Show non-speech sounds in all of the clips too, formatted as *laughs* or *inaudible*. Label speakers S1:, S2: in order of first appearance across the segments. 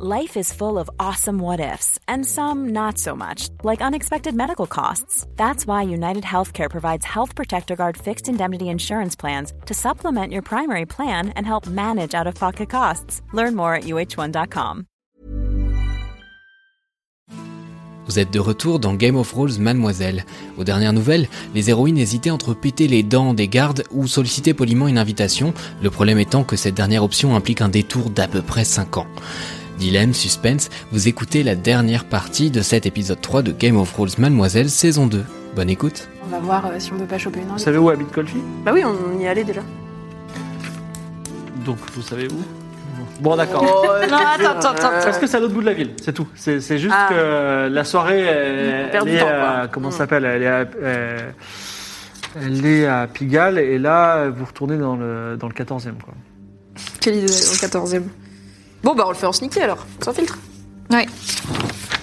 S1: Life is full of awesome what ifs, and some not so much, like unexpected medical costs. That's why United Healthcare provides Health Protector Guard fixed indemnity insurance plans to supplement your primary plan and help manage out of pocket costs. Learn more at uh1.com.
S2: Vous êtes de retour dans Game of Thrones Mademoiselle. Aux dernières nouvelles, les héroïnes hésitaient entre péter les dents des gardes ou solliciter poliment une invitation, le problème étant que cette dernière option implique un détour d'à peu près 5 ans. Dilemme, suspense, vous écoutez la dernière partie de cet épisode 3 de Game of Thrones Mademoiselle saison 2. Bonne écoute.
S3: On va voir euh, si on peut pas choper une
S4: Vous
S3: envie.
S4: savez où habite Colfi
S5: Bah oui, on y allait déjà.
S4: Donc, vous savez où Bon, d'accord.
S3: Oh,
S5: non, attends, attends, attends.
S4: Parce que c'est à l'autre bout de la ville, c'est tout. C'est c'est juste
S5: Ah.
S4: que euh, la soirée, euh,
S5: On
S4: elle
S5: perd du
S4: est,
S5: temps,
S4: euh,
S5: quoi.
S4: comment
S5: Mm.
S4: ça s'appelle Elle est à, euh, elle est à Pigalle et là, vous retournez dans le, dans le 14e. Quoi.
S3: Quelle idée en 14 e
S5: Bon, bah on le fait en sneaky alors, sans filtre.
S6: Ouais.
S5: Oui,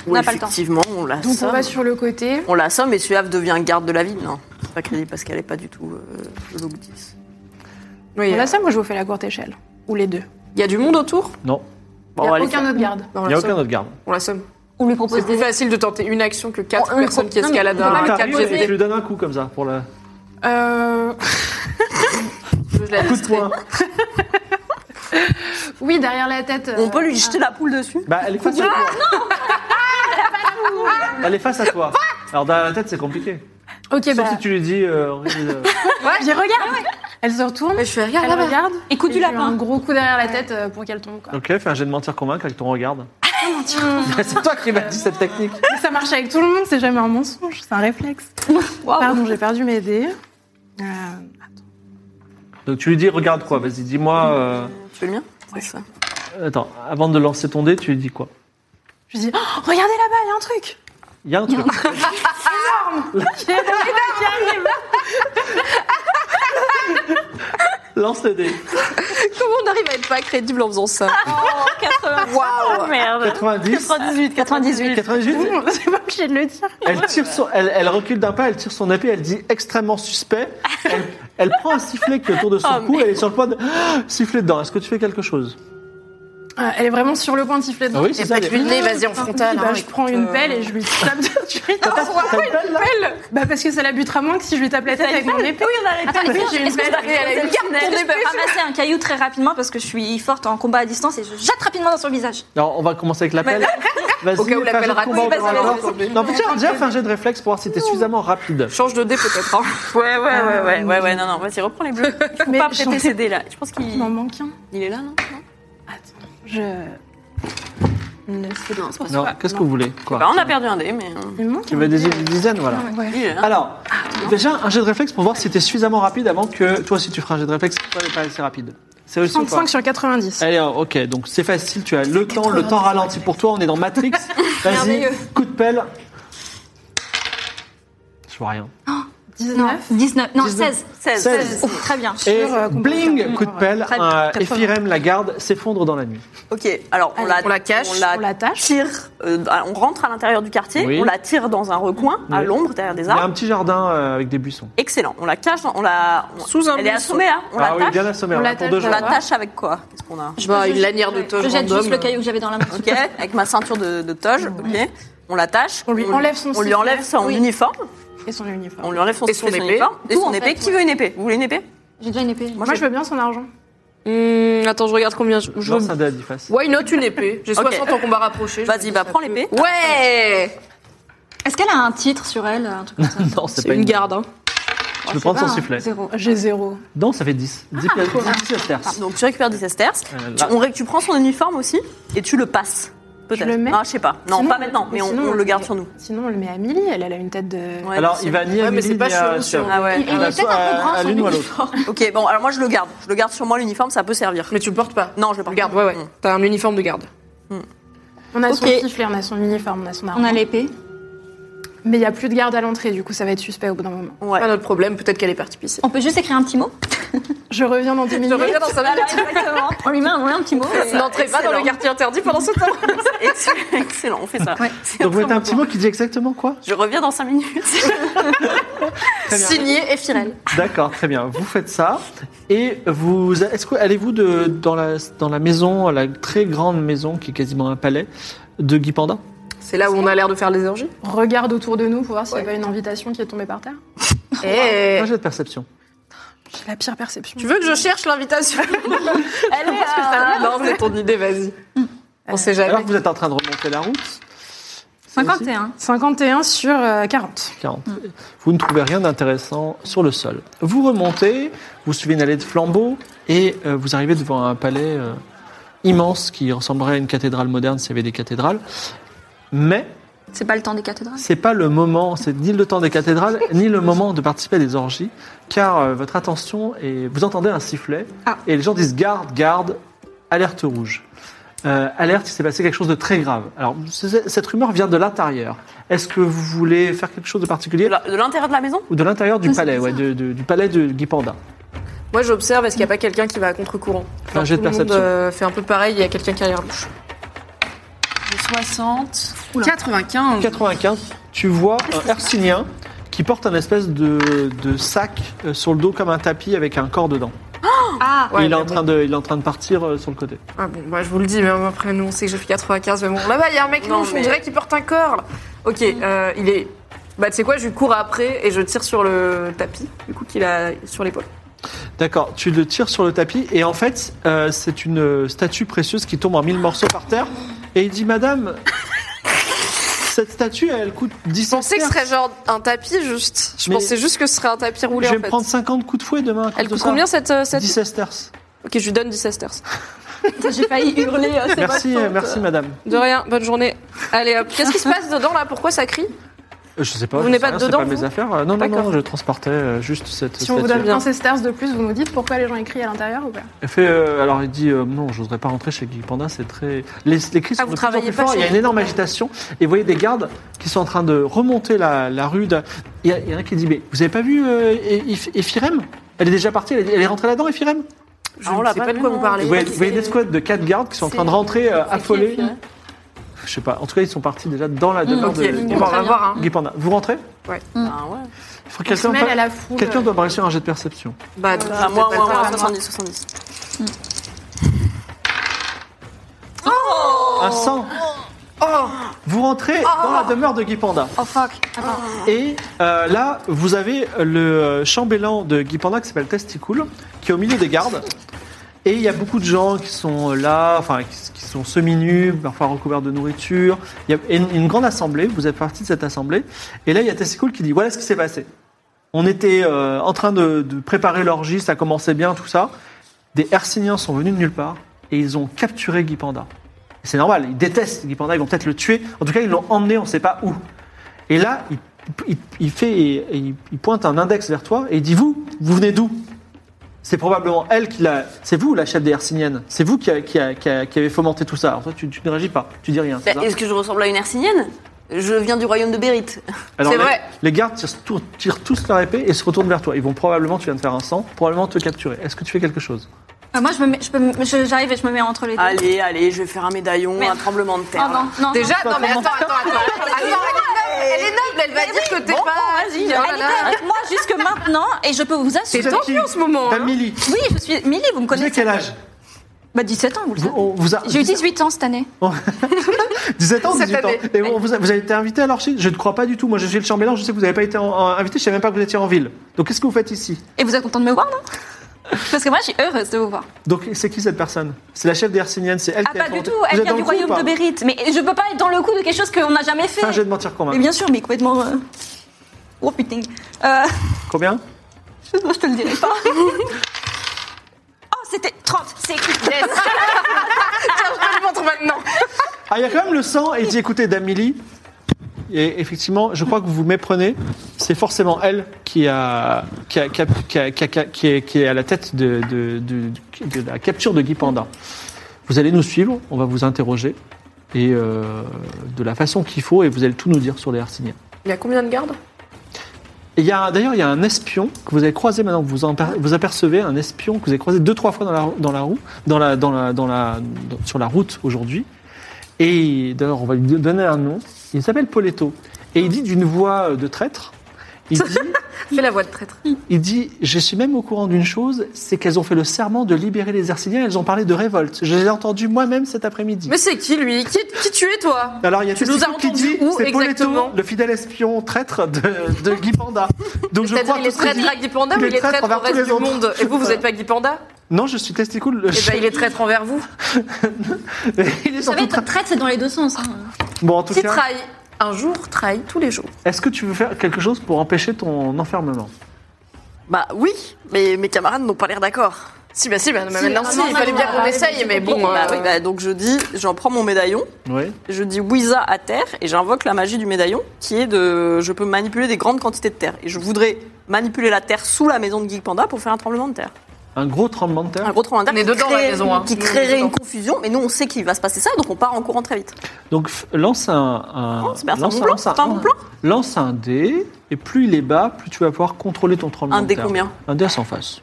S6: On n'a pas le temps.
S5: effectivement, on la
S3: Donc on va
S5: somme.
S3: sur le côté.
S5: On la somme et Suave devient garde de la ville. Non, c'est pas crédible parce qu'elle est pas du tout euh, de l'eau bouddhiste. Oui,
S3: On a ça, moi je vous fais la courte échelle. Ou les deux.
S5: Il y a du monde autour
S4: Non,
S3: Il
S5: on
S3: n'y
S5: va
S3: a
S5: aller
S3: aucun
S5: faire-
S3: autre garde.
S5: Bah, on
S4: il n'y
S5: la
S4: a
S5: somme.
S4: aucun autre garde.
S5: On la somme.
S6: On lui
S5: C'est
S6: propose
S5: plus
S6: des
S5: facile de tenter une action que quatre
S6: On- on-
S5: personnes qui
S6: non, mais-
S5: escaladent
S6: on va
S5: un
S6: pas
S5: quatre
S4: T'arrives et Ah, tu
S5: GP.
S4: lui donnes un coup comme ça pour la.
S3: Euh...
S5: Je la
S4: Coup de
S5: laisserai.
S4: poing.
S3: Oui, derrière la tête. euh,
S5: On peut lui jeter la poule dessus
S4: Bah, elle est
S5: Ah,
S4: face à toi. Elle est face à toi. Alors, dans la tête, c'est compliqué.
S5: Eh
S3: Ok,
S4: Sauf
S3: bah.
S5: ben.
S4: si tu lui dis. euh, euh,
S3: j'y regarde. Elle se retourne.
S5: Mais je fais regarde
S3: Elle
S5: là-bas.
S3: regarde.
S6: Écoute
S3: et
S6: du
S3: je lui mets Un
S6: lapin.
S3: gros coup derrière la tête euh, pour qu'elle tombe.
S5: Bah.
S3: Quoi.
S4: Ok, fais un jet de mentir convaincre avec ton regard.
S5: Ah,
S4: *laughs* c'est toi qui m'as dit cette technique.
S3: Mais *laughs* Ça marche avec tout le monde, c'est jamais un mensonge, c'est un *laughs* réflexe. Pardon, j'ai perdu mes dés. Euh,
S4: Donc, tu lui dis, regarde quoi Vas-y, dis-moi. euh,
S5: Tu veux le mien C'est ça.
S4: Attends, avant de lancer ton dé, tu lui dis quoi
S3: je dis, Oh, regardez là-bas, il y a un *laughs* truc.
S4: Il y a un truc. *laughs* Lance le dé.
S5: Comment on arrive à être pas crédible en faisant ça
S7: Ah,
S6: Oh, 80.
S5: Waouh
S6: Merde.
S4: 90.
S6: 98, 98.
S4: 98.
S3: Bon, C'est pas obligé de le dire.
S4: Elle, tire son- elle, elle recule d'un pas, elle tire son épée, elle dit extrêmement suspect. Elle, elle prend un sifflet qui est autour de son
S6: Oh,
S4: cou, elle est sur le point de ah, siffler dedans. Est-ce que tu fais quelque chose
S3: Euh, elle est vraiment sur le point de siffler dedans.
S4: Ah c'est ça.
S5: lui le nez, Ah vas-y, en
S3: Ah,
S5: frontal.
S3: oui, bah,
S5: hein,
S3: je
S5: écoute,
S3: prends une
S5: euh,
S3: pelle et je lui tape *laughs* dessus.
S4: T'as une pelle, là
S3: Pelle Bah parce que ça la butera moins que si je lui tape la tête avec mon épée.
S6: Oui, on a
S3: Attends,
S6: Attends,
S3: j'ai une
S6: est-ce que je
S3: belle-
S6: peux-
S3: elle a une
S6: est-ce que je
S3: cartonnée,
S6: peux ramasser un caillou très rapidement parce que je suis forte en combat à distance et je jette rapidement dans son visage.
S4: Alors, on va commencer avec l'appel. Vas-y,
S5: Au cas où
S4: fais un jet de
S5: l'appel rate.
S4: combat
S5: Oui,
S4: au
S5: vas-y,
S4: corps à
S5: vas-y,
S4: corps.
S5: vas-y.
S4: Non, mais tiens, déjà, fais un jet de réflexe pour voir si t'es suffisamment rapide.
S5: Change de dé *laughs* peut-être. hein.
S6: Ouais, ouais, ouais, ouais, ouais, ouais, non, non, vas-y, reprends les
S5: *laughs*
S6: bleus. Il faut
S3: Mais
S6: pas
S3: je
S6: péter
S3: pensais-
S6: ces dés là. Je pense qu'il
S3: Il m'en manque un.
S5: Il est là, non
S3: Attends, je... Ne sais pas.
S5: Non, c'est pas
S4: Non,
S5: ça.
S4: qu'est-ce que vous voulez quoi
S5: Bah, on a perdu un dé, mais. euh,
S3: Il me manque
S4: Tu
S3: un
S4: veux des
S3: dé.
S4: des dizaines, voilà.
S3: Ouais.
S5: Il est là.
S4: Alors, déjà, un jet de réflexe pour voir si t'es suffisamment rapide avant que toi, si tu feras un jet de réflexe, toi, t'es pas assez rapide. C'est réussi ou pas
S3: 35 sur 90.
S4: Allez, oh, ok, donc c'est facile, tu as le temps, le temps ralenti pour toi, on est dans Matrix. Vas-y,
S5: Merveilleux.
S4: coup de pelle. Je vois rien.
S3: 19.
S6: 19, non, 16.
S5: 16.
S4: 16.
S6: Oh, très bien.
S4: Et
S3: Sur, euh,
S4: bling,
S3: comportement,
S4: coup de pelle,
S6: Très-
S4: euh,
S6: 80.
S4: Ephirem, la garde, s'effondre dans la nuit.
S5: Ok, alors on,
S3: Allez,
S5: la,
S3: on la
S5: cache, on la,
S3: on l'attache.
S5: tire, euh, on rentre à l'intérieur du quartier,
S4: Oui.
S5: on la tire dans un recoin, à
S4: Oui.
S5: l'ombre, derrière
S4: Il
S5: des
S4: y a
S5: arbres.
S4: un petit jardin euh, avec des buissons.
S5: Excellent, on la cache, on la. on-
S3: Sous un
S5: Elle est
S3: buisson.
S5: assommée là, on
S4: ah oui,
S5: l'attache.
S4: bien assommé,
S3: On
S4: on
S3: l'attache
S4: attend deux
S5: on
S4: jours.
S3: voilà.
S5: l'attache avec quoi Qu'est-ce qu'on a
S6: Je
S5: Bah,
S6: peux
S5: une
S6: juste-
S5: lanière de
S6: ouais,
S5: toge
S7: euh,
S6: Je jette
S5: random.
S6: juste le caillou que j'avais dans la main.
S5: Ok, avec ma ceinture de, de toge, ok. On l'attache.
S3: On lui enlève son
S5: On lui
S3: sifflet.
S5: enlève son
S3: Oui.
S5: uniforme.
S3: Et son uniforme.
S5: On lui enlève son
S6: Et
S5: sifflet,
S6: son épée.
S5: uniforme, Et
S6: Tout,
S5: son
S6: en fait,
S5: épée. Qui
S6: ouais.
S5: veut une épée Vous voulez une épée
S6: J'ai déjà une épée.
S3: Moi, je veux bien son argent.
S7: Hum, attends, je regarde combien je. je...
S4: Lance un dé à dix faces.
S7: Why not une épée J'ai
S5: Ok.
S7: 60 en combat rapproché. je me
S5: Vas-y,
S7: dis
S5: bah
S7: ça
S5: prends
S7: peut-
S5: l'épée.
S7: Ouais
S6: Est-ce qu'elle a un titre sur elle un truc comme ça
S4: Non, c'est
S7: C'est
S4: pas
S7: une garde, hein.
S4: Tu peux prendre son sifflet.
S6: Zéro.
S3: J'ai zéro.
S4: Non, ça fait 10. 10 pièces, 10 sesterces.
S5: Donc tu récupères 10 sesterces.
S4: Euh,
S5: Tu,
S4: là.
S5: on ré- tu prends son uniforme aussi et tu le passes. Peut-être.
S3: le mets
S5: Ah, je sais pas. Non,
S3: Sinon,
S5: pas maintenant, mais on,
S3: sinon,
S5: on le garde
S3: mais-
S5: sur nous.
S3: Sinon, on le met à Millie, elle, elle a une tête de.
S5: Ouais,
S4: Alors,
S5: c'est-
S4: il va ni à
S7: Ouais, mais c'est
S4: Millie,
S7: pas
S4: ni à
S7: chelou sur-
S5: Ah ouais.
S6: Il- il est
S4: à la-
S6: peut-être un peu
S4: à-
S6: grand,
S4: à
S6: son
S4: l'une ou à l'autre.
S6: uniforme.
S5: Ok, bon, alors moi je le garde. Je le garde sur moi l'uniforme, ça peut servir.
S7: Mais tu le portes pas.
S5: Non, je le porte.
S7: Garde, ouais, ouais.
S5: Mm.
S7: T'as un uniforme de garde.
S3: On a
S5: Ok.
S3: son sifflet, on a son uniforme, on a son argent.
S6: On a l'épée.
S3: Mais il n'y a plus de garde à l'entrée, du coup, ça va être suspect au bout d'un moment.
S5: Ouais.
S7: Pas notre problème, peut-être qu'elle est partie pisser.
S6: On peut juste écrire un petit mot
S3: Je reviens dans 10
S7: Je
S3: minutes.
S7: reviens dans sa
S6: Voilà,
S7: minute.
S6: exactement. On lui met un, on met un petit mot. et-
S7: N'entrez pas dans le
S5: Excellent.
S7: quartier interdit pendant ce temps.
S5: *laughs* Excellent, Excellent, on fait ça. C'est
S4: Donc vous mettez un
S5: absolument
S4: petit mot qui dit exactement quoi
S5: bon. Je reviens dans 5 minutes.
S6: Signé et Firel.
S4: D'accord, très bien. Vous faites ça. Et vous, est-ce que allez-vous de- dans, la, dans la maison, la très grande maison qui est quasiment un palais de Guy Panda
S7: C'est là où on a l'air de faire les orgies.
S3: Regarde autour de nous pour voir s'il n'y a pas une invitation qui est tombée par terre.
S7: Eh,
S4: Moi j'ai de perception.
S3: J'ai la pire perception.
S7: Tu veux que je cherche *laughs* l'invitation
S6: Elle
S5: *laughs*
S6: est
S7: Ah,
S6: à
S7: Non, c'est ton idée, vas-y. On sait
S4: Alors
S7: jamais.
S4: que vous êtes en train de remonter la route. c'est aussi
S6: 51.
S3: 51 sur euh, 40.
S4: 40. Vous ne trouvez rien d'intéressant sur le sol. Vous remontez, vous suivez une allée de flambeaux et euh, vous arrivez devant un palais euh, immense qui ressemblerait à une cathédrale moderne s'il y avait des cathédrales. Mais
S6: C'est pas le temps des cathédrales.
S4: c'est pas le moment, c'est ni le temps des cathédrales, ni le moment de participer à des orgies, car euh, votre attention est. Vous entendez un sifflet,
S6: Ah.
S4: et les gens disent garde, garde, alerte rouge. Euh, alerte, il s'est passé quelque chose de très grave. Alors, c- cette rumeur vient de l'intérieur. Est-ce que vous voulez faire quelque chose de particulier
S5: De la- de l'intérieur de la maison
S4: Ou de l'intérieur du
S6: Mais c'est
S4: palais, ouais,
S6: bizarre.
S4: de- de- du palais de Guy Panda.
S7: Moi, j'observe, est-ce qu'il n'y a pas quelqu'un qui va à contre-courant
S4: Fais un jet de
S7: Tout le monde,
S4: perception.
S7: euh, fait un peu pareil, il y a quelqu'un qui arrière bouche.
S8: 60, 95.
S4: 95, tu vois un Hercynien qui porte un espèce de, de sac euh, sur le dos comme un tapis avec un corps dedans.
S7: Ah,
S4: Et il, est en train de, il est en train de partir euh, sur le côté.
S7: Ah bon, bah, je vous le dis, mais après nous on sait que j'ai fait 95, mais bon, là-bas il y a un mec
S5: Non,
S7: louche, on
S5: mais-
S7: dirait qu'il porte un corps. là. Ok, euh, il est. Bah tu sais quoi, je lui cours après et je tire sur le tapis, du coup qu'il a sur l'épaule.
S4: D'accord, tu le tires sur le tapis et en fait, euh, c'est une euh, statue précieuse qui tombe en mille morceaux par terre. Et il dit Madame, cette statue elle coûte 10
S7: Je pensais que ce
S4: centimes.
S7: serait genre un tapis juste. Je
S4: Mais-
S7: pensais juste que ce serait un tapis roulé
S4: Je vais
S7: en
S4: me
S7: fait.
S4: prendre 50 coups de fouet demain. à cause
S7: Elle
S4: de
S7: coûte
S4: ça.
S7: combien cette. euh, cette...
S4: 10 sesterces.
S7: Ok, je lui donne 10 esters.
S6: J'ai failli hurler.
S7: Ah,
S6: euh, c'est pas
S4: Merci,
S6: de
S4: euh,
S6: faute.
S4: merci madame.
S7: De rien, bonne journée. Allez hop, qu'est-ce qui se passe dedans là Pourquoi ça crie
S4: Euh, Je sais pas.
S7: Vous
S4: je sais
S7: n'êtes pas
S4: rien, c'est
S7: dedans,
S4: pas mes
S7: vous
S4: affaires. Euh, Non, non, non,
S7: D'accord.
S4: je transportais euh, juste cette
S3: Si on
S4: statue.
S3: vous donne
S7: bien.
S3: bien. stars de plus, vous nous dites pourquoi les gens écrivent à l'intérieur ou pas
S4: Elle fait, euh, alors il dit euh, non, je voudrais pas rentrer chez Guy Panda, c'est très. Les, les cris sont
S7: Ah, vous
S4: de plus en
S7: travaillez
S4: plus
S7: pas
S4: forts,
S7: chez
S4: il y a une
S7: Guy
S4: énorme
S7: Panda.
S4: agitation. Et vous voyez des gardes qui sont en train de remonter la, la rue. d'un- Il y, a- il y en a qui dit Mais vous avez pas vu euh, E- Eph- Ephirem Elle est déjà partie, elle est, elle est rentrée là-dedans, Ephirem
S7: Je
S5: Ah, on
S7: ne
S5: l'a
S7: sais
S5: pas
S7: pas de
S5: vu,
S7: quoi
S5: non.
S7: vous
S4: Vous
S7: parlez.
S4: voyez, vous voyez une escouade de quatre gardes qui sont en train de rentrer euh, affolés.
S8: Ephirem
S4: Je sais pas, en tout cas, ils sont partis déjà dans la demeure
S7: Mmh, Ok,
S4: de- de,
S7: bon, on va voir. Hein.
S4: Guy Panda. Vous rentrez
S5: Ah ouais.
S4: Il faut que
S3: On se
S4: quelqu'un
S3: mêle à
S4: fa-
S3: la foule.
S4: quelqu'un doit me réussir un jet de perception.
S7: Bah, donc,
S5: Ah, moi,
S7: je vais
S5: moi,
S7: pas le
S5: moi,
S7: faire.
S5: 70, 70.
S4: Un sang Oh, Vous rentrez dans la demeure de Guy Panda.
S6: Oh fuck.
S4: Et euh, là, vous avez le euh, chambellan de Guy Panda qui s'appelle Testicool, qui est au milieu des gardes. Et il y a beaucoup de gens qui sont là, enfin, qui, qui sont semi-nus, parfois recouverts de nourriture. Il y a une, une grande assemblée, vous êtes partie de cette assemblée. Et là, il y a Testicool qui dit Voilà ce qui s'est passé. On était euh, en train de, de préparer l'orgie, ça commençait bien, tout ça. Des Hercyniens sont venus de nulle part et ils ont capturé Guy Panda. Et C'est normal, ils détestent Guy Panda, ils vont peut-être le tuer. En tout cas, ils l'ont emmené, on ne sait pas où. Et là, il, il- il fait, et il, il pointe un index vers toi et il dit Vous, vous venez d'où C'est probablement elle qui l'a. C'est vous, la chef des Hercyniennes. C'est vous qui, a- qui, a- qui a- qui avez fomenté tout ça. Alors toi, tu, tu ne réagis pas, tu dis rien. c'est
S5: Bah,
S4: ça
S5: Est-ce que je ressemble à une hercinienne Je viens du royaume de Bérite.
S4: Alors,
S7: c'est
S4: les,
S7: vrai.
S4: Les gardes tirent, tout- tirent tous leur épée et se retournent vers toi. Ils vont probablement, tu viens de faire un sang, probablement te capturer. Est-ce que tu fais quelque chose
S6: Ah, moi, je me mets- je peux me- je- j'arrive et je me mets entre les deux.
S5: *laughs* Allez, allez, je vais faire un médaillon,
S6: Merde.
S5: un tremblement de terre.
S6: Oh non, non.
S7: Déjà, non mais attends, attends, *laughs* attends. Attends, elle est noble, elle est noble, elle va dire que t'es pas. Oh Vas-y,
S6: Elle était avec moi jusque maintenant et je peux vous assurer.
S7: T'es tendu en ce moment. hein.
S4: Amélie,
S6: Oui, je suis. Millie, vous me
S4: vous avez
S6: connaissez.
S4: quel âge
S6: Bah, 17 ans, vous le
S4: Vous-
S6: savez.
S4: on vous a-
S6: J'ai eu
S4: *laughs*
S6: 18 ans cette année.
S4: 17 ans,
S7: Cette
S4: 18 ans.
S7: année.
S4: Et vous, vous avez été invité à l'orchide Je ne crois pas du tout. Moi, je suis le chambellan, je sais que vous n'avez pas été en- en- invité, je ne savais même pas que vous étiez en ville. Donc, qu'est-ce que vous faites ici
S6: Et vous êtes content de me voir, non Parce que moi, je suis heureuse de vous voir.
S4: Donc, c'est qui cette personne C'est la chef des Hercyniennes, c'est elle
S6: Ah,
S4: qui a
S6: pas du
S4: fondé-
S6: tout.
S4: Vous
S6: Elle
S4: êtes
S6: vient
S4: dans
S6: du
S4: le hein. coup ou
S6: royaume
S4: pas
S6: de Bérite. Mais je peux pas être dans le coup de quelque chose qu'on n'a jamais fait.
S4: Fais un jet de mentir
S6: Mais
S4: convaincre.
S6: bien sûr, mais complètement. euh, Oh putain. Euh, *laughs*
S4: Combien
S6: je je te le dirai pas.
S4: *laughs*
S6: oh, c'était 30. C'est écrit. Yes.
S7: Tiens, je te le montre maintenant.
S4: Ah, il y a quand même le sang. Et il dit écoutez, d'Amélie, et effectivement, je crois que vous vous méprenez. C'est forcément elle qui, a, qui, a- qui, a- qui, a- qui a- qui est, qui est à la tête de, de- de- de la capture de Guy Panda. Vous allez nous suivre, on va vous interroger, et euh, de la façon qu'il faut, et vous allez tout nous dire sur les Hercyniens.
S7: Il y a combien de gardes
S4: Et il y a- D'ailleurs, il y a un espion que vous avez croisé maintenant, que vous, en per- vous apercevez un espion que vous avez croisé deux, trois fois dans la, dans la roue, dans la, dans la, dans la, dans- sur la route aujourd'hui. Et d'ailleurs, on va lui donner un nom. Il s'appelle Poletto. Et il dit d'une voix euh, de traître, il dit,
S7: Fais la voix de traître.
S4: il dit, je suis même au courant d'une chose, c'est qu'elles ont fait le serment de libérer les Arciliens, elles ont parlé de révolte. Je les ai entendues moi-même cet après-midi.
S7: Mais c'est qui lui qui, qui tu es toi
S4: Alors, il y a
S7: Tu nous
S4: Testicule
S7: as
S4: qui dit,
S7: entendu où
S4: c'est Poletto,
S7: exactement
S4: le fidèle espion traître de, de Guy Panda. Donc, je
S7: C'est-à-dire
S4: crois
S7: il est
S4: tout ce qu'il
S7: traître
S4: dit.
S7: à Guy Panda
S4: Il
S7: ou
S4: est
S7: il est
S4: traître
S7: traître au
S4: envers tous
S7: reste
S4: les
S7: du
S4: autres.
S7: monde Et vous, vous n'êtes pas Guy Panda
S4: Non, je suis testicule. le
S7: Et
S4: chien.
S7: ben
S4: *laughs*
S7: il est traître envers vous. ben,
S4: Il est
S9: Vous savez,
S4: surtout
S9: être
S4: traître.
S9: traite, c'est dans les deux sens. hein.
S6: Ah,
S4: Bon, en tout
S7: Qui
S4: cas,
S7: trahit un jour, trahit tous les jours.
S4: est-ce que tu veux faire quelque chose pour empêcher ton enfermement
S5: Bah oui, mais mes camarades n'ont pas l'air d'accord.
S7: Si, bah si, bah,
S9: Si,
S7: maintenant
S9: ah,
S7: si,
S9: non,
S7: il
S9: non,
S7: fallait
S9: non,
S7: bien
S9: non,
S7: qu'on
S9: non,
S7: essaye,
S9: non,
S7: mais
S9: non,
S7: bon.
S9: non,
S7: euh,
S5: Bah oui, bah donc je dis, j'en prends mon médaillon,
S4: Oui.
S5: je dis Wiza à terre et j'invoque la magie du médaillon qui est de. Je peux manipuler des grandes quantités de terre. Et je voudrais manipuler la terre sous la maison de Geek Panda pour faire un tremblement de terre.
S4: Un gros tremblement de
S5: Un
S4: terre.
S5: gros tremblement de
S7: Ah. On est
S5: terre qui
S7: dedans, la
S5: crée-
S7: maison, hein.
S5: qui
S7: Nous, on est
S5: créerait
S7: dedans.
S5: une confusion, mais nous on sait qu'il va se passer ça donc on part en courant très vite.
S4: Donc f- lance un. un-
S5: Oh, c'est bien, c'est un
S4: lance,
S5: bon plan,
S4: lance,
S5: c'est un bon plan.
S4: lance un dé, et plus il est bas, plus tu vas pouvoir contrôler ton tremblement
S5: Un
S4: de
S5: dé
S4: terre.
S5: combien
S4: Un dé à 100 faces.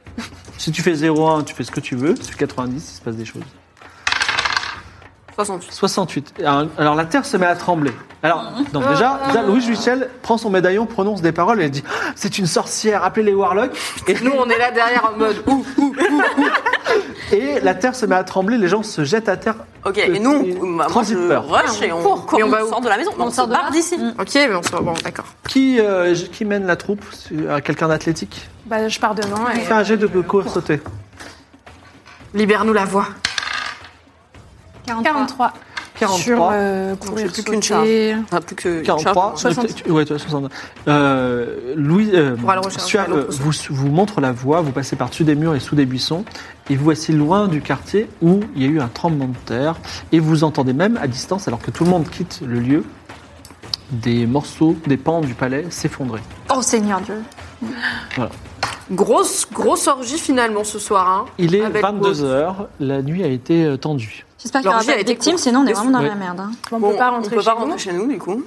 S4: *laughs* si tu fais 0,1, tu fais ce que tu veux. Si tu fais 90, il se passe des choses.
S5: 68.
S4: 68. Alors alors, la terre se met à trembler. Alors, donc déjà, déjà, Louis Michel prend son médaillon, prononce des paroles et dit Ah, C'est une sorcière, appelez les warlocks. Et
S7: Nous, on est là derrière en mode ouh, ouh, ouh.
S4: Et la terre se met à trembler, les gens se jettent à terre.
S5: Ok,
S3: Euh,
S5: et nous, on, bah, moi,
S4: Transit
S5: je
S4: peur.
S5: rush et on, court,
S7: Et on
S5: on
S7: va où
S5: sort de la maison, on, sort de
S9: là. Mm.
S5: d'ici.
S7: Ok, mais on se bon, d'accord.
S4: Qui, euh, qui mène la troupe Euh, Quelqu'un d'athlétique
S3: Bah, je pars devant. Et...
S4: Fais un jet de courir sauter.
S7: Libère-nous la voix.
S3: 43. Sur
S4: 43.
S3: euh,
S5: j'ai
S3: courir,
S5: plus qu'une
S3: sauter.
S5: Enfin, plus que
S4: 43.
S5: Charles,
S4: Euh, tu- Ouais, tu as 60. Euh, Louis, euh,
S7: Pour aller au recherche,
S4: Suave,
S7: aller au
S4: euh, vous, vous montre la voie, vous passez par-dessus des murs et sous des buissons, et vous voici loin du quartier où il y a eu un tremblement de terre, et vous entendez même à distance, alors que tout le monde quitte le lieu, des morceaux, des pans du palais s'effondrer.
S6: Oh Seigneur Dieu.
S7: Grosse, grosse orgie finalement ce soir. Hein.
S4: Il est
S7: Avec
S4: 22h, la nuit a été euh, tendue.
S6: J'espère qu'il y
S7: Leur
S6: aura
S7: vie a
S6: pas de
S7: été
S6: victimes,
S7: courte.
S6: sinon on est vraiment dans
S4: Oui.
S6: la merde. hein.
S3: Bon, on
S5: Bon,
S3: peut pas rentrer
S5: on peut
S3: chez
S5: pas
S3: nous.
S5: rentrer chez nous, du coup.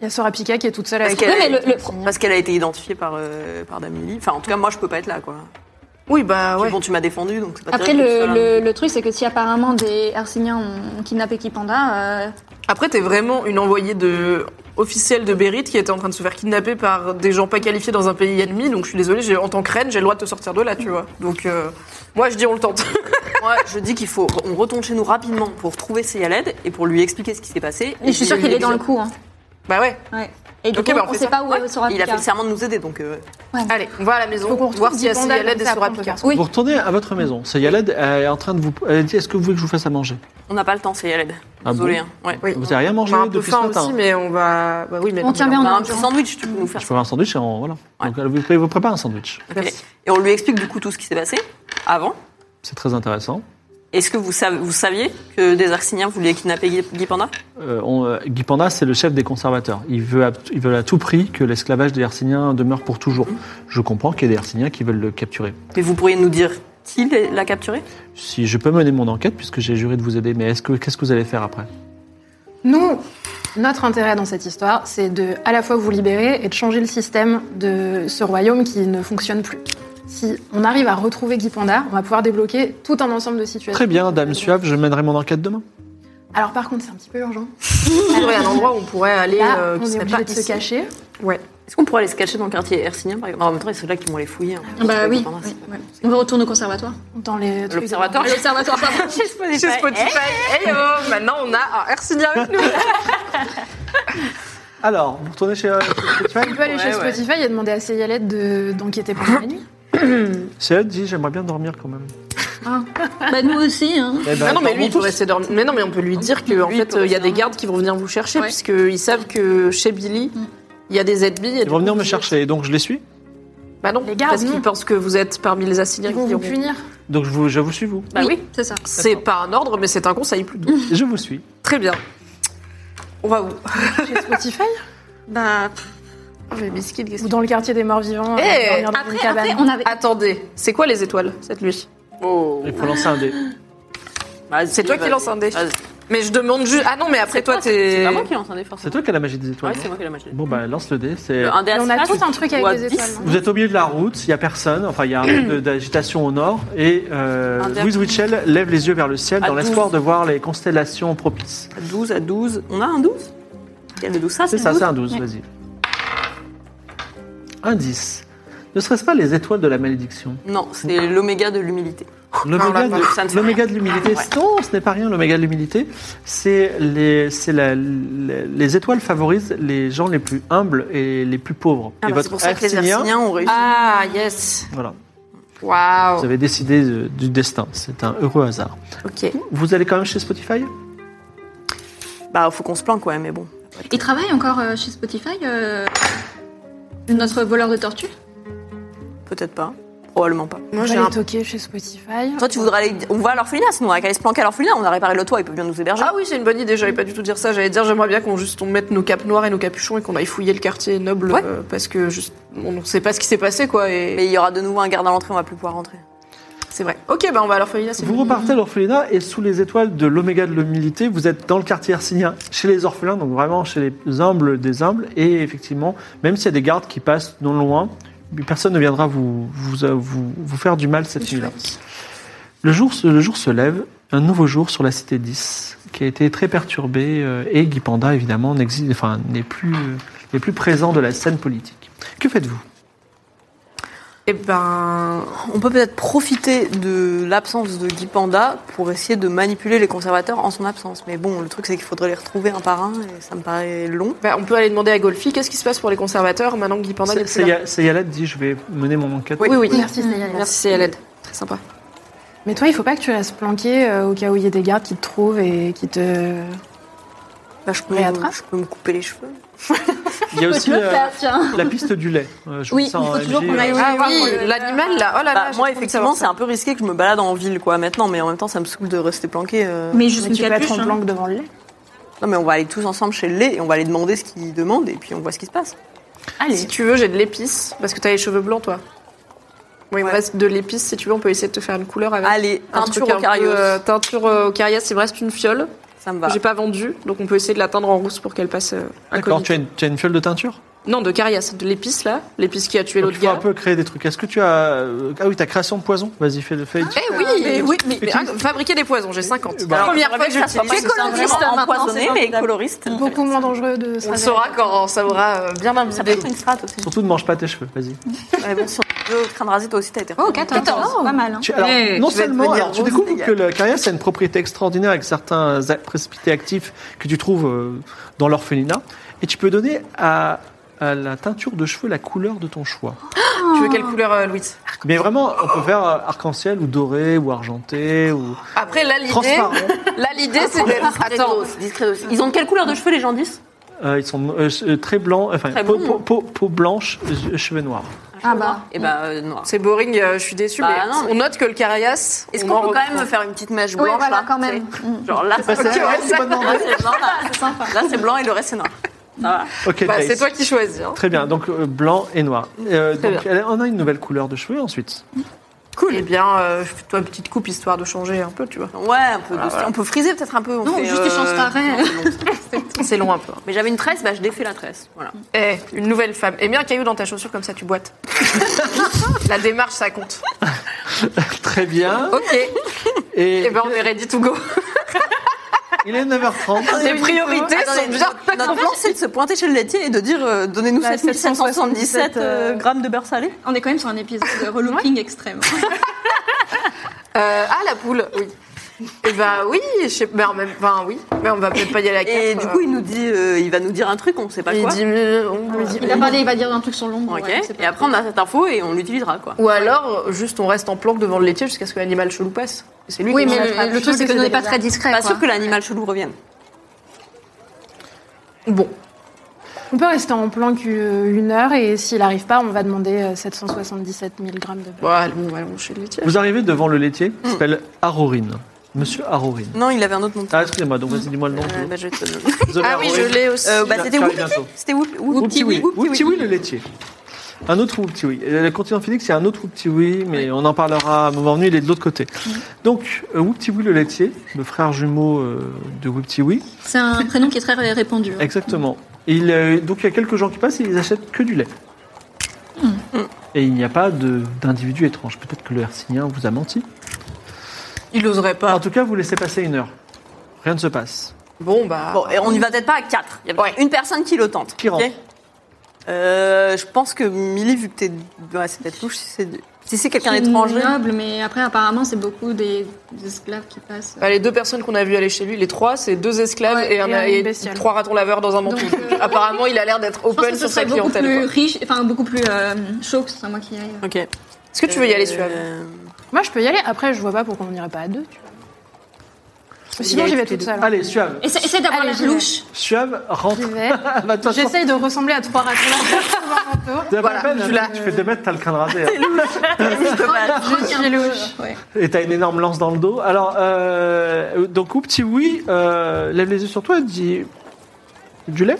S3: Il y a Sora Pika qui est toute seule
S5: Parce
S3: avec
S5: qu'elle
S6: mais
S5: a,
S6: le-
S5: été-
S6: le pro-
S5: parce qu'elle a été identifiée par, euh, par Damili. Enfin, en tout cas, moi, je peux pas être là, quoi.
S7: Oui, bah ouais.
S5: Bon, tu m'as défendu, donc c'est pas
S9: Après,
S5: terrible, je suis
S9: le,
S5: seule, hein.
S9: le- le truc, c'est que si apparemment des Arsiniens ont kidnappé Kipanda, euh,
S7: Après, t'es vraiment une envoyée de officielle de Bérite qui était en train de se faire kidnapper par des gens pas qualifiés dans un pays ennemi. Donc je suis désolée, j'ai- en tant que reine, j'ai le droit de te sortir de là, tu vois. Donc euh, moi, je dis on le tente. *laughs*
S5: Moi, je dis qu'il faut. On retourne chez nous rapidement pour trouver Seyaled et pour lui expliquer ce qui s'est passé.
S9: et je suis
S5: puis
S9: sûre
S5: lui
S9: qu'il est dans le
S5: dire-
S9: coup. hein.
S7: bah ouais.
S9: Et du
S7: Ok,
S9: coup,
S7: bah, on
S9: on
S7: fait
S9: sait
S7: ça.
S9: pas où euh,
S7: Ouais,
S9: elle sera
S5: Il a fait le serment de nous aider, donc. euh,
S7: Allez, on va à la maison,
S3: Faut qu'on retrouve
S7: voir s'il y a
S3: Guy Panda,
S7: Céalade
S3: comme
S7: et
S3: ça,
S7: Sora
S3: après, on peut
S7: Pika.
S3: faire
S9: Oui.
S4: Vous retournez à votre maison. Sayaled euh, est en train de vous. Elle dit Est-ce que vous voulez que je vous fasse à manger
S5: on n'a pas le temps, Seyaled.
S4: Ah
S5: Désolé. hein. Ouais.
S7: Oui.
S4: Vous n'avez rien mangé
S7: On a un peu
S4: depuis ce
S7: faim
S4: matin
S7: aussi, mais on va. Bah oui, mais
S9: On tient bien,
S5: On
S9: on
S5: a
S9: a
S5: un petit sandwich, tu peux nous faire
S4: Je peux faire un sandwich et on- voilà.
S5: Ouais.
S4: Donc, elle vous, elle vous prépare un sandwich.
S5: ça. Ok. Et on lui explique du coup tout ce qui s'est passé avant.
S4: C'est très intéressant.
S5: Est-ce que vous, savez- vous saviez que des Arsiniens voulaient kidnapper Guy, Guy Panda
S4: Euh, on, euh, Guy Panda, c'est le chef des conservateurs. Ils veulent, à, ils veulent à tout prix que l'esclavage des Herciniens demeure pour toujours. Je comprends qu'il y a des Herciniens qui veulent le capturer.
S5: Mais vous pourriez nous dire qui l'a l'a capturé
S4: Si je peux mener mon enquête, puisque j'ai juré de vous aider, mais est-ce que qu'est-ce que vous allez faire après
S3: Nous, notre intérêt dans cette histoire, c'est de à la fois vous libérer et de changer le système de ce royaume qui ne fonctionne plus. Si on arrive à retrouver Guy Panda, on va pouvoir débloquer tout un ensemble de situations.
S4: Très bien, Dame Suave, je mènerai mon enquête demain.
S3: Alors par contre, c'est un petit peu urgent.
S7: Il y aurait un endroit où on pourrait aller
S3: Là,
S7: euh, qui
S3: on est
S7: serait
S3: obligé
S7: pas
S3: de se
S7: ici.
S3: cacher.
S5: Est-ce qu'on pourrait aller se cacher dans le quartier hercinien par exemple Non, En même temps, c'est là qu'ils vont les fouiller. hein.
S9: Bah oui,
S5: Guy Panda, c'est-
S9: oui, oui. on retourne au conservatoire.
S3: Dans les trucs-
S5: L'observatoire.
S9: À l'observatoire, pardon.
S7: Chez Spotify.
S3: Eh,
S7: Hey oh, maintenant on a un Hercinia avec nous.
S4: Alors, vous retournez chez euh, Spotify
S3: On peut aller
S5: Ouais,
S3: chez
S5: ouais.
S3: Spotify et demander à Seyalette de- d'enquêter pendant la nuit.
S4: Céline dit j'aimerais bien dormir quand même.
S9: bah, nous aussi. Hein.
S4: Eh ben,
S7: Ah non, mais lui, il
S4: dormons
S7: peut rester dormir. Mais non, mais on peut lui dire qu'en
S5: Lui, il
S7: fait,
S5: peut
S7: il y a
S5: rester
S7: des gardes qui vont venir vous chercher,
S9: Ouais.
S7: puisqu'ils savent que chez Billy,
S3: Mm.
S7: il y a des ZB.
S4: Ils vont venir me chercher, donc je les suis.
S7: Bah non,
S3: Les gardes,
S7: parce qu'ils
S3: non.
S7: pensent que vous êtes parmi les Assiliens
S3: Ils vont
S7: qui
S3: vous
S7: diront.
S3: punir.
S4: Donc je vous, je vous suis vous.
S7: Bah oui,
S9: c'est ça.
S7: c'est pas un ordre, mais c'est un conseil plutôt.
S4: Je vous suis.
S7: Très bien. On va où
S3: Chez Spotify
S7: Bah. Les biscuits de
S3: Ou dans le quartier des morts-vivants.
S7: Eh,
S3: euh, dormir dans une
S9: Après,
S3: cabane.
S9: après, on avait.
S7: Attendez, c'est quoi les étoiles cette nuit
S5: Oh.
S4: Il faut lancer un dé.
S5: Vas-y,
S7: C'est toi qui
S5: vas-y.
S7: lance un dé.
S5: Vas-y.
S7: Mais je demande juste. Ah non, mais après toi,
S5: toi, C'est
S7: t'es.
S5: pas moi qui lance un dé,
S4: C'est
S5: forcément.
S4: toi qui as la magie des étoiles.
S5: Ouais, c'est moi qui l'ai mangé.
S4: Bon, bah lance le dé. C'est...
S5: Un dé à
S3: Et on a
S5: six
S3: tout
S5: faces
S3: un truc
S5: ou à
S3: avec les
S5: dix.
S3: étoiles. non
S4: Vous êtes au milieu de la route, il n'y a personne, enfin il y a un peu de- d'agitation au nord, et euh,
S5: Un verre.
S4: Louise Witchell lève les yeux vers le ciel
S5: À
S4: dans l'espoir de voir les constellations propices.
S5: À 12, à 12. On a un 12 Quel le 12 Ça,
S4: C'est
S5: le
S4: ça,
S5: 12.
S4: c'est un 12, vas-y. Un 10. Ne serait-ce pas les étoiles de la malédiction
S5: Non, c'est l'oméga de l'humilité.
S4: L'oméga de,
S5: ça ne fait
S4: l'oméga de l'humilité,
S5: Ouais.
S4: non, ce n'est pas rien, l'oméga de l'humilité, c'est les, c'est la- les- les étoiles favorisent les gens les plus humbles et les plus pauvres.
S5: Ah
S4: et
S5: bah, c'est pour ça que les
S4: Hercynien-
S5: Hercyniens ont réussi.
S7: Ah, yes.
S4: voilà,
S7: Waouh.
S4: vous avez décidé de- du destin, c'est un heureux hasard.
S7: Ok.
S4: Vous allez quand même chez Spotify
S5: Bah, faut qu'on se plante, ouais, mais bon.
S9: Il travaille encore euh, chez Spotify, euh, notre voleur de tortues
S5: Peut-être pas. Probablement pas.
S3: On
S7: Moi,
S3: va
S7: j'ai
S3: les
S7: un.
S3: toquer chez Spotify.
S5: Toi, tu voudrais aller. On va à l'orphelinat, sinon, on va qu'aller se planquer à l'orphelinat. On a réparé le toit, il peut bien nous héberger.
S7: Ah oui, c'est une bonne idée. J'allais pas du tout dire ça. J'allais dire, j'aimerais bien qu'on juste on mette nos capes noires et nos capuchons et qu'on aille fouiller le quartier noble
S5: Ouais.
S7: euh, parce que juste on ne sait pas ce qui s'est passé quoi. Et
S5: Mais il y aura de nouveau un garde à l'entrée, on va plus pouvoir rentrer.
S7: c'est vrai. Ok, bah on va à l'orphelinat. c'est
S4: Vous
S7: bon.
S4: repartez à l'orphelinat et sous les étoiles de l'Oméga de l'humilité, vous êtes dans le quartier hercynien, chez les orphelins, donc vraiment chez les humbles des humbles. Et effectivement, même s'il y a des gardes qui passent non loin, personne ne viendra vous, vous, vous, vous faire du mal cette nuit-là. Le jour, se- le jour se lève, un nouveau jour sur la cité 10, qui a été très perturbée, euh, et Guy Panda, évidemment, n'existe- enfin, n'est plus, euh, n'est plus présent de la scène politique. Que faites-vous
S7: Eh ben,
S5: On peut peut-être profiter de l'absence de Guy Panda pour essayer de manipuler les conservateurs en son absence. Mais bon, le truc, c'est qu'il faudrait les retrouver un par un et ça me paraît long.
S7: bah, on peut aller demander à Golfi qu'est-ce qui se passe pour les conservateurs maintenant que Guy Panda n'est
S4: C'est
S7: plus là.
S4: c'est Yalette dit, je vais mener mon enquête.
S7: Oui, oui.
S3: Merci, Nayel.
S7: Merci, c'est Yaled. Très sympa.
S3: Mais toi, il faut pas que tu laisses planquer euh, au cas où il y ait des gardes qui te trouvent et qui te.
S5: Bah, je, peux,
S3: Réattrape.
S5: je peux me couper les cheveux.
S4: Il y
S7: *laughs*
S4: a aussi
S9: Tu peux
S4: euh,
S9: le faire, tiens.
S4: la piste du lait. Euh, je
S9: Oui,
S4: vous sens
S9: il faut
S4: en
S9: toujours
S4: MJ,
S9: qu'on
S4: euh,
S9: aille-
S7: Ah
S9: oui,
S7: oui,
S9: oui.
S7: l'animal là.
S5: Bah,
S7: Oh là là.
S5: moi,
S7: j'ai trop envie de
S5: effectivement,
S7: savoir
S5: c'est un peu risqué que je me balade en ville, quoi, maintenant. Mais en même temps, ça me saoule de rester planqué. euh.
S9: Mais juste
S3: Mais
S9: une
S3: tu peux être en
S9: capuche. hein.
S3: planque devant le lait.
S5: Non, mais on va aller tous ensemble chez le lait et on va aller demander ce qu'il demande et puis on voit ce qui se passe.
S7: ça. Si tu veux, j'ai de l'épice parce que t'as les cheveux blancs toi. Oui, il me
S5: Ouais.
S7: reste de l'épice. Si tu veux, on peut essayer de te faire une couleur avec.
S5: Allez,
S7: un
S5: teinture
S7: truc un
S5: au carios.
S7: peu, euh, teinture euh, au carios. Il me reste une fiole.
S5: Ça me va.
S7: J'ai pas vendu, donc on peut essayer de la teindre en rousse pour qu'elle passe euh,
S4: D'accord,
S7: incognito.
S4: tu as, une, tu as une fiole de teinture
S7: Non, de carias, de l'épice là, l'épice qui a tué
S4: Donc,
S7: l'autre
S4: Il faut un
S7: gars.
S4: peu créer des trucs. Est-ce que tu as. euh, Ah oui, ta création de poison Vas-y, fais le fais.
S7: Eh oui, mais, oui, mais, mais,
S4: Utilise-
S7: ah, fabriquer des poisons, j'ai 50.
S4: Bah,
S7: Alors, Première
S5: J'aimerais
S7: fois que
S5: bien que ça hein,
S7: j'utilise.
S5: soit pas
S9: coloriste,
S5: nécessairement
S9: maintenant,
S5: empoisonné,
S9: c'est
S5: mais
S9: formidable.
S5: coloriste.
S3: Beaucoup moins dangereux de
S7: On
S3: ça.
S7: le saura quand ça aura euh,
S5: Ça
S7: bien
S5: peut
S7: imbibé.
S5: être une strat aussi. *laughs*
S4: Surtout ne mange pas tes cheveux, vas-y.
S5: Ouais, bon, si on veut crâne rasé, toi aussi, t'as été
S9: Oh,
S5: reconnu.
S9: 14. Pas mal. hein.
S4: Tu- alors,
S7: Eh,
S4: non
S7: tu vas
S4: seulement.
S7: devenir
S4: Alors, tu
S7: rose,
S4: découvres
S7: dégage.
S4: que le carias a une propriété extraordinaire avec certains a- précipités actifs que tu trouves euh, dans l'orphelinat. Et tu peux donner à, à la teinture de cheveux la couleur de ton choix.
S7: Tu veux quelle couleur, euh, Louise
S4: Mais vraiment, on peut faire euh, arc-en-ciel ou doré ou argenté ou
S7: Après, là, l'idée,
S4: transparent.
S7: là, l'idée, c'est de... Attends,
S5: Ils ont quelle couleur de cheveux, les gens disent
S4: Euh, ils sont euh, euh, très blancs, enfin,
S5: Très
S4: peau,
S5: bon.
S4: peau- peau- peau blanche, euh, cheveux noirs.
S9: Ah bah.
S5: Eh ben, euh, noir.
S7: c'est boring, euh, je suis déçue,
S5: Bah,
S7: mais
S5: non, mais-
S7: on note que le carias...
S5: Est-ce
S7: on
S5: qu'on
S7: en
S5: peut quand
S7: reprend.
S5: même faire une petite mèche
S9: Oui,
S5: blanche
S9: voilà,
S5: là,
S9: quand
S5: tu sais
S9: même. Mm.
S5: Genre là, c'est
S4: c'est
S5: là,
S4: vrai, c'est bonne demande.
S5: c'est blanc, là, là, c'est blanc et le reste c'est noir.
S4: Ok,
S7: Bah,
S4: nice.
S7: c'est toi qui choisis. hein.
S4: Très bien, donc euh, blanc et noir. Euh,
S7: Très
S4: donc elle- on a une nouvelle couleur de cheveux ensuite.
S7: Cool. Eh bien, euh, fais-toi une petite coupe, histoire de changer un peu, tu vois.
S5: Ouais, un peu de on peut friser peut-être un peu. on
S9: Non,
S5: fait,
S9: juste
S5: euh,
S9: échange d'arrêt.
S5: *laughs* non, *laughs* c'est bon.
S7: C'est long un peu. hein.
S5: Mais j'avais une tresse, bah je défais la tresse. Voilà.
S7: Eh, une nouvelle femme. Et bien un caillou dans ta chaussure, comme ça tu boites. La démarche, ça compte.
S4: *laughs* Très bien.
S7: Ok,
S4: Et
S7: et ben on est ready to go.
S4: il est
S7: *laughs*
S4: 9h30.
S7: Les priorités
S5: Attendez,
S7: sont bien
S5: Notre plan c'est de se pointer chez le laitier et de dire euh, donnez-nous
S9: Bah,
S5: 7777 euh, grammes de beurre salé.
S9: On est quand même sur un épisode de relooking extrême.
S7: Euh, ah, la poule, oui. Et ben oui, je sais ben, même, ben oui, mais on va peut-être pas y aller à
S5: Et
S7: quatre,
S5: du
S7: euh.
S5: coup il nous dit, euh, il va nous dire un truc, on sait pas
S7: il
S5: quoi.
S7: dit... euh, on-
S9: Il a parlé, il va dire un truc sur l'ombre.
S5: Ok.
S9: ouais, on sait pas.
S5: et après on a cette info et on l'utilisera quoi.
S7: Ou alors, juste on reste en planque devant le laitier jusqu'à ce que l'animal chelou passe. C'est lui
S9: Oui,
S7: qui
S9: mais
S7: nous
S9: le,
S7: attrape.
S9: le truc, c'est que nous n'est pas très discret.
S5: Pas
S9: quoi.
S5: sûr Bah, que l'animal chelou revienne.
S7: Bon,
S3: On peut rester en planque euh, une heure et s'il arrive pas, on va demander euh, 777 000 grammes de beurre.
S7: bon allons, allons chez le laitier.
S4: Vous arrivez devant le laitier
S7: Mm.
S4: qui s'appelle Arorine. Monsieur Arorine.
S5: Non, il avait un autre nom.
S4: Ah, excusez-moi, donc vas-y, dis-moi le nom.
S5: Euh, bah, je vais te le donner.
S4: Vous avez
S7: Ah oui, je
S4: Arorine.
S7: l'ai aussi.
S5: Euh, bah,
S4: Car-
S5: c'était
S4: car-
S5: Whoopty.
S4: bientôt.
S5: C'était Whoop- Whoop-
S4: Whoopty
S5: Whoopty
S4: oui,
S5: Whoop-
S4: Whoopty oui, le laitier. Un autre Euh, Wuptiwi. Le continent Phoenix, c'est un autre Wuptiwi, mais on en parlera à un moment venu, il est de l'autre côté. Donc, euh, Wuptiwi le laitier, le frère jumeau euh, de Wuptiwi.
S9: C'est un prénom qui est très ré- répandu. hein.
S4: Exactement. Il, euh, donc, il y a quelques gens qui passent et ils achètent que du lait. Et il n'y a pas de- d'individu étrange. Peut-être que le hercinien vous a menti.
S7: Il n'oserait pas.
S4: En tout cas, vous laissez passer une heure. Rien ne se passe.
S7: Bon, bah.
S5: Bon, et on n'y va peut-être pas à 4. Il y a peut-être une personne Ah, qui le tente.
S4: Qui rentre.
S5: ok Euh, Je pense que Milly, vu que t'es. Ouais, c'est peut-être louche si c'est de- si c'est quelqu'un
S9: C'est
S5: d'étranger.
S9: noble, mais après, apparemment, c'est beaucoup des, des esclaves qui passent.
S7: Bah, les deux personnes qu'on a vues aller chez lui, les trois, c'est deux esclaves
S3: Ouais,
S7: et, un,
S3: et un
S7: et
S3: bestiole.
S7: trois ratons laveurs dans un manteau.
S9: Donc, euh,
S7: Apparemment, il a l'air d'être
S9: Je pense
S7: open
S9: que ce
S7: sur sa
S9: serait beaucoup
S7: clientèle.
S9: plus
S7: quoi.
S9: riche, enfin beaucoup plus euh, chaud que ce soit moi qui y aille.
S5: Ok. Est-ce
S7: Est-ce que tu veux y aller, Suave
S5: euh,
S3: Moi, je peux y aller. Après, je vois pas pourquoi on n'irait pas à deux. Tu vois. Sinon,
S7: y
S3: j'y
S7: aller
S3: vais
S7: tous les
S3: toute seule.
S4: Allez, Suave.
S9: Essaie, essaie d'avoir
S3: Allez,
S9: la
S3: j'y vais.
S9: louche.
S4: Suave, rentre.
S3: J'y *laughs* vais.
S4: Ah, bah, de toute façon,
S3: J'essaye de ressembler à trois ratons laveurs
S4: t'as pas
S7: Voilà,
S4: la peine,
S7: tu
S4: hein,
S7: l'as.
S4: tu fais 2 mètres, t'as le crâne rasé. hein.
S3: Je suis louche.
S4: Et t'as une énorme lance dans le dos. Alors, euh, donc, ou petit oui, euh, lève les yeux sur toi et dis Du lait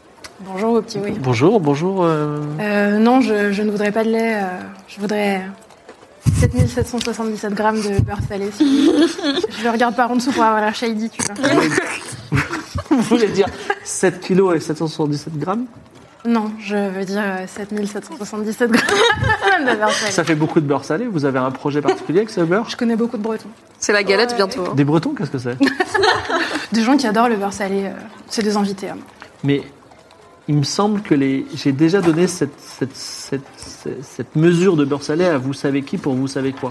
S3: *laughs* Bonjour au petit oui.
S4: Bonjour, bonjour. euh,
S3: Euh, non, je, je ne voudrais pas de lait. euh, je voudrais euh, 7777 grammes de beurre *laughs* salé. s'il vous plaît. je le regarde par en dessous pour avoir l'air shady, tu vois.
S4: *laughs* Vous voulez dire 7 kilos et 777 grammes
S3: Non, je veux dire euh, 7777 grammes *laughs* de beurre salé.
S4: Ça fait beaucoup de beurre salé. Vous avez un projet particulier avec ce beurre
S3: Je connais beaucoup de Bretons.
S7: C'est la galette bientôt. hein.
S4: Des Bretons, qu'est-ce que c'est
S3: Des gens qui adorent le beurre salé. euh, c'est des invités. hein.
S4: Mais il me semble que les... j'ai déjà donné cette, cette, cette, cette- cette mesure de beurre salé à vous savez qui pour vous savez quoi.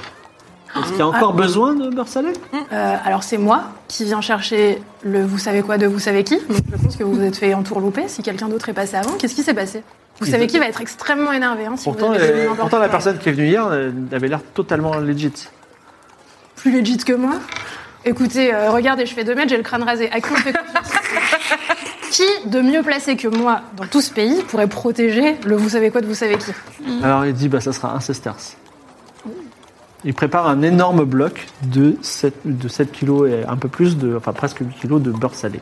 S4: Est-ce qu'il y a encore besoin de beurre salé
S3: Euh, alors c'est moi qui viens chercher le vous savez quoi de vous savez qui. Donc je pense que vous vous êtes fait entourlouper. Si quelqu'un d'autre est passé avant, qu'est-ce qui s'est passé Vous savez qui va être extrêmement énervé. hein, si
S4: Pourtant,
S3: vous avez
S4: euh,
S3: donné n'importe
S4: pourtant, la
S3: quoi.
S4: personne qui est venue hier euh, avait l'air totalement legit.
S3: plus legit que moi. Écoutez, euh, regardez, je fais 2 mètres, j'ai le crâne rasé. À qui on fait confiance Qui de mieux placé que moi dans tout ce pays pourrait protéger le vous savez quoi de vous savez qui
S4: Alors il dit bah ça sera un sesterce. Il prépare un énorme bloc de 7, de 7 kilos et un peu plus de, enfin presque 8 kilos de beurre salé.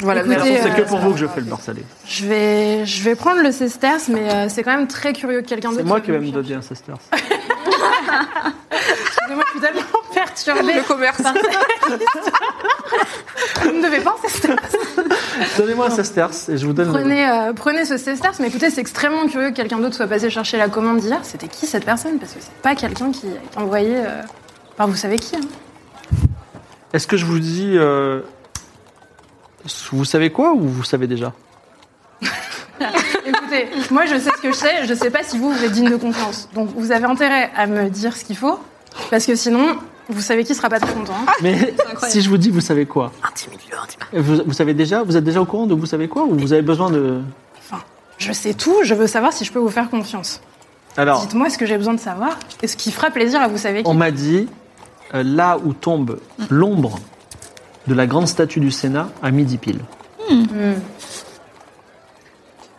S7: Voilà,
S3: Écoutez,
S7: mais alors,
S4: C'est
S3: euh,
S4: que pour vous que je fais le beurre salé.
S3: Je vais, je vais prendre le sesterce, mais euh, c'est quand même très curieux que quelqu'un d'autre.
S4: C'est moi qui
S3: soit
S4: vais
S3: venu
S4: me
S3: me
S4: donner un sesterce.
S3: chercher. Excusez-moi, je suis tellement perturbée.
S7: Le commerce.
S3: Vous ne devez pas un sesterce.
S4: Donnez-moi un sesterce et je vous donne. le-
S3: Prenez, euh, prenez ce sesterce, mais écoutez, c'est extrêmement curieux que quelqu'un d'autre soit passé chercher la commande d'hier. C'était qui cette personne Parce que c'est pas quelqu'un qui a envoyé. euh, Enfin, vous savez qui hein.
S4: Est-ce que je vous dis euh, vous savez quoi ou vous savez déjà
S3: Écoutez, moi je sais ce que je sais, je sais pas si vous, vous êtes digne de confiance. Donc vous avez intérêt à me dire ce qu'il faut, parce que sinon, vous savez qui sera pas très content. hein.
S4: Mais si je vous dis vous savez quoi
S5: Intimide-le, intimide-le.
S4: vous, vous savez déjà Vous êtes déjà au courant de vous savez quoi ou vous avez besoin de
S3: Je sais tout, je veux savoir si je peux vous faire confiance.
S4: Alors
S3: Dites-moi ce que j'ai besoin de savoir, et ce qui fera plaisir à vous savez qui.
S4: On m'a dit, euh, là où tombe l'ombre de la grande statue du Sénat, à midi pile.
S3: Hmm.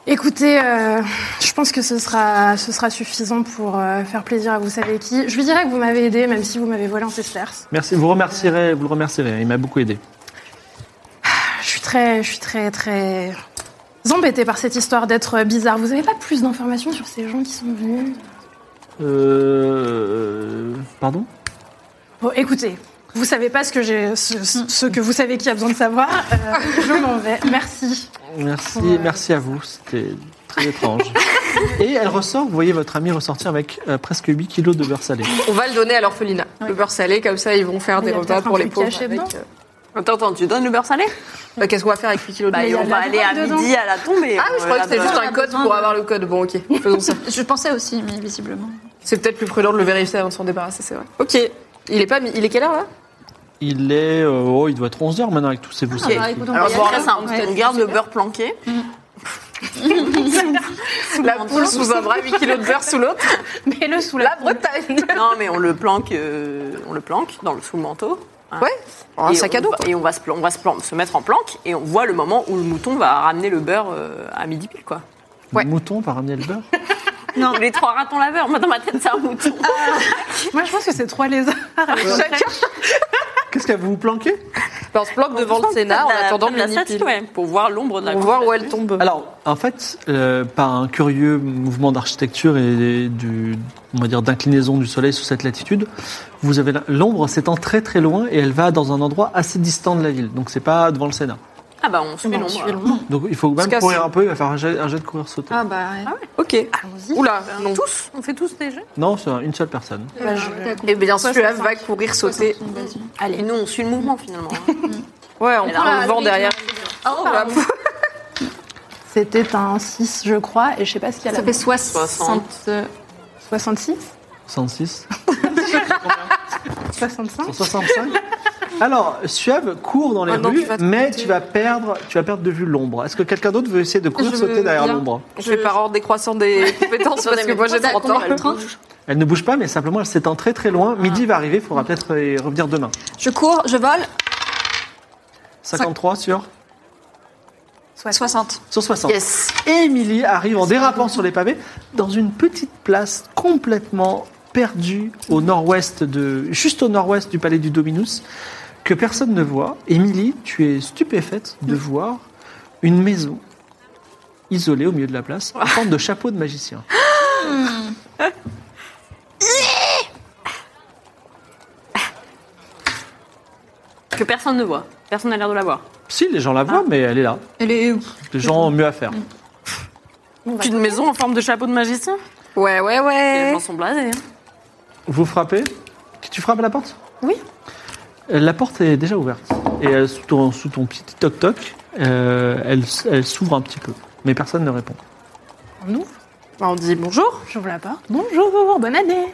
S3: Écoutez, euh, je pense que ce sera, ce sera suffisant pour euh, faire plaisir à vous savez qui. Je lui dirais que vous m'avez aidé, même si vous m'avez volé en sesterce.
S4: Merci, vous remercierez, vous le remercierez, hein, il m'a beaucoup aidé.
S3: Je suis très, je suis très, très embêtée par cette histoire d'être bizarre. Vous avez pas plus d'informations sur ces gens qui sont venus
S4: Euh... Pardon
S3: Bon, écoutez, vous savez pas ce que j'ai, ce, ce- ce que vous savez qui a besoin de savoir. Euh, je m'en vais. Merci.
S4: Merci,
S3: Ouais.
S4: merci à vous, c'était très étrange. Et elle ressort, vous voyez votre amie ressortir avec euh, presque 8 kilos de beurre salé.
S7: On va le donner à l'orphelinat. Le beurre salé, comme ça, ils vont faire
S3: Mais
S7: des
S3: il y a
S7: repas
S3: peut-être un
S7: pour les
S3: truc
S7: pauvres.
S3: caché
S7: avec,
S3: dedans.
S7: euh,
S5: Attends, attends, tu donnes le beurre salé
S7: bah, Qu'est-ce qu'on va faire avec 8 kilos de
S5: Bah,
S7: lait
S5: et on va aller à
S3: dedans.
S5: midi à la tombée.
S7: Ah, mais je croyais que c'était juste
S9: On
S7: un
S9: a
S7: code
S9: besoin
S7: pour
S9: de-
S7: avoir le code. Bon, *laughs* ok, faisons ça.
S9: Je pensais aussi, mais visiblement.
S7: C'est peut-être plus prudent de le vérifier avant de s'en débarrasser, c'est vrai. Ok. Il est pas mis- Il est quelle heure là
S4: Il est... euh, oh, il doit être 11h maintenant avec tous ces vous savez.
S9: bah,
S4: qui.
S9: écoute,
S5: Alors,
S9: Il y a
S5: bon,
S9: très
S5: là, ça, on,
S9: simple.
S5: on garde le beurre planqué.
S7: La poule sous un bras, 8 kilos de beurre sous l'autre.
S3: Mais le sous
S7: *laughs* La
S3: la
S7: Bretagne.
S5: Non, mais on le planque, euh, on le planque dans le sous-manteau. hein.
S7: Ouais, Oh, un
S5: Et
S7: sac
S5: on
S7: à dos,
S5: va-
S7: quoi.
S5: Et on va, se, plan- on va se, plan- se mettre en planque et on voit le moment où le mouton va ramener le beurre euh, à midi pile, quoi.
S4: Le mouton par ramener le beurre
S5: Non, les trois ratons laveurs. Moi, dans ma tête, c'est un mouton.
S3: Moi, je pense que c'est trois lézards.
S7: Chacun.
S4: Qu'est-ce qu'elle vous vous planquez
S5: Bah, on se planque devant le Sénat en
S6: la-
S5: attendant
S6: prendre la
S5: Minipil
S6: statue, ouais.
S5: pour voir l'ombre de la
S7: Pour
S5: grande
S7: voir où elle
S5: statue.
S7: tombe.
S4: Alors, en fait, euh, par un curieux mouvement d'architecture et du, on va dire, d'inclinaison du soleil sous cette latitude, vous avez la- l'ombre s'étend très très loin et elle va dans un endroit assez distant de la ville. Donc c'est pas devant le Sénat.
S5: Ah bah on suit
S3: Bon,
S5: l'ombre.
S3: suis
S5: alors.
S3: long.
S4: Donc il faut
S7: Parce
S4: même
S7: que
S4: courir
S7: c'est-
S4: un peu, il va faire un jet, un jet de courir sauter.
S3: Ah bah, ouais.
S5: Ok.
S3: allons-y.
S7: Oula, non.
S5: Tous On fait tous des jeux
S4: Non, c'est une seule personne.
S3: Bah, je-
S7: Et bien sûr, elle
S9: 65.
S7: va courir sauter.
S5: Et nous on suit le mouvement finalement. *laughs*
S7: Ouais, on
S5: Elle
S7: prend
S5: a un
S7: le vent
S5: rythme.
S7: derrière.
S3: C'était un 6, je crois, et je sais pas ce qu'il y a
S9: Ça
S3: là.
S9: fait 60.
S3: 66
S4: 106
S3: 65
S4: 165 Alors, Suave court dans les
S7: Ah non,
S4: rues,
S7: tu vas te
S4: mais
S7: planter.
S4: tu vas, perdre, tu vas perdre de vue l'ombre. Est-ce que quelqu'un d'autre veut essayer de courir
S7: Je
S4: sauter
S7: veux
S4: derrière
S7: bien.
S4: l'ombre
S7: Je vais par ordre décroissant *laughs* des compétences parce que moi j'ai 30 ans.
S4: Elle ne bouge pas, mais simplement elle s'étend très très loin. Midi va arriver, il faudra peut-être euh, revenir demain.
S6: Ah. Je cours, je vole,
S4: 53 sur
S6: 60.
S4: sur 60.
S7: Yes.
S4: Émilie arrive en dérapant sur les pavés dans une petite place complètement perdue au nord-ouest de juste au nord-ouest du palais du Dominus que personne ne voit. Émilie, tu es stupéfaite
S6: Mm.
S4: de voir une maison isolée au milieu de la place en forme de chapeau de magicien.
S5: Que personne ne voit. Personne n'a l'air de la voir.
S4: Si les gens la voient, mais elle est là.
S9: Ah. Elle est où Mm.
S4: Les gens ont mieux à faire.
S5: Une maison en forme de chapeau de magicien
S7: Ouais, ouais,
S5: Les
S7: ouais.
S5: gens sont blasés.
S4: Vous frappez Tu frappes à la porte
S3: Oui.
S4: Euh, La porte est déjà ouverte. Et elle, sous, ton, sous ton petit toc-toc, euh, elle, s- elle s'ouvre un petit peu. Mais personne ne répond.
S3: Nous,
S7: Bah, on dit bonjour.
S3: j'ouvre la porte. Bonjour, bonne année.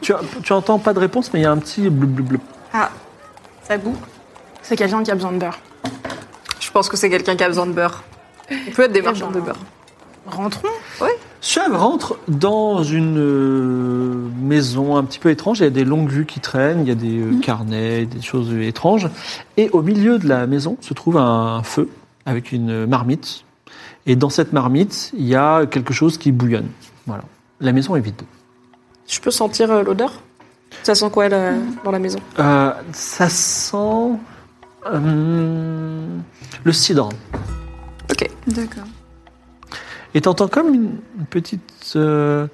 S4: Tu, tu entends pas de réponse, mais il y a un petit blub blub blub.
S7: Ça boue.
S3: C'est quelqu'un qui a besoin de beurre.
S7: Je pense que c'est quelqu'un qui a besoin de beurre. On peut être des marchands de beurre.
S3: Rentrons.
S4: Suave rentre dans une euh, maison un petit peu étrange. Il y a des longues vues qui traînent, il y a des euh, carnets, des choses étranges. Et au milieu de la maison se trouve un feu avec une marmite. Et dans cette marmite, il y a quelque chose qui bouillonne. Voilà. La maison est vide.
S7: Je peux sentir euh, l'odeur Ça sent quoi là,
S3: Mm.
S7: dans la maison
S4: Euh, ça sent euh, le cidre.
S9: D'accord.
S4: Et t'entends comme une, une petite. euh,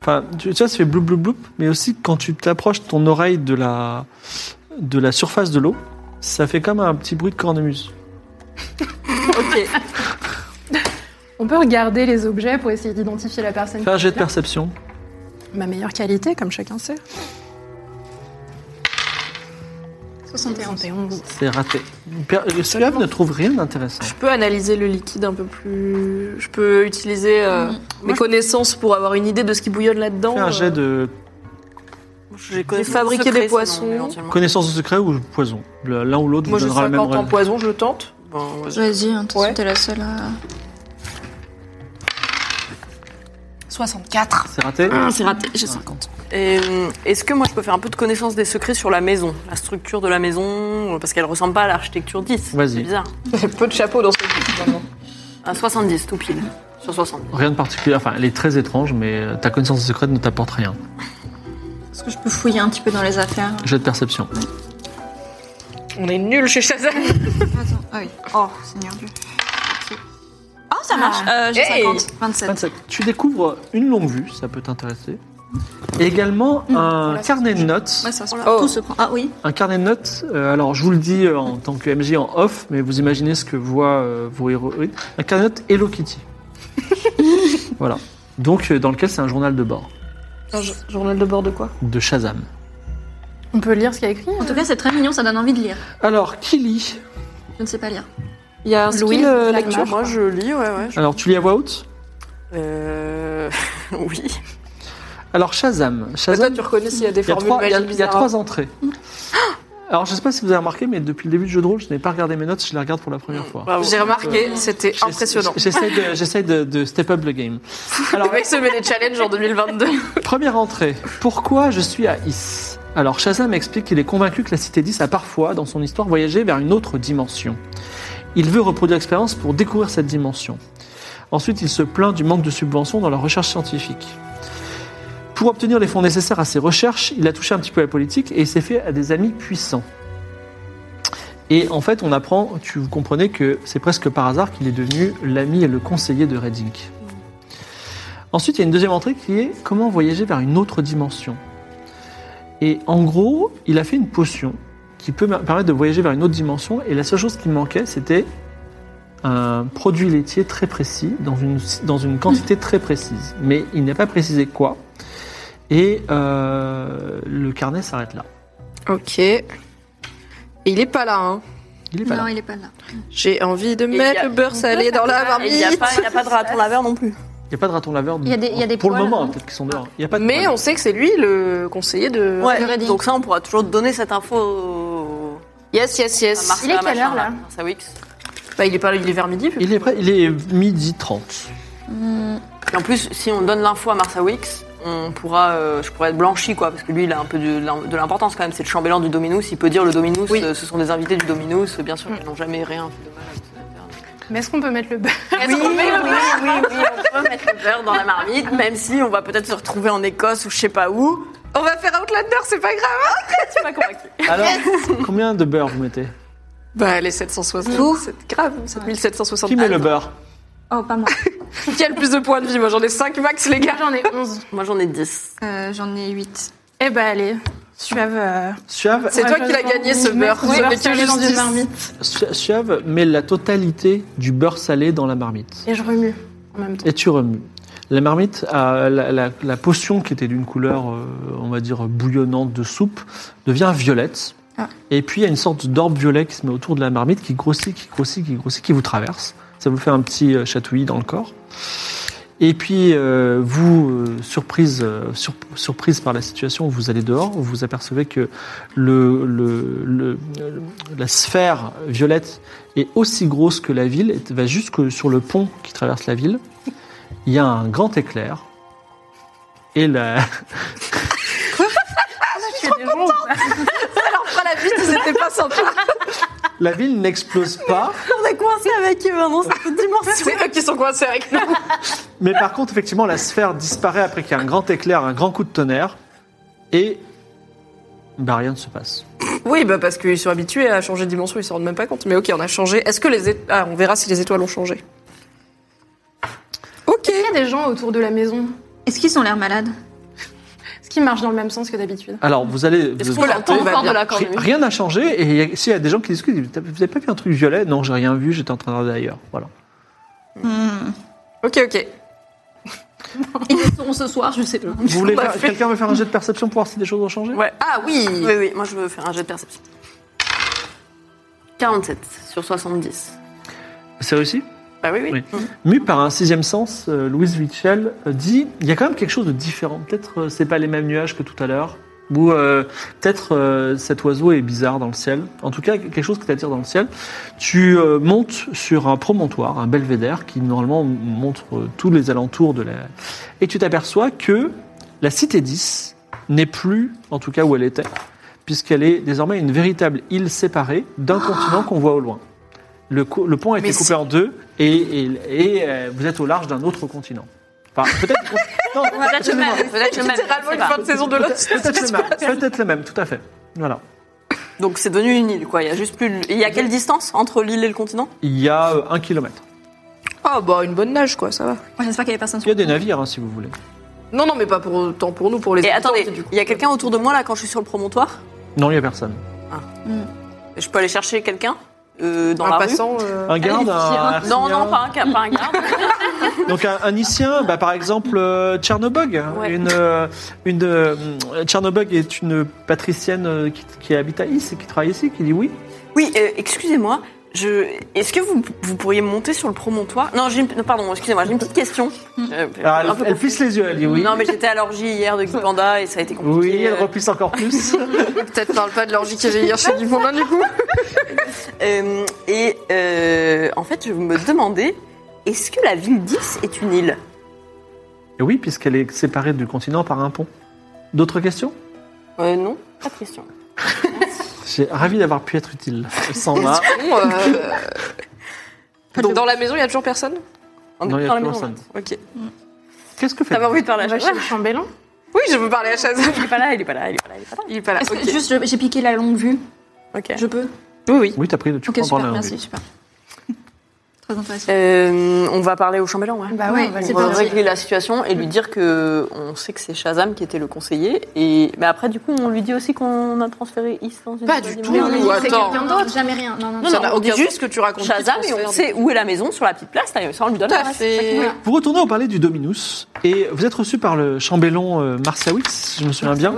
S4: Enfin, tu, tu vois, ça fait bloup bloup bloup, mais aussi quand tu t'approches ton oreille de la, de la surface de l'eau, ça fait comme un petit bruit de cornemuse.
S3: On peut regarder les objets pour essayer d'identifier la personne.
S4: Fais un jet de perception.
S3: Ma meilleure qualité, comme chacun sait.
S9: 71.
S3: 71.
S4: C'est raté. Per- Le Suave ne trouve rien d'intéressant.
S7: Je peux analyser le liquide un peu plus. Je peux utiliser euh, mes connaissances pour avoir une idée de ce qui bouillonne là-dedans.
S4: Fais un jet
S7: euh.
S4: de
S5: J'ai
S7: fabriqué des poissons.
S5: euh,
S4: connaissance de secret ou poison. Le- L'un ou l'autre vous
S7: Moi j'ai
S4: donnera la même
S7: 50 en
S4: réponse.
S7: poison, je le tente.
S5: Bon, vas-y.
S9: Vas-y, hein, de toute façon,
S7: Ouais.
S9: t'es la seule à.
S6: 64.
S4: C'est raté.
S6: c'est raté, j'ai 50.
S5: Et, euh, Est-ce que moi je peux faire un peu de connaissance des secrets sur la maison La structure de la maison euh, Parce qu'elle ressemble pas à l'architecture 10.
S4: Vas-y.
S5: C'est bizarre.
S7: J'ai peu de chapeaux dans ce liquide maintenant.
S5: Un 70 tout pile. Sur 60.
S4: Rien de particulier. Enfin, elle est très étrange, mais euh, ta connaissance de secret ne t'apporte rien.
S9: Est-ce que je peux fouiller un petit peu dans les affaires
S4: Jet de perception.
S7: On est nuls chez Shazam.
S9: Attends, ah oui. Oh, Seigneur Dieu. Ah.
S6: Oh, ça marche. Euh, j'ai
S7: Hey.
S6: 50.
S9: 27.
S4: 27. Tu découvres une longue vue, ça peut t'intéresser. Et également
S7: Hmm.
S4: un carnet de notes.
S9: Ouais, ça se prend.
S7: Oh.
S9: Tout se prend. Ah oui.
S4: Un carnet de notes, euh, alors je vous le dis euh, en tant que MJ en off, mais vous imaginez ce que voient euh, vos héroïnes. Un carnet de notes Hello
S7: *laughs*
S4: Kitty. voilà. Donc euh, dans lequel c'est un journal de bord
S7: journal de bord de quoi
S4: de Shazam.
S3: On peut lire ce qu'il y a écrit
S9: En tout cas, c'est très mignon, ça donne envie de lire.
S4: Alors, qui lit
S9: Je ne sais pas lire.
S7: Il y a un
S3: Louise,
S7: skill euh,
S3: Flagmar,
S7: lecture.
S3: je
S7: Moi je lis, ouais, ouais.
S4: Alors, tu lis à voix haute
S5: Euh. *laughs* oui.
S4: Alors, Shazam.
S7: Bah, toi,
S4: Shazam,
S7: tu reconnais s'il y a des
S4: il y a
S7: formules
S4: trois- il y a-
S7: magiques
S4: il y a
S7: bizarres.
S4: trois
S7: *laughs*
S4: entrées. Alors, je sais pas si vous avez remarqué, mais depuis le début du jeu de rôle, je n'ai pas regardé mes notes, je les regarde pour la première fois.
S5: Bravo.
S7: J'ai remarqué, c'était
S4: J'essa-
S7: impressionnant.
S4: J'essaie de, j'essaie de, de step up le game. Alors,
S7: Le mec se met des challenges en 2022.
S4: première entrée. Pourquoi je suis à Is Alors, Shazam explique qu'il est convaincu que la cité d'Is a parfois, dans son histoire, voyagé vers une autre dimension. Il veut reproduire l'expérience pour découvrir cette dimension. Ensuite, il se plaint du manque de subventions dans la recherche scientifique. Pour obtenir les fonds nécessaires à ses recherches, il a touché un petit peu à la politique et il s'est fait à des amis puissants. Et en fait, on apprend, tu vous comprenez que c'est presque par hasard qu'il est devenu l'ami et le conseiller de Red Inc. Ensuite, il y a une deuxième entrée qui est comment voyager vers une autre dimension. Et en gros, il a fait une potion qui peut me- permettre de voyager vers une autre dimension. Et la seule chose qui manquait, c'était un produit laitier très précis, dans une, dans une
S9: Hmm.
S4: quantité très précise. Mais il n'a pas précisé quoi. Et euh, le carnet s'arrête là.
S7: Ok. Et il est pas là, hein.
S4: Il est pas
S9: Non,
S4: là.
S9: il est pas là.
S7: J'ai envie de
S5: il y
S7: mettre
S5: a-
S7: le beurre salé dans la
S5: Et Il n'y a,
S7: marmite.
S5: pas- il y a pas de raton laveur non plus.
S4: Il n'y a pas de raton laveur.
S9: Il y a des- il y a des
S4: pour le
S9: poils,
S4: moment,
S9: hein.
S4: peut-être qu'ils sont dehors. Il y a pas de
S7: Mais
S4: poils.
S7: on sait que c'est lui le conseiller de.
S5: Ouais,
S9: le Redding.
S5: donc ça, on pourra toujours te donner cette info au-
S7: Yes, yes,
S5: à
S7: yes.
S5: Martha,
S9: Il est quelle heure,
S5: machin,
S9: là
S5: Martha Wicks.
S7: Bah, il est pas là, il est vers midi.
S4: il est, prêt, il est midi
S9: *laughs*
S4: 30.
S5: Et en plus, si on donne l'info à Martha Wicks, on pourra, euh, je pourrais être blanchi, quoi, parce que lui, il a un peu de, de l'importance quand même. C'est le chambellan du Dominus, il peut dire le Dominus,
S7: Oui.
S5: euh, ce sont des invités du Dominus, bien sûr, qu'ils n'ont jamais rien fait de mal. à cette
S3: Mais est-ce qu'on peut mettre le beurre
S5: affaire. oui, oui, oui, oui, on peut mettre le beurre dans la marmite, même si on va peut-être se retrouver en Écosse ou je sais pas où.
S7: On va faire Outlander, c'est pas grave.
S5: Je suis pas convaincue.
S4: Alors, combien de beurre vous mettez
S7: Bah, les 760. C'est grave, 7760.
S4: Qui met le beurre
S9: Oh, pas moi.
S7: Ah, Qui a le plus de points de vie Moi, j'en ai 5 max, les gars.
S3: J'en ai 11.
S5: Moi, j'en ai 10.
S9: Euh, J'en ai 8.
S3: Eh ben allez, suave. euh,
S4: Suave,
S7: C'est
S3: Ouais,
S7: toi
S3: je
S7: qui l'as
S3: sens-
S7: gagné ce
S3: Mais-
S7: beurre.
S3: Ouais,
S7: J'avais
S3: beurre
S7: que
S3: salé dans
S7: justice.
S3: une marmite.
S4: Su- Suave met la totalité du beurre salé dans la marmite.
S3: Et je remue en même temps.
S4: Et tu remues. La marmite, a- la, la- la potion qui était d'une couleur, euh, on va dire, bouillonnante de soupe, devient violette.
S9: Ah.
S4: Et puis il y a une sorte d'orbe violet qui se met autour de la marmite, qui grossit, qui grossit, qui grossit, qui vous traverse. Ça vous fait un petit euh, chatouillis dans le corps. Et puis, euh, vous, euh, surprise, euh, sur- surprise par la situation, vous allez dehors, vous apercevez que le, le- le- le- la sphère violette est aussi grosse que la ville, et va jusque sur le pont qui traverse la ville. Il y a un grand éclair. Et la... *laughs*
S7: Alors, pas la vie, c'était pas *laughs* sympa.
S4: la ville n'explose pas,
S5: On est coincé avec eux
S7: hein,
S5: dans cette dimension.
S7: C'est eux qui sont coincés avec nous.
S4: mais par contre, effectivement, la sphère disparaît après qu'il y a un grand éclair, un grand coup de tonnerre, et bah, rien ne se passe.
S7: Oui, bah parce qu'ils sont habitués à changer de dimension, ils se rendent même pas compte. Mais ok, on a changé. Est-ce que les étoiles... Ah, on verra si les étoiles ont changé. Ok.
S3: Il y a des gens autour de la maison.
S9: Est-ce qu'ils ont l'air malades
S3: Est-ce qu'ils marchent dans le même sens que d'habitude
S4: Alors, vous allez...
S5: Est-ce
S4: vous-
S5: qu'on l'entend
S7: tout va
S5: encore
S7: bien.
S5: de la cornemuse
S4: Ri- Rien n'a changé. Et il y a- s'il y a des gens qui discutent, ils disent, vous avez pas vu un truc violet Non, j'ai rien vu, j'étais en train de regarder ailleurs. Voilà.
S7: Ok, ok.
S9: Ils le seront ce soir, je sais pas.
S4: Vous voulez
S7: Bah,
S4: faire-
S7: fait-
S4: quelqu'un veut faire un jet de perception pour voir si des choses ont changé
S7: Ouais. Ah oui
S5: Oui, oui, moi je veux faire un jet de perception. 47 sur 70.
S4: C'est réussi
S5: Bah oui, oui.
S4: Oui. Mue par un sixième sens, euh, Louise Mitchell euh, dit il y a quand même quelque chose de différent. Peut-être euh, c'est pas les mêmes nuages que tout à l'heure. Ou euh, peut-être euh, cet oiseau est bizarre dans le ciel. En tout cas, quelque chose qui t'attire dans le ciel. Tu euh, montes sur un promontoire, un belvédère, qui normalement montre euh, tous les alentours de la. Et tu t'aperçois que la cité 10 n'est plus, en tout cas où elle était, puisqu'elle est désormais une véritable île séparée d'un continent qu'on voit au loin. Le, cou- le pont a été
S7: Ah. Mais
S4: coupé
S7: c'est-
S4: en deux et, et- et, euh, vous êtes au large d'un autre continent. Enfin, peut-être.
S7: *laughs*
S4: non,
S5: Peut-être le même. Peut-être le même.
S7: Littéralement
S5: je sais
S7: une
S5: pas.
S7: fin de saison de l'autre.
S4: Peut-être le même. Peut-être le même, tout à fait. Voilà.
S5: Donc c'est devenu une île, quoi. Il y a juste plus. Il y a quelle distance entre l'île et le continent
S4: Il y a euh, un kilomètre.
S7: Ah bah une bonne nage quoi, ça va.
S9: J'espère qu'il y a personne
S4: Il y a des navires, hein, si vous voulez.
S7: Non, non, mais pas pour autant pour nous, pour les
S5: Et
S7: habitants,
S5: attendez,
S7: du coup.
S5: il y a quelqu'un autour de moi là quand je suis sur le promontoire
S4: Non, il n'y a personne.
S5: Je peux aller chercher quelqu'un euh, dans
S7: un
S5: la
S7: passant. euh,
S4: Un garde, un.
S5: rue Non, non, pas un, ca- pas un garde. *laughs*
S4: Donc un, un Nicien, bah, par exemple euh, Tchernobog. hein,
S5: Ouais.
S4: Une, euh, une, euh, Tchernobog est une patricienne euh, qui, qui habite à Is et qui travaille ici, qui dit oui.
S5: Oui, euh, excusez-moi. Je... Est-ce que vous, vous pourriez monter sur le promontoire Non, j'ai une... non, pardon, excusez-moi, j'ai une petite question. Euh,
S4: Alors,
S5: un
S4: Ah, elle,
S5: peu
S4: elle plisse les yeux, elle dit oui.
S5: Non, mais j'étais à l'orgie hier de Guy Panda et ça a été compliqué.
S4: oui, elle
S5: Euh,
S4: replisse encore plus.
S5: *laughs*
S7: Peut-être parle pas de l'orgie qu'il y avait hier chez Dupondin du coup.
S5: Euh, et euh, en fait, je me demandais, est-ce que la ville 10 est une île
S4: et oui, puisqu'elle est séparée du continent par un pont. D'autres questions
S5: euh, Non, pas de question.
S4: J'ai ravi d'avoir pu être
S5: *laughs*
S4: utile. Elle s'en va.
S7: Bon, euh, Donc dans la maison, il y a toujours personne
S5: On
S4: Non,
S5: est
S4: il y a
S5: dans la
S4: plus
S5: maison.
S4: personne.
S5: Ok.
S4: Qu'est-ce que fait
S5: T'avais envie de parler
S3: On
S5: à
S3: va
S5: chaque
S3: chez
S9: *laughs*
S3: le chambellan
S7: Oui, je veux parler à Shazam.
S5: Il est pas là, il est pas là, il est pas là, il est pas là.
S7: *laughs* Il est pas là.
S9: Est-ce que
S7: ok.
S9: juste, je- j'ai piqué la longue vue
S5: Ok.
S9: Je peux
S5: Oui, oui.
S4: Oui, t'as pris, tu
S9: Ok,
S4: prends
S9: super,
S4: la
S9: merci, super. *laughs* Très intéressant.
S5: Euh, on va parler au chambellan, ouais.
S3: Bah
S9: Ah Ouais,
S3: ouais, on va
S9: c'est
S3: le
S5: On va
S9: parti.
S5: régler la situation et lui dire que on sait que c'est Shazam qui était le conseiller. Et mais après, du coup, on lui dit aussi qu'on a transféré Is dans une
S7: Pas
S5: autre
S7: du
S5: dimension.
S7: tout.
S9: Non,
S7: Ou
S9: non, c'est
S7: attends.
S9: quelqu'un d'autre, jamais rien.
S5: Non,
S9: Non, non, non.
S5: non,
S7: Ça n'a
S5: on
S7: aucun
S5: dit
S7: juste que tu racontes.
S5: Shazam et on sait où est la maison sur la petite place. Là, et ça, on lui donne
S7: Tout à
S5: l'adresse.
S7: fait.
S4: Vous retournez au palais du Dominus et vous êtes reçu par le chambellan euh, Marciawix, si je me souviens bien.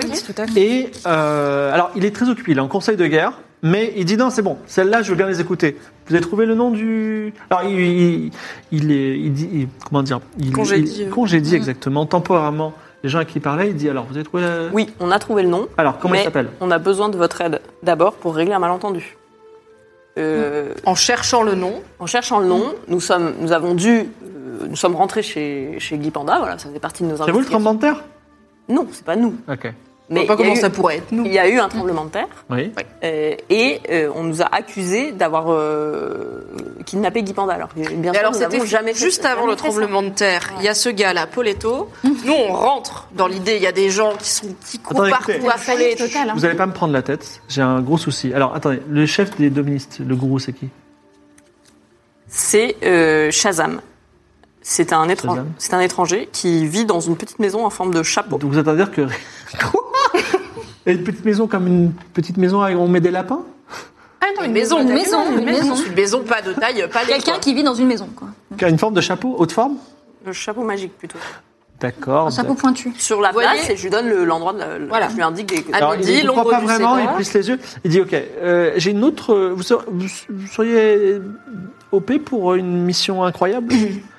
S4: Et euh, alors, il est très occupé, il est en conseil de guerre, mais il dit non, c'est bon, celle-là, je veux bien les écouter. Vous avez trouvé le nom du. Alors, il, il, il est. Il dit, il- comment dire il,
S7: Congédie.
S4: il-
S9: Mm.
S4: congédie, exactement, temporairement. Les gens à qui il parlait, il dit alors, vous avez trouvé. la-
S5: Oui, on a trouvé le nom.
S4: Alors, comment
S5: mais
S4: il s'appelle
S5: On a besoin de votre aide d'abord pour régler un malentendu. Euh,
S7: En cherchant le nom,
S5: En cherchant le nom, nous sommes, nous avons dû, euh, nous sommes rentrés chez, chez Guy Panda. Voilà, ça faisait partie de nos
S4: C'est vous le
S5: investigations.
S4: tremblement de terre
S5: Non, c'est pas nous.
S4: Ok.
S7: on
S5: Mais
S7: voit pas
S5: il y a
S7: comment
S5: eu-
S7: ça pourrait être nous.
S5: il y a eu un tremblement de terre.
S4: Oui.
S5: Euh, et euh, on nous a accusés d'avoir euh, kidnappé Guy Panda. Alors, que, bien
S7: Et
S5: sûr,
S7: alors
S5: nous
S7: c'était
S5: n'avons jamais fait-
S7: juste avant
S5: jamais
S7: le
S5: fait ça.
S7: tremblement de terre. Il y a ce gars là, Poletto. Nous on rentre dans l'idée. Il y a des gens qui sont qui courent
S4: Attendez,
S7: partout
S4: écoutez.
S7: affolés.
S3: total. hein.
S4: Vous n'allez pas me prendre la tête, j'ai un gros souci. Alors, attendez, le chef des Doministes, le gourou, c'est qui
S5: C'est euh, Shazam. C'est un, étran-
S4: Shazam.
S5: c'est un étranger qui vit dans une petite maison en forme de chapeau.
S4: Donc vous êtes à dire que. *laughs* Quoi Et une petite maison comme une petite maison, avec- on met des lapins
S3: Ah non,
S7: Une maison,
S9: Une maison, une maison.
S7: Une maison pas de taille, pas les
S9: Quelqu'un qui vit dans une maison, quoi.
S4: Qui a une forme de chapeau, haute forme
S5: Le chapeau magique plutôt.
S4: D'accord.
S9: Un chapeau pointu.
S5: Sur la
S7: Vous voyez
S5: place, et je lui donne le- l'endroit de la-
S7: Voilà.
S5: Je lui indique des.
S7: Ah,
S4: Alors,
S7: il
S4: il
S7: dit
S4: ne comprend
S7: l'ombre
S4: pas
S7: du
S4: vraiment, il
S7: Cédrat.
S4: plisse les yeux. Il dit Ok, euh, j'ai une autre. euh, Vous, ser- vous s- vous seriez OP pour une mission
S7: *coughs*
S4: incroyable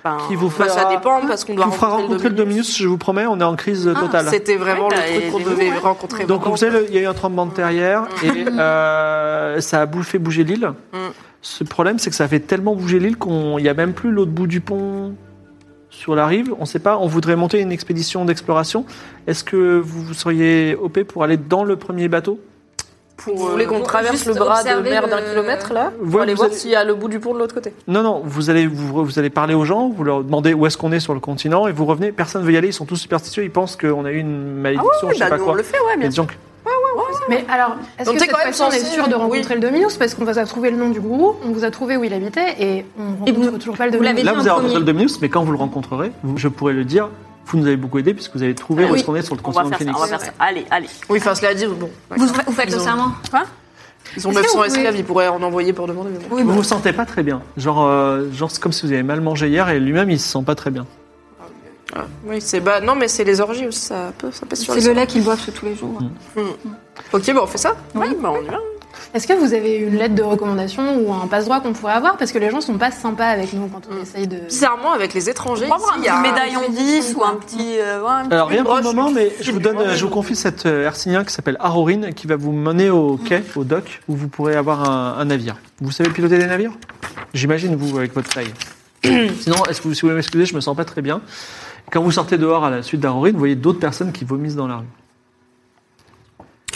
S5: Enfin,
S4: qui vous
S7: Bah,
S4: fera,
S7: ça dépend parce qu'on
S4: qui
S7: doit
S4: vous fera rencontrer le
S7: Dominus. Ah,
S4: Dominus, je vous promets, on est en crise totale.
S7: C'était vraiment
S5: Ouais, bah,
S7: le
S5: et
S7: truc qu'on
S5: les
S7: devait
S5: loups, ouais.
S7: rencontrer.
S4: Donc,
S7: vraiment.
S4: vous savez, le- il y a eu un tremblement de terre hier et euh, ça a bouffé bouger l'île.
S5: Mm.
S4: Ce problème, c'est que ça fait tellement bouger l'île qu'on n'y a même plus l'autre bout du pont sur la rive. On ne sait pas, on voudrait monter une expédition d'exploration. Est-ce que vous, vous seriez OP pour aller dans le premier bateau
S7: Pour, vous voulez qu'on traverse le bras de mer d'un kilomètre là
S4: Ouais,
S7: Pour aller
S4: vous
S7: voir
S4: allez-
S7: s'il y a le bout du pont de l'autre côté.
S4: Non, non, vous allez, vous, vous allez parler aux gens, vous leur demandez où est-ce qu'on est sur le continent et vous revenez. Personne ne veut y aller, ils sont tous superstitieux, ils pensent qu'on a eu une malédiction,
S5: oui,
S4: je sais
S5: bah,
S4: pas
S5: nous, on
S4: quoi.
S5: le fait, ouais,
S4: Et
S5: bien sûr.
S4: donc,
S3: Mais alors, est-ce
S7: Donc,
S3: que
S7: t'es
S3: cette
S7: quand même
S3: fois-ci, on est
S7: censé-
S3: sûr de rencontrer le Dominus Parce qu'on vous a trouvé le nom du gourou, on vous a trouvé où il habitait et on rencontre
S9: vous-
S3: toujours pas le
S9: vous
S3: Dominus.
S9: l'avez-
S4: Là,
S9: dit
S4: vous
S9: en
S4: avez rencontré
S9: premier.
S4: le Dominus, mais quand vous le rencontrez, vous- je pourrais le dire, vous nous avez beaucoup aidé puisque vous avez trouvé
S5: Ah
S4: où
S5: oui.
S4: est-ce qu'on est sur le
S5: On va
S4: continent de
S5: faire ça, on
S4: Phoenix.
S5: va faire ça. Allez, allez.
S7: Oui, enfin cela dit, bon.
S9: Vous, vous faites le serment
S7: Ils ont
S3: Est-ce que
S7: 900
S3: vous pouvez-
S7: esclaves, ils pourraient en envoyer pour demander. mais bon.
S9: bah,
S4: Vous vous sentez pas très bien. Genre, euh, genre c'est comme si vous avez mal mangé hier et lui-même il se sent pas très bien.
S7: Ah, Oui, c'est bah non, mais c'est les orgies aussi, ça peut, ça pèse sur
S9: C'est
S7: les
S9: le
S7: orgies.
S9: lait qu'ils boivent tous les jours.
S4: Mm.
S7: Ok, bah on fait ça.
S5: Oui, bah, on y va.
S3: Est-ce que vous avez une lettre de recommandation ou un passe-droit qu'on pourrait avoir Parce que les gens sont pas sympas avec nous quand on
S7: Mm.
S3: essaye de.
S7: Bizarrement, avec les étrangers,
S5: On va avoir
S7: ici,
S5: un
S7: il y a
S5: petit médaillon 10 ou un petit. euh, ouais, un petit-
S4: Alors rien pour le
S7: broche,
S4: moment,
S7: une
S4: mais
S7: petite
S4: je vous
S7: file,
S4: donne,
S7: ouais.
S4: euh, je vous confie cette euh, hercinien qui s'appelle Arorine qui va vous mener au
S5: Mm.
S4: quai, au dock, où vous pourrez avoir un, un navire. Vous savez piloter des navires J'imagine vous avec votre
S5: *coughs*
S4: taille. Sinon, est-ce que vous, si vous voulez m'excuser, je me sens pas très bien. Quand vous sortez dehors à la suite d'Arorine, vous voyez d'autres personnes qui vomissent dans la rue.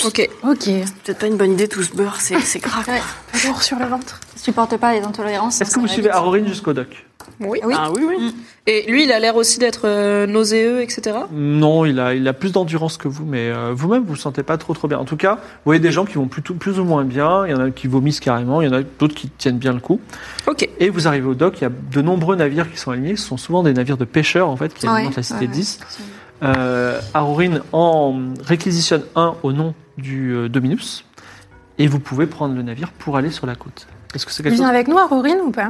S7: Ok.
S3: Ok.
S5: C'est peut-être pas une bonne idée tout ce beurre, c'est c'est grave.
S3: Toujours sur le ventre.
S9: Supporte pas les intolérances.
S4: Est-ce que vous suivez Arorine jusqu'au dock
S7: Oui.
S5: Ah oui, oui.
S7: Et lui, il a l'air aussi d'être euh, nauséeux, etc.
S4: Non, il a, il a plus d'endurance que vous, mais euh, vous-même, vous ne sentez pas trop trop bien. En tout cas, vous voyez des gens qui vont plutôt, plus ou moins bien, il y en a qui vomissent carrément, il y en a d'autres qui tiennent bien le coup.
S7: Ok.
S4: Et vous arrivez au dock, il y a de nombreux navires qui sont alignés, ce sont souvent des navires de pêcheurs en fait, qui
S9: Ouais,
S4: alimentent la cité
S9: ouais,
S4: 10. Euh, Arorin en réquisitionne un au nom du euh, Dominus, et vous pouvez prendre le navire pour aller sur la côte. Est-ce que c'est
S3: Il
S9: Eh
S4: quelque
S3: vient
S4: chose
S3: avec nous, Aurorine, ou pas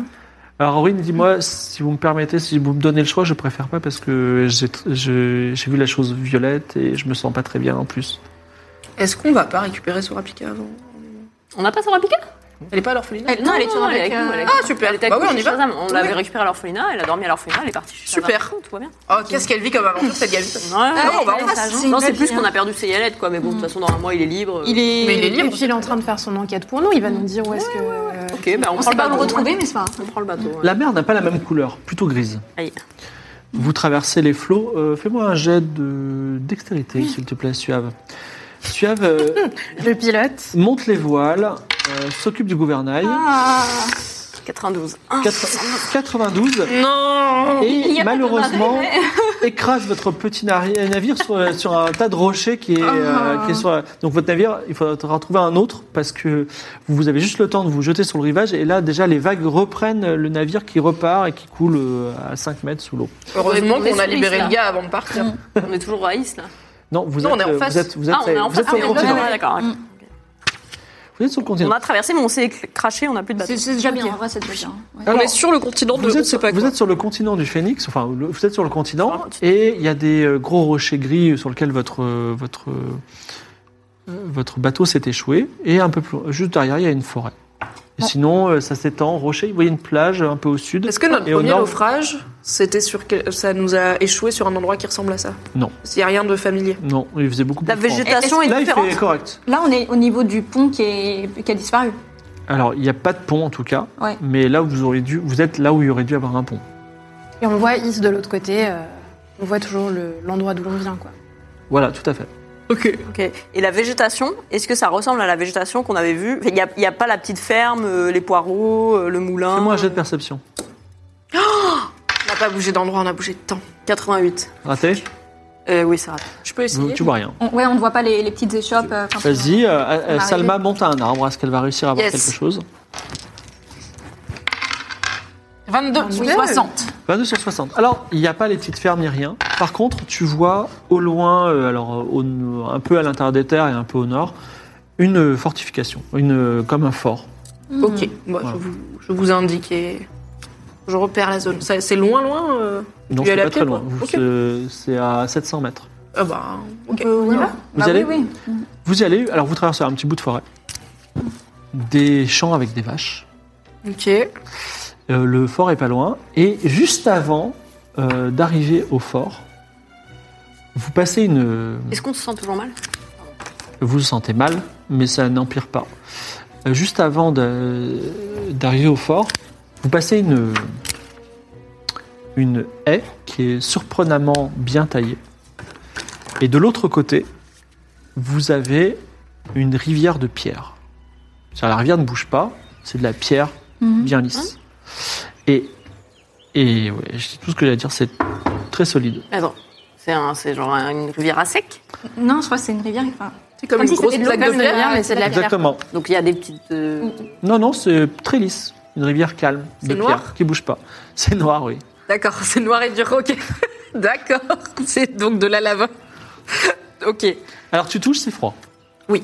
S4: alors Aurine, dis-moi, si vous me permettez, si vous me donnez le choix, je préfère pas parce que j'ai je- j'ai vu la chose violette et je me sens pas très bien en plus.
S7: Est-ce qu'on va pas récupérer Sorapika avant
S5: On n'a pas Sarah Pika
S7: Elle est pas à l'orphelinat
S5: Non, elle est toujours
S9: avec,
S5: avec nous.
S9: euh,
S5: elle est-
S7: Ah, super.
S5: Elle était
S7: Bah oui, on
S5: accouchée
S7: y
S5: chez
S7: va.
S5: Shazam. On
S7: Oui.
S5: l'avait récupérée à l'orphelina, elle a dormi à l'orphelina, elle est partie chez Shazam.
S7: Super.
S5: Tout va bien.
S7: Oh, qu'est-ce qu'elle vit comme aventure, cette gamine
S5: Ouais,
S9: Ah
S5: ouais.
S7: on va en
S9: face. hein.
S5: Non, c'est plus qu'on a perdu ses yalettes, quoi. Mais bon, de toute façon, dans un mois, il est libre.
S3: Il est.
S7: Mais il est libre.
S3: Et puis il est en train de faire son enquête pour nous. Il va nous dire où est-ce que.
S5: Ok, bah on,
S9: On
S5: prend
S9: sait
S5: le
S9: pas où
S5: bateau.
S9: le retrouver, mais c'est pas
S5: On prend le bateau. hein. ouais.
S4: La mer n'a pas la même couleur, plutôt grise.
S5: Aïe.
S4: Vous traversez les flots. euh, Fais-moi un jet de dextérité, s'il te plaît, Suave. Suave euh,
S3: Le pilote.
S4: monte les voiles, euh, s'occupe du gouvernail.
S5: 92. Ah,
S4: Quatre- 92.
S7: Non
S4: Et malheureusement,
S5: *laughs*
S4: écrase votre petit nari- euh, navire sur, sur un tas de rochers qui est, euh,
S5: Oh.
S4: qui est sur. la- Donc votre navire, il faudra trouver un autre parce que vous avez juste le temps de vous jeter sur le rivage et là déjà les vagues reprennent le navire qui repart et qui coule euh, à 5 mètres sous l'eau.
S7: Heureusement
S8: On est
S7: qu'on a
S8: sous
S7: libéré
S8: l'île,
S7: le gars avant de partir.
S5: On est toujours à Is là.
S4: Non, vous
S7: Non,
S4: êtes
S7: on est en
S4: euh,
S7: face.
S4: vous êtes vous êtes
S5: Ah, on est en
S4: vous êtes
S5: face.
S4: sur le
S5: Ah, on est
S4: continent.
S5: là, d'accord.
S9: Mm.
S4: Vous êtes sur le
S5: On
S4: continent.
S5: a traversé, mais on s'est écr- craché, on n'a plus de bateau.
S9: C'est c'est déjà bien, en vrai, c'est déjà bien. Ouais.
S4: Alors,
S7: on est Ah sur le continent de.
S4: Vous
S7: Oh, on
S4: êtes,
S7: sait
S4: sur,
S7: pas
S4: vous
S7: quoi.
S4: êtes sur le continent du Phénix, enfin le- vous êtes sur le continent,
S5: Ah, tu-
S4: et il y a des euh, gros rochers gris sur lesquels votre, euh, votre, euh, votre bateau s'est échoué, et un peu plus, juste derrière il y a une forêt. Et sinon euh, ça s'étend, rocher, vous voyez une plage euh, un peu au sud.
S7: Ah. Est-ce que notre
S4: et au
S7: premier
S4: nord-
S7: naufrage, c'était sur que- ça nous a échoué sur un endroit qui ressemble à ça
S4: Non.
S7: Il n'y a rien de familier.
S4: Non, il faisait beaucoup
S5: La
S4: plus froid.
S5: végétation est,
S4: Là il
S5: différente.
S4: fait correct.
S9: Là, on est au niveau du pont qui, est, qui a disparu.
S4: Alors il n'y a pas de pont en tout cas,
S9: Ouais.
S4: mais là où vous auriez dû, vous êtes là où il y aurait dû avoir un pont.
S3: Et on voit Is de l'autre côté. euh, on voit toujours le- l'endroit d'où l'on vient, quoi.
S4: Voilà, tout à fait.
S7: Ok.
S5: Ok. Et la végétation, est-ce que ça ressemble à la végétation qu'on avait vue Il n'y a, il y a pas la petite ferme, euh, les poireaux, euh, le moulin.
S4: Fais-moi un
S7: Ah.
S4: jet de perception.
S7: On n'a pas bougé d'endroit, on a bougé de temps.
S5: 88.
S4: Raté
S5: Euh, oui, ça rate.
S7: Je peux
S4: Vous-
S7: essayer
S4: Tu vois rien.
S9: On- ouais, on ne voit pas les, les petites échoppes. euh, quand on-
S4: Vas-y, euh, euh,
S9: arrive.
S4: Salma monte à un arbre. Est-ce qu'elle va réussir à avoir
S7: Yes.
S4: quelque chose
S8: 22, sur 60.
S4: 22 sur 60. Alors, il n'y a pas les petites fermes ni rien. Par contre, tu vois au loin, euh, alors euh, au- un peu à l'intérieur des terres et un peu au nord, une euh, fortification, une, euh, comme un fort.
S7: Ok. Hmm. Moi,
S4: Voilà.
S7: je, vous, je vous indique et je repère la zone. Ça- C'est loin, loin euh
S4: Non,
S7: Tu y
S4: c'est
S7: allais
S4: pas
S7: à
S4: très
S7: pied,
S4: loin.
S7: quoi
S4: Vous-
S7: Ok.
S4: c'est- C'est à 700 mètres.
S7: Ah bah, ok.
S9: Euh, on y
S4: Vous
S9: va
S7: Ah
S9: Bah
S4: allez
S9: Oui, oui.
S4: Vous y allez, alors vous traversez un petit bout de forêt, des champs avec des vaches.
S7: Ok.
S4: Euh, le fort est pas loin. Et juste avant euh, d'arriver au fort, vous passez une.
S5: Est-ce qu'on se sent toujours mal
S4: Vous vous sentez mal, mais ça n'empire pas. Euh, Juste avant de- d'arriver au fort, vous passez une, une haie qui est surprenamment bien taillée. Et de l'autre côté, vous avez une rivière de pierre. C'est-à-dire, La rivière ne bouge pas, c'est de la pierre
S9: Mhm.
S4: bien lisse. Et, et ouais, c'est tout ce que j'ai à dire, c'est très solide.
S5: Attends. C'est un- c'est genre une rivière à sec.
S9: Non, je crois que c'est une rivière. Enfin,
S7: C'est comme
S9: Comme
S7: une
S9: si
S7: grosse
S9: c'était de
S7: plaque
S9: l'eau
S7: de
S9: comme
S7: pierre.
S9: une-
S3: mais c'est de la pierre.
S4: Exactement.
S5: Donc il y a des petites. euh,
S4: Non, non, c'est très lisse. Une rivière calme,
S7: C'est
S4: de
S7: noir
S4: pierre, qui bouge pas. *laughs* C'est noir, oui.
S7: D'accord, *laughs* c'est noir et dur. Ok. D'accord. C'est donc de la lave. *laughs* ok.
S4: Alors tu touches, c'est froid.
S7: Oui.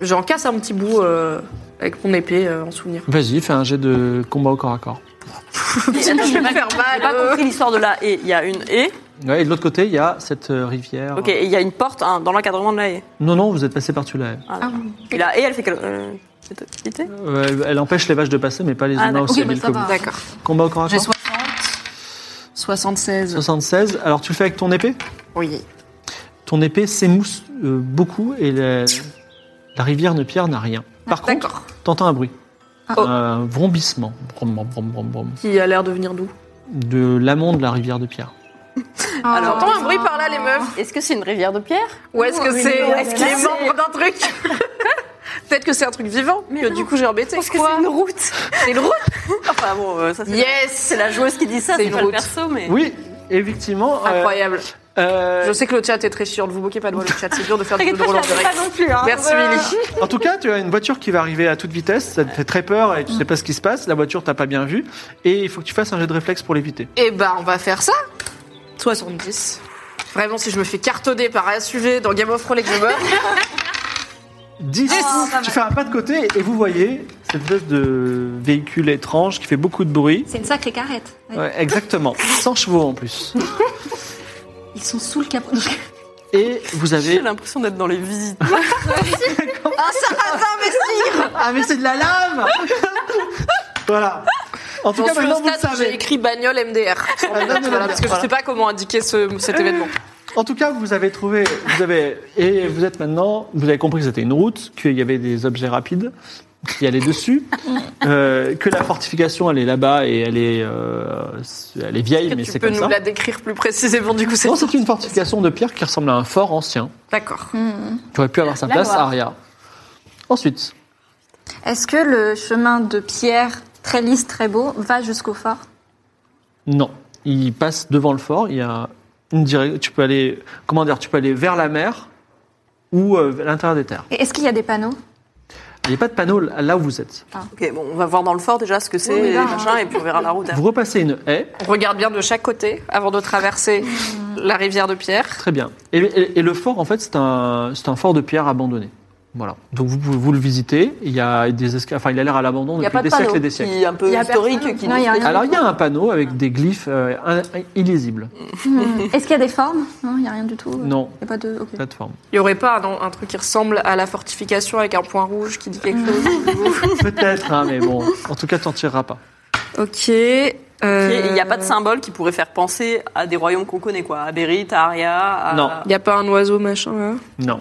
S7: J'en casse un petit bout euh, avec mon épée euh, en souvenir.
S4: Vas-y, fais un jet de combat au corps à corps.
S7: *laughs* je vais me faire
S5: J'ai pas
S7: mal. euh.
S5: compris l'histoire de la haie. Il y a une haie.
S4: Ouais, et de l'autre côté, il y a cette euh,
S7: Ah.
S4: rivière.
S5: Ok. et Il y a une porte hein, dans l'encadrement de la haie.
S4: Non, non, vous êtes passé par-dessus là.
S5: Ah, d'accord. et la haie, elle fait quelle euh, petite haie
S4: Euh, elle, elle empêche les vaches de passer, mais pas les
S5: Ah,
S4: humains
S5: d'accord.
S4: aussi
S9: Ok,
S4: habiles
S9: bah, ça
S4: que
S9: va.
S4: vous.
S7: D'accord.
S4: Combat au corps à
S8: J'ai
S4: corps
S8: 60. 76.
S4: 76. Alors tu le fais avec ton épée
S7: Oui.
S4: Ton épée s'émousse euh, beaucoup et la, la rivière de pierre n'a rien. Par contre,
S7: D'accord.
S4: t'entends un bruit.
S7: Oh.
S4: Un vrombissement. Brom, brom, brom, brom, brom.
S7: Qui a l'air de venir d'où
S4: De l'amont de la rivière de pierre.
S5: Alors,
S7: J'entends un bruit par là, les meufs.
S5: Est-ce que c'est une rivière de pierre
S7: Ou est-ce que
S9: Oui,
S7: c'est
S9: oui,
S7: est-ce qu'il est
S5: oui.
S7: membre
S5: *laughs*
S7: d'un truc Peut-être que c'est un truc vivant, mais du coup j'ai embêté.
S5: Est-ce que c'est une route
S7: *laughs*
S5: C'est une route Enfin bon, euh, ça c'est.
S7: Yes
S5: C'est la joueuse qui dit ça,
S7: C'est
S5: c'est
S7: une
S5: pas le
S7: route.
S5: perso, mais.
S4: Oui, effectivement. euh,
S7: Incroyable.
S4: euh,
S7: Je sais que le chat est très chiant, ne vous moquez pas de moi, le chat, c'est dur de faire des
S5: T'inquiète
S7: jeux de
S5: pas, je
S7: rôle en
S5: la fais
S7: direct.
S5: pas non plus. Hein.
S7: Merci
S5: Voilà.
S7: Milly.
S4: En tout cas, tu as une voiture qui va arriver à toute vitesse, ça te fait très peur et tu sais pas ce qui se passe, la voiture t'as pas bien vu, et il faut que tu fasses un jet de réflexe pour l'éviter.
S7: Eh ben, on va faire ça. 70. Vraiment, si je me fais cartonner par un SUV dans Game of Thrones et que
S5: *laughs*
S7: je meurs,
S4: 10
S7: Ah,
S4: Tu fais un pas de côté et vous voyez cette espèce de véhicule étrange qui fait beaucoup de bruit.
S9: C'est une sacrée carrette. Ouais.
S4: Ouais, exactement, 100 chevaux en plus.
S9: Ils sont sous le capot. *laughs*
S4: Et vous avez...
S5: J'ai l'impression d'être dans les visites.
S4: Ah mais c'est de la
S7: *laughs*
S4: lave Voilà. En tout
S7: dans
S4: cas,
S7: ce
S4: maintenant vous le
S7: stade, j'ai
S4: savez. Ah,
S7: écrit bagnole MDR. Voilà, parce que je sais pas comment indiquer ce-
S5: Euh,
S7: cet événement.
S4: En tout cas, vous avez trouvé, vous avez, et vous êtes maintenant, vous avez compris que c'était une route, qu'il y avait des objets rapides qui allaient
S7: *laughs*
S4: dessus, euh, que la fortification elle est là-bas et elle est, euh, elle est vieille, mais
S7: Tu
S4: c'est
S7: peux
S4: comme
S7: nous
S4: ça.
S7: la décrire plus précisément du coup cette
S4: Non, c'est une fortification de pierre qui ressemble à un fort ancien.
S7: D'accord.
S4: Tu aurais pu avoir sa
S9: La
S4: place,
S9: Loire.
S4: Aria. Ensuite,
S9: Est-ce que le chemin de pierre, très lisse, très beau, va jusqu'au fort
S4: non, il passe devant le fort. Il y a une dire- tu peux aller, comment dire, tu peux aller vers la mer ou euh, vers l'intérieur des terres.
S6: Et Est-ce qu'il y a des panneaux
S4: Il n'y a pas de panneau là où vous êtes.
S5: Ok, bon, on va voir dans le fort déjà ce que c'est,
S6: Oui, mais là,
S5: les machins, et puis on verra la route.
S4: Vous repassez une haie,
S7: On regarde bien de chaque côté avant de traverser la rivière de pierre.
S4: très bien. Et, et- et le fort, en fait, c'est un, c'est un fort de pierre abandonné. Voilà. Donc vous, pouvez- vous le visitez. Il y a des esca- enfin, il a l'air à l'abandon
S5: Il n'y a
S4: depuis
S5: pas de
S4: des siècles
S5: panneau
S4: et des siècles.
S5: qui est un peu
S3: Il y a
S5: historique.
S3: personne.
S5: Qui
S3: Non,
S5: dit-
S3: il y a rien.
S4: Alors il y a un panneau avec des glyphes euh, un- un- illisibles.
S9: *laughs* Est-ce qu'il y a des formes Non, il n'y a rien du tout. euh,
S4: Non,
S9: Il n'y a pas de. ok.
S4: plateforme.
S7: Il y aurait pas un, un truc qui ressemble à la fortification avec un point rouge qui dit quelque chose
S4: Peut-être, hein, mais bon. En tout cas, t'en tireras pas.
S7: Ok. euh,
S5: Il n'y a pas de symbole qui pourrait faire penser à des royaumes qu'on connaît, quoi. À Bérite, à Aria, à...
S4: Non.
S7: Il n'y a pas un oiseau machin là
S4: Non.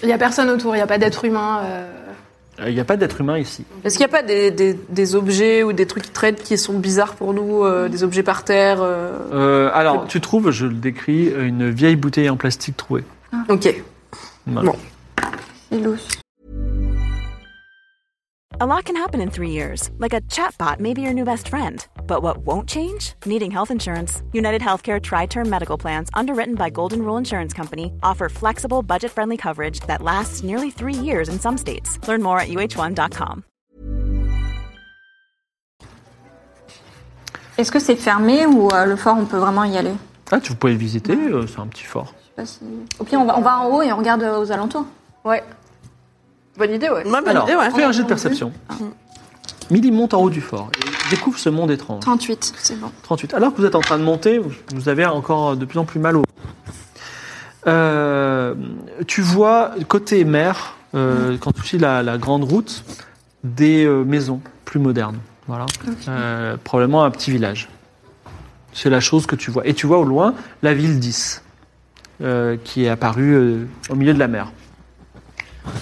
S3: Il n'y a personne autour, il n'y a pas d'être humain. euh,
S4: Euh, Il n'y a pas d'être humain ici.
S7: Est-ce qu'il n'y a pas des, des- des objets ou des trucs qui traînent qui sont bizarres pour nous euh, Des objets par terre euh,
S4: Euh, alors, tu trouves, je le décris, une vieille bouteille en plastique trouée.
S7: Ok.
S4: Voilà.
S7: Bon.
S9: C'est louche.
S1: A lot can happen in three years, like a chatbot may be your new best friend. But what won't change? Needing health insurance. United Healthcare Tri Term Medical Plans, underwritten by Golden Rule Insurance Company, offer flexible, budget friendly coverage that lasts nearly three years in some states. Learn more at uh1.com.
S9: Est-ce que c'est fermé ou euh, le fort, on peut vraiment y aller
S4: Ah, tu pouvez le visiter, euh, c'est un petit fort.
S9: Je sais pas si- Au pire, on va, on va en haut et on regarde euh, aux alentours.
S7: Ouais. Bonne idée, Eh ouais. Ah.
S5: Ouais, bonne
S4: Alors,
S5: idée, ouais.
S4: fais un jet de perception. Millie monte en haut du fort et découvre ce monde étrange.
S6: 38, c'est bon.
S4: 38. Alors que vous êtes en train de monter, vous- vous avez encore de plus en plus mal au. Euh, tu vois, côté mer,
S7: Mm.
S4: euh, quand tu suis la, la grande route, des euh, maisons plus modernes. Voilà. Euh, probablement un petit village. C'est la chose que tu vois. Et tu vois au loin la ville 10, euh, qui est apparue euh, au milieu de la mer.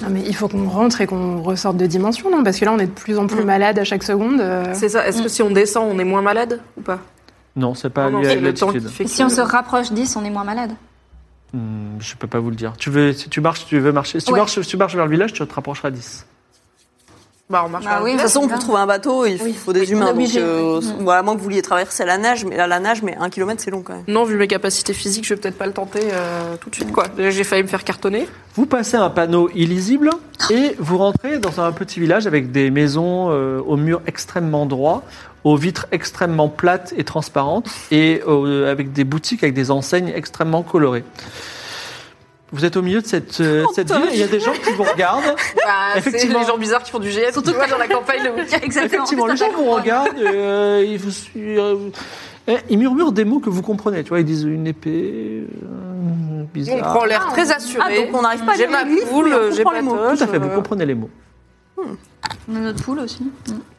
S3: Non, mais il faut qu'on rentre et qu'on ressorte de dimension, non Parce que là, on est de plus en plus malade à chaque seconde. euh.
S7: Mm. C'est ça. Est-ce que si on descend, on est moins malade ou pas Ah
S4: Non, c'est pas
S7: Oh Non, non,
S4: lié à
S7: c'est le temps qui
S4: l'altitude.
S7: fait
S9: Et
S7: que-
S9: si on se rapproche 10, on est moins malade.
S4: Hmm, je peux pas vous le dire. Tu veux, si tu marches, tu veux marcher. Si tu,
S9: Ouais.
S4: marches, si tu marches vers le village, tu te rapprocheras à 10.
S7: Bah, on marche.
S9: Bah
S7: à-
S9: oui.
S5: De toute façon, pour trouver un bateau, il faut des humains. Donc,
S9: obligé.
S5: euh, bon, à moins que vous vouliez traverser la nage, mais là, la nage, mais un kilomètre, c'est long quand même.
S7: Non, vu mes capacités physiques, je vais peut-être pas le tenter euh, tout de suite, quoi. Déjà, J'ai failli me faire cartonner.
S4: Vous passez un panneau illisible et vous rentrez dans un petit village avec des maisons euh, aux murs extrêmement droits, aux vitres extrêmement plates et transparentes et euh, avec des boutiques avec des enseignes extrêmement colorées. Vous êtes au milieu de cette, euh, cette ville et il y a des gens qui vous regardent.
S7: Bah, c'est
S4: Effectivement.
S7: les gens bizarres qui font du GS, surtout pas dans la campagne le week-end.
S4: Effectivement, les gens vous regardent, euh, ils, vous, euh, eh, ils murmurent des mots que vous comprenez. Tu vois, ils disent une épée, euh,
S7: On
S4: bizarre.
S7: prend l'air très assuré.
S5: Ah, donc on n'arrive pas à
S7: J'ai
S5: lire
S7: ma
S5: les glyphes, mais on
S7: poule, j'ai
S5: comprend
S7: ma
S5: les mots.
S7: toge,
S4: Tout à fait, vous
S7: euh,
S4: comprenez les mots.
S9: On a notre poule aussi.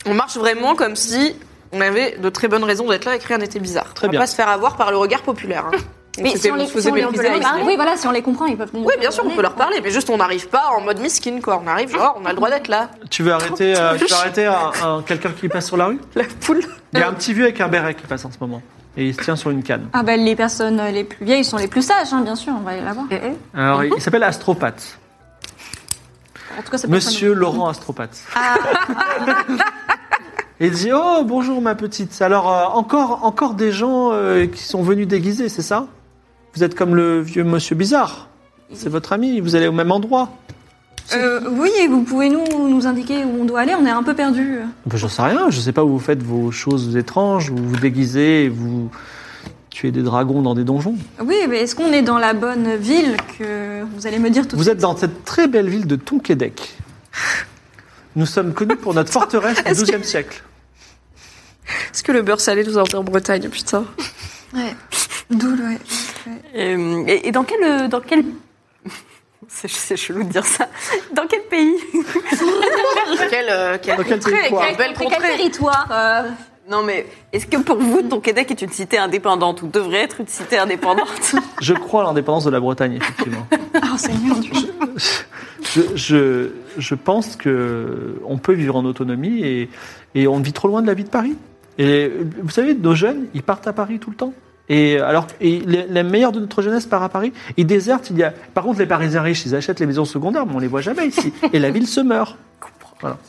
S7: On marche vraiment comme si on avait de très bonnes raisons d'être là et que rien n'était bizarre.
S4: Très
S7: on va
S4: bien.
S7: pas se faire avoir par le regard populaire. *laughs* hein. Donc
S9: Mais
S7: c'était-
S9: si on les,
S7: se faisait
S9: si on les- on peut
S7: mépriser
S9: leur
S7: avec
S9: parler.
S7: ça.
S9: Oui, voilà, si on les comprend, ils peuvent venir.
S7: Oui, bien sûr, on peut leur parler, mais juste on n'arrive pas en mode miskin, quoi. On arrive, genre, on a le droit d'être là.
S4: Tu veux arrêter, euh, tu veux arrêter un- un- quelqu'un qui passe sur la rue
S7: *laughs* La poule.
S4: Il y a un petit vieux avec un béret qui passe en ce moment. Et il se tient sur une canne.
S9: Ah ben les personnes euh, les plus vieilles sont les plus sages, hein, bien sûr, on va aller la voir.
S4: Alors, il il s'appelle Astropathe.
S9: En tout cas, c'est pas Ah.
S4: Monsieur Laurent Astropathe. *laughs* Et il dit Oh, bonjour ma petite. Alors, euh, encore, encore des gens euh, qui sont venus déguisés, c'est ça Vous êtes comme le vieux monsieur bizarre. C'est votre ami, vous allez au même endroit.
S9: Euh, oui, et vous pouvez nous, nous indiquer où on doit aller, on est un peu perdu.
S4: Ben, J'en sais rien, je sais pas où vous faites vos choses étranges, où vous vous déguisez et vous tuez des dragons dans des donjons.
S9: Oui, mais est-ce qu'on est dans la bonne ville que vous allez me dire tout de
S4: Vous
S9: suite
S4: êtes dans cette très belle ville de Tonquédec. Nous sommes connus pour
S9: *laughs*
S4: notre forteresse du XIIe siècle.
S7: Est-ce que le beurre salé nous a emmené en Bretagne, putain
S9: D'où, ouais.
S5: Et, Euh, et- et dans quel. Dans quel... *laughs* C'est c'est chelou de dire ça. Dans quel pays
S7: Quel, euh, quel
S4: Dans quel
S7: contrée,
S4: pays, quoi
S7: quelle belle
S9: Quel
S7: contrée
S9: territoire euh,
S5: Non, mais est-ce que pour vous, ton Québec est une cité indépendante ou devrait être une cité indépendante
S4: Je crois à l'indépendance de la Bretagne, effectivement.
S9: Oh Seigneur Dieu.
S4: Je, je, je pense que on peut vivre en autonomie et, et on vit trop loin de la vie de Paris. Et vous savez, nos jeunes, ils partent à Paris tout le temps. Et alors, et les, les meilleurs de notre jeunesse partent à Paris. Ils désertent. Il y a, par contre, les Parisiens riches, ils achètent les maisons secondaires, mais on les voit jamais ici. Et la ville se meurt.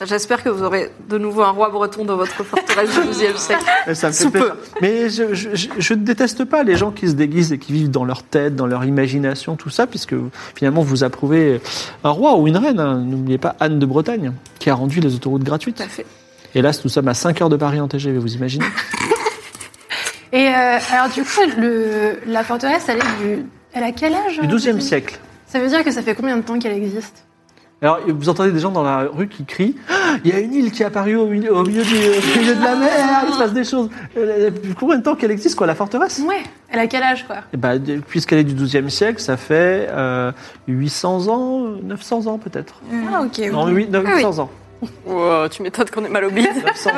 S7: J'espère que vous aurez de nouveau un roi breton dans votre forteresse du 12e siècle.
S4: Et ça me fait
S7: Sous peu.
S4: plaisir. Mais je, je- je- je ne déteste pas les gens qui se déguisent et qui vivent dans leur tête, dans leur imagination, tout ça, puisque finalement vous approuvez un roi ou une reine. hein. N'oubliez pas Anne de Bretagne, qui a rendu les autoroutes gratuites.
S7: Tout à fait.
S4: Hélas, nous sommes à 5 heures de Paris en TGV, vous
S7: *laughs*
S4: imaginez
S3: Et euh, alors, du coup, le, la forteresse, elle est du. Elle a quel âge
S4: Du 12e
S3: Sophie
S4: siècle.
S3: Ça veut dire que ça fait combien de temps qu'elle existe
S4: Alors, vous entendez des gens dans la rue qui crient Ah, Il y a une île qui est apparue au milieu, au milieu du, au milieu de la mer, il se passe des choses. Euh, Depuis combien de temps qu'elle existe, quoi, la forteresse
S3: Ouais, elle a quel âge, quoi
S4: Eh ben, de- Puisqu'elle est du 12e siècle, ça fait euh, 800 ans, 900 ans peut-être.
S3: Ah, ok.
S4: Non,
S3: oui.
S4: huit- neuf-
S7: Ah oui.
S4: 900 ans.
S5: Wow, tu m'étonnes qu'on est mal au
S7: *laughs*
S5: bide.
S4: 900 ans.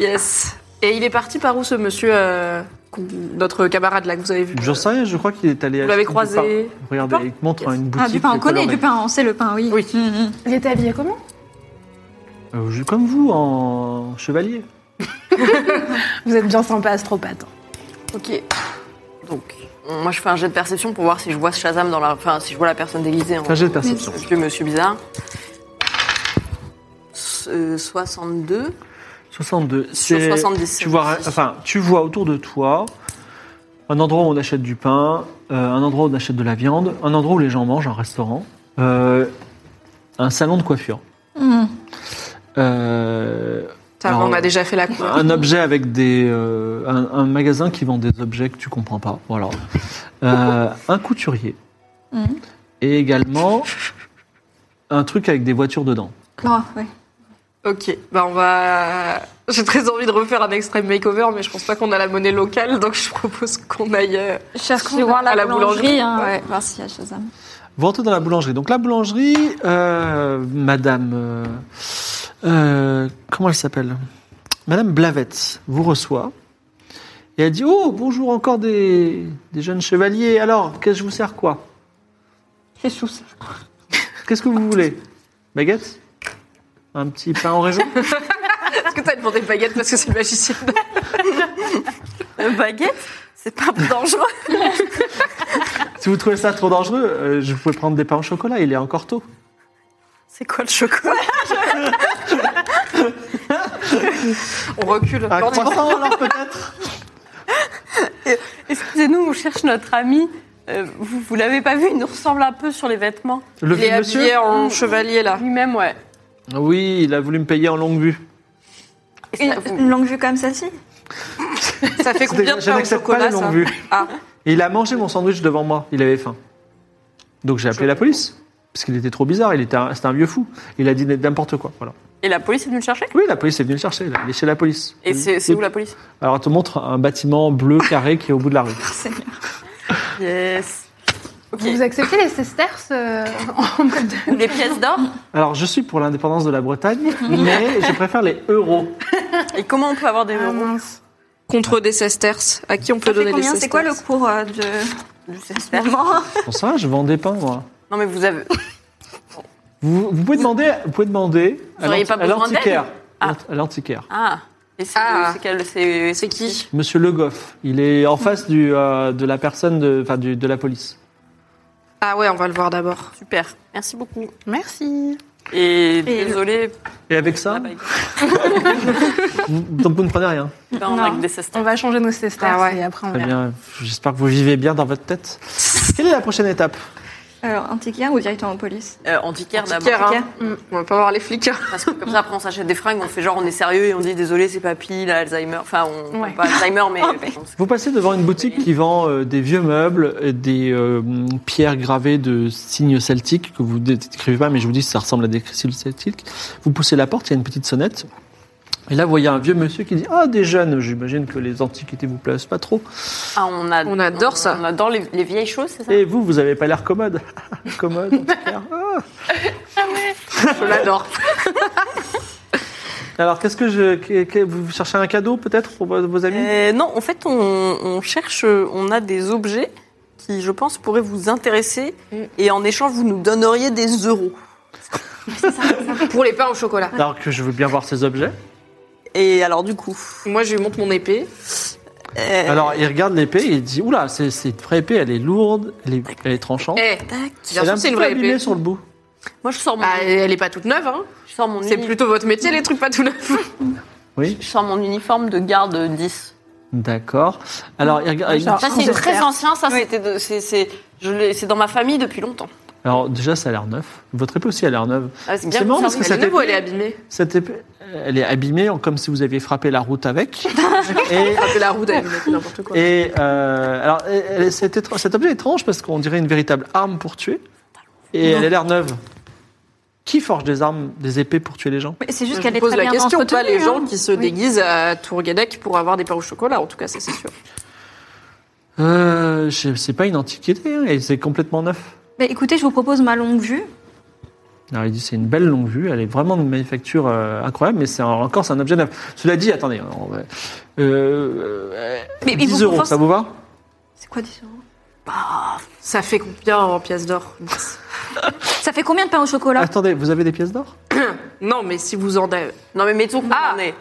S7: Yes. Et il est parti par où ce monsieur, euh, qu'on- notre camarade là que vous avez vu
S4: J'en sais rien, je crois qu'il est allé.
S7: Vous
S4: acheter
S7: l'avez
S4: du pain.
S7: croisé
S4: Regardez,
S7: Du pain
S4: il te montre
S7: Yes.
S4: une boutique.
S9: Ah, du pain, on connaît
S4: colorée.
S9: du pain, on sait le pain, oui.
S7: Oui.
S9: Mhm.
S3: Il était habillé comment
S4: Euh, je- comme vous, en chevalier.
S3: Vous êtes bien sympa, astropathe.
S5: Ok. Donc, moi je fais un jet de perception pour voir si je vois Shazam dans la. Enfin, si je vois la personne déguisée. en-
S4: Enfin, j'ai de perception.
S5: Parce que monsieur bizarre. S- euh, 62
S4: 62.
S5: sur
S4: c'est-
S5: 70.
S4: Tu vois, enfin, tu vois autour de toi un endroit où on achète du pain, euh, un endroit où on achète de la viande, un endroit où les gens mangent, un restaurant, euh, un salon de coiffure.
S9: Mhm.
S4: Euh,
S7: Ça,
S4: Alors,
S7: On a déjà fait la cour.
S4: un objet avec des. euh, un, un magasin qui vend des objets que tu comprends pas. Voilà. Euh, un couturier.
S9: Mhm.
S4: Et également un truc avec des voitures dedans.
S9: Ah, ouais.
S7: Ok, bah on va. J'ai très envie de refaire un extrême makeover, mais je pense pas qu'on a la monnaie locale, donc je propose qu'on aille. euh,
S9: Chercher voir
S7: à
S9: la,
S7: la boulangerie,
S9: boulangerie, hein,
S7: ouais.
S9: ouais, voir s'il y a Shazam.
S4: Vous rentrez dans la boulangerie. Donc la boulangerie, euh, Madame, euh, euh, comment elle s'appelle Madame Blavette vous reçoit et elle dit Oh bonjour encore des, des jeunes chevaliers. Alors qu'est-ce que je vous sers quoi
S9: C'est chousse.
S4: Qu'est-ce que vous voulez Baguette Un petit pain en région
S7: Est-ce que t'as demandé baguette parce que c'est
S5: *laughs*
S7: le magicien
S5: baguette C'est pas dangereux.
S4: Si vous trouvez ça trop dangereux, euh, je pouvais prendre des pains au chocolat. Il est encore tôt.
S5: C'est quoi le chocolat *laughs*
S7: On recule.
S4: Un
S7: On est-
S4: croissant alors peut-être
S5: Excusez-nous, on cherche notre ami. Euh, vous vous l'avez pas vu, il nous ressemble un peu sur les vêtements.
S4: Le
S7: Il est
S4: vieux monsieur
S7: habillé
S5: Mm.
S7: en chevalier là.
S5: Lui-même, ouais.
S4: Oui, il a voulu me payer en longue vue.
S5: Et ça,
S6: Une,
S5: vous-
S6: une longue vue comme celle-ci
S7: Ça fait combien de
S4: Je
S7: pains au
S4: n'accepte pas
S7: chocolat
S4: les
S7: ça
S4: longues vues.
S7: Ah.
S4: Et il a mangé mon sandwich devant moi. Il avait faim. Donc j'ai appelé la police. Parce qu'il était trop bizarre. Il était un- C'était un vieux fou. Il a dit n'importe quoi. Voilà.
S5: Et la police est venue le chercher
S4: Oui, la police est venue le chercher. Il est chez la police.
S5: Et c'est c'est où la police
S4: Alors elle te montre un bâtiment bleu carré qui est au bout de la rue.
S5: Yes. Ok.
S3: Vous acceptez les sesterces euh, en mode de-
S5: Ou les pièces d'or
S4: Alors je suis pour l'indépendance de la Bretagne, mais je préfère les euros.
S5: Et comment on peut avoir des
S3: Ah,
S5: euros
S3: mince.
S7: Contre des sesterces. À qui on peut
S6: Ça fait
S7: donner des
S6: combien
S7: sesterces
S6: C'est quoi le cours euh, de.
S5: Du
S6: de *laughs*
S5: sesterce
S6: moment
S4: Pour ça, je vends des pains, moi.
S5: Non mais vous avez...
S4: Vous, vous pouvez demander, vous pouvez demander à
S5: Vous auriez
S4: l'anti-
S5: pas
S4: à
S5: besoin
S4: l'antiquaire.
S5: Ah.
S4: L'ant- À l'antiquaire.
S5: Ah Et c'est
S7: Ah.
S5: c'est quel- c'est- c'est qui
S4: Monsieur Le Goff. Il est en face du, euh, de la personne de, enfin, du- de la police.
S7: Ah ouais, on va le voir d'abord.
S5: Super, merci beaucoup.
S3: Merci.
S5: Et, désolé,
S4: Et avec ça,
S5: la bague.
S4: *laughs* vous- donc vous ne prenez rien.
S5: Ben, on
S3: Non.
S5: a que des sesterces.
S3: On va changer nos sesterces
S7: Ah ouais.
S3: et après on
S4: Très
S3: verra.
S4: bien, j'espère que vous vivez bien dans votre tête. Quelle est la prochaine étape
S9: Alors, antiquaire ou directement en police
S5: Euh, antiquaire d'abord.
S7: Antiquaire, hein. On va pas voir les flics.
S5: Parce que comme ça, après, on s'achète des fringues, on fait genre, on est sérieux et on dit désolé, c'est papy, là, Alzheimer. Enfin, on
S3: Ouais.
S5: pas Alzheimer,
S7: *laughs*
S5: mais.
S7: Ah,
S5: on se-
S4: Vous passez devant une boutique qui vend euh, des vieux meubles, et des euh, pierres gravées de signes celtiques que vous ne décrivez pas, mais je vous dis ça ressemble à des signes celtiques. Vous poussez la porte, il y a une petite sonnette. Et là, vous voyez un vieux monsieur qui dit Ah, des jeunes, j'imagine que les antiquités vous plaisent pas trop.
S5: Ah, on, a-
S7: On adore ça.
S5: On adore les, les vieilles choses, c'est ça
S4: Et vous, vous n'avez pas l'air commode. *laughs* commode,
S7: *laughs*
S4: antiquaire. Ah.
S7: Je l'adore.
S4: Alors, qu'est-ce que je. que- que- vous cherchez un cadeau peut-être pour vos vos amis
S5: Euh, Non, en fait, on, on cherche, euh, on a des objets qui, je pense, pourraient vous intéresser
S7: Mm.
S5: et en échange, vous nous donneriez des euros.
S7: Pour les pains au chocolat.
S4: Alors que je veux bien voir ces objets.
S5: Et alors, du coup.
S7: Moi, je lui montre mon épée.
S5: euh,
S4: Alors, il regarde l'épée et il dit Oula, c'est c'est une vraie épée, elle est lourde, elle est, elle est tranchante.
S7: Eh,
S5: tac.
S7: bien
S4: elle est un
S7: sûr, c'est
S4: petit
S7: une
S4: peu
S7: vraie
S4: abîmée
S7: épée.
S4: sur le bout.
S5: Moi, je sors mon,
S7: Bah, elle est pas toute neuve, hein.
S5: je sors mon
S7: C'est
S5: uni-
S7: plutôt votre métier, les trucs pas tout neufs.
S4: Oui,
S5: je sors mon uniforme de garde 10.
S4: d'accord. Alors, il regarde-
S3: Genre-
S5: Ça,
S3: Sans
S5: c'est
S3: de
S5: très
S3: faire.
S5: ancien. Ça, c'était de- c'est- c'est je l'ai- c'est dans ma famille depuis longtemps.
S4: alors, déjà, ça a l'air neuf. Votre épée aussi a l'air neuve.
S5: Ah, c'est
S4: C'est marrant parce que
S5: conservé.
S4: ça
S7: Elle est
S4: t'est-
S7: neuve ou elle est abîmée
S4: Cette épée, elle est abîmée en- comme si vous aviez frappé la route avec. et
S7: Frapper Ah, la roue d'abîmée, c'est n'importe quoi.
S4: et, euh, alors, elle- elle- cet, étr- cet objet est étrange parce qu'on dirait une véritable arme pour tuer. Et elle a l'air neuve. Qui forge des armes, des épées pour tuer les gens
S6: Mais C'est juste
S7: Je
S6: qu'elle
S7: vous
S6: est
S7: pose
S6: très
S7: la
S6: bien
S7: question, pas les
S6: entretenue,
S7: gens
S6: hein.
S7: qui se déguisent à Tourguedec pour avoir des pains au chocolat, en tout cas, ça c'est sûr.
S4: euh, je- C'est pas une antiquité, hein, et c'est complètement neuf.
S6: Bah, écoutez, je vous propose ma longue vue.
S4: Alors, il dit c'est une belle longue vue, elle est vraiment de manufacture euh, incroyable, mais c'est un- encore c'est un objet neuf. Cela dit, attendez, on va- euh, euh,
S6: Mais, mais
S4: 10
S6: vous
S4: euros,
S6: pensez-
S4: ça vous va
S6: C'est quoi 10 euros
S7: Ça fait combien en pièces d'or
S6: Ça fait combien de pain au
S7: Ah,
S6: chocolat
S4: Attendez, vous avez des pièces d'or
S7: Non, mais si vous en avez.
S5: Non, mais mettons qu'on
S7: Ah.
S5: en est. Est-ce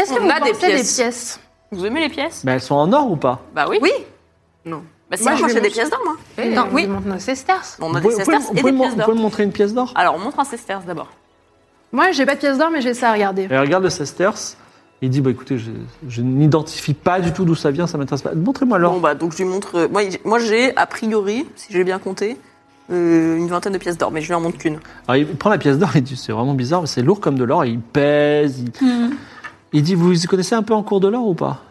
S3: Qu'est-ce que
S5: qu'on
S3: vous
S5: a des
S3: pensez des
S5: pièces
S3: pièces
S5: Vous aimez les pièces
S4: Mais elles sont en or ou pas
S5: Bah oui.
S7: Oui. Non.
S5: Bah si,
S3: Moi,
S5: moi,
S3: je vais
S5: j'ai des
S3: mon-
S5: pièces d'or, moi.
S3: Eh,
S6: Non,
S3: on
S6: oui.
S3: lui montre nos sesterces.
S5: On a
S4: Vous
S5: des
S4: pouvez-
S5: sesterces
S4: vous
S5: et
S4: pouvez
S5: des
S4: me-
S5: pièces
S4: vous
S5: d'or. Ah.
S4: pouvez me montrer une pièce d'or
S5: Alors, on montre un sesterce d'abord.
S3: Moi, j'ai pas de pièces d'or, mais j'ai ça à regarder.
S4: Et elle regarde le sesterce. Il dit bah écoutez, je, je n'identifie pas du tout d'où ça vient, ça m'intéresse pas. Montrez-moi l'or.
S5: Bon, bah donc je lui montre. euh, Moi, il- moi, j'ai, a priori, si j'ai bien compté, euh, une vingtaine de pièces d'or, mais je lui en montre qu'une.
S4: Alors il prend la pièce d'or et dit c'est vraiment bizarre, mais c'est lourd comme de l'or. et Il pèse. Il...
S5: Mm.
S4: il dit vous y connaissez un peu en cours de l'or ou pas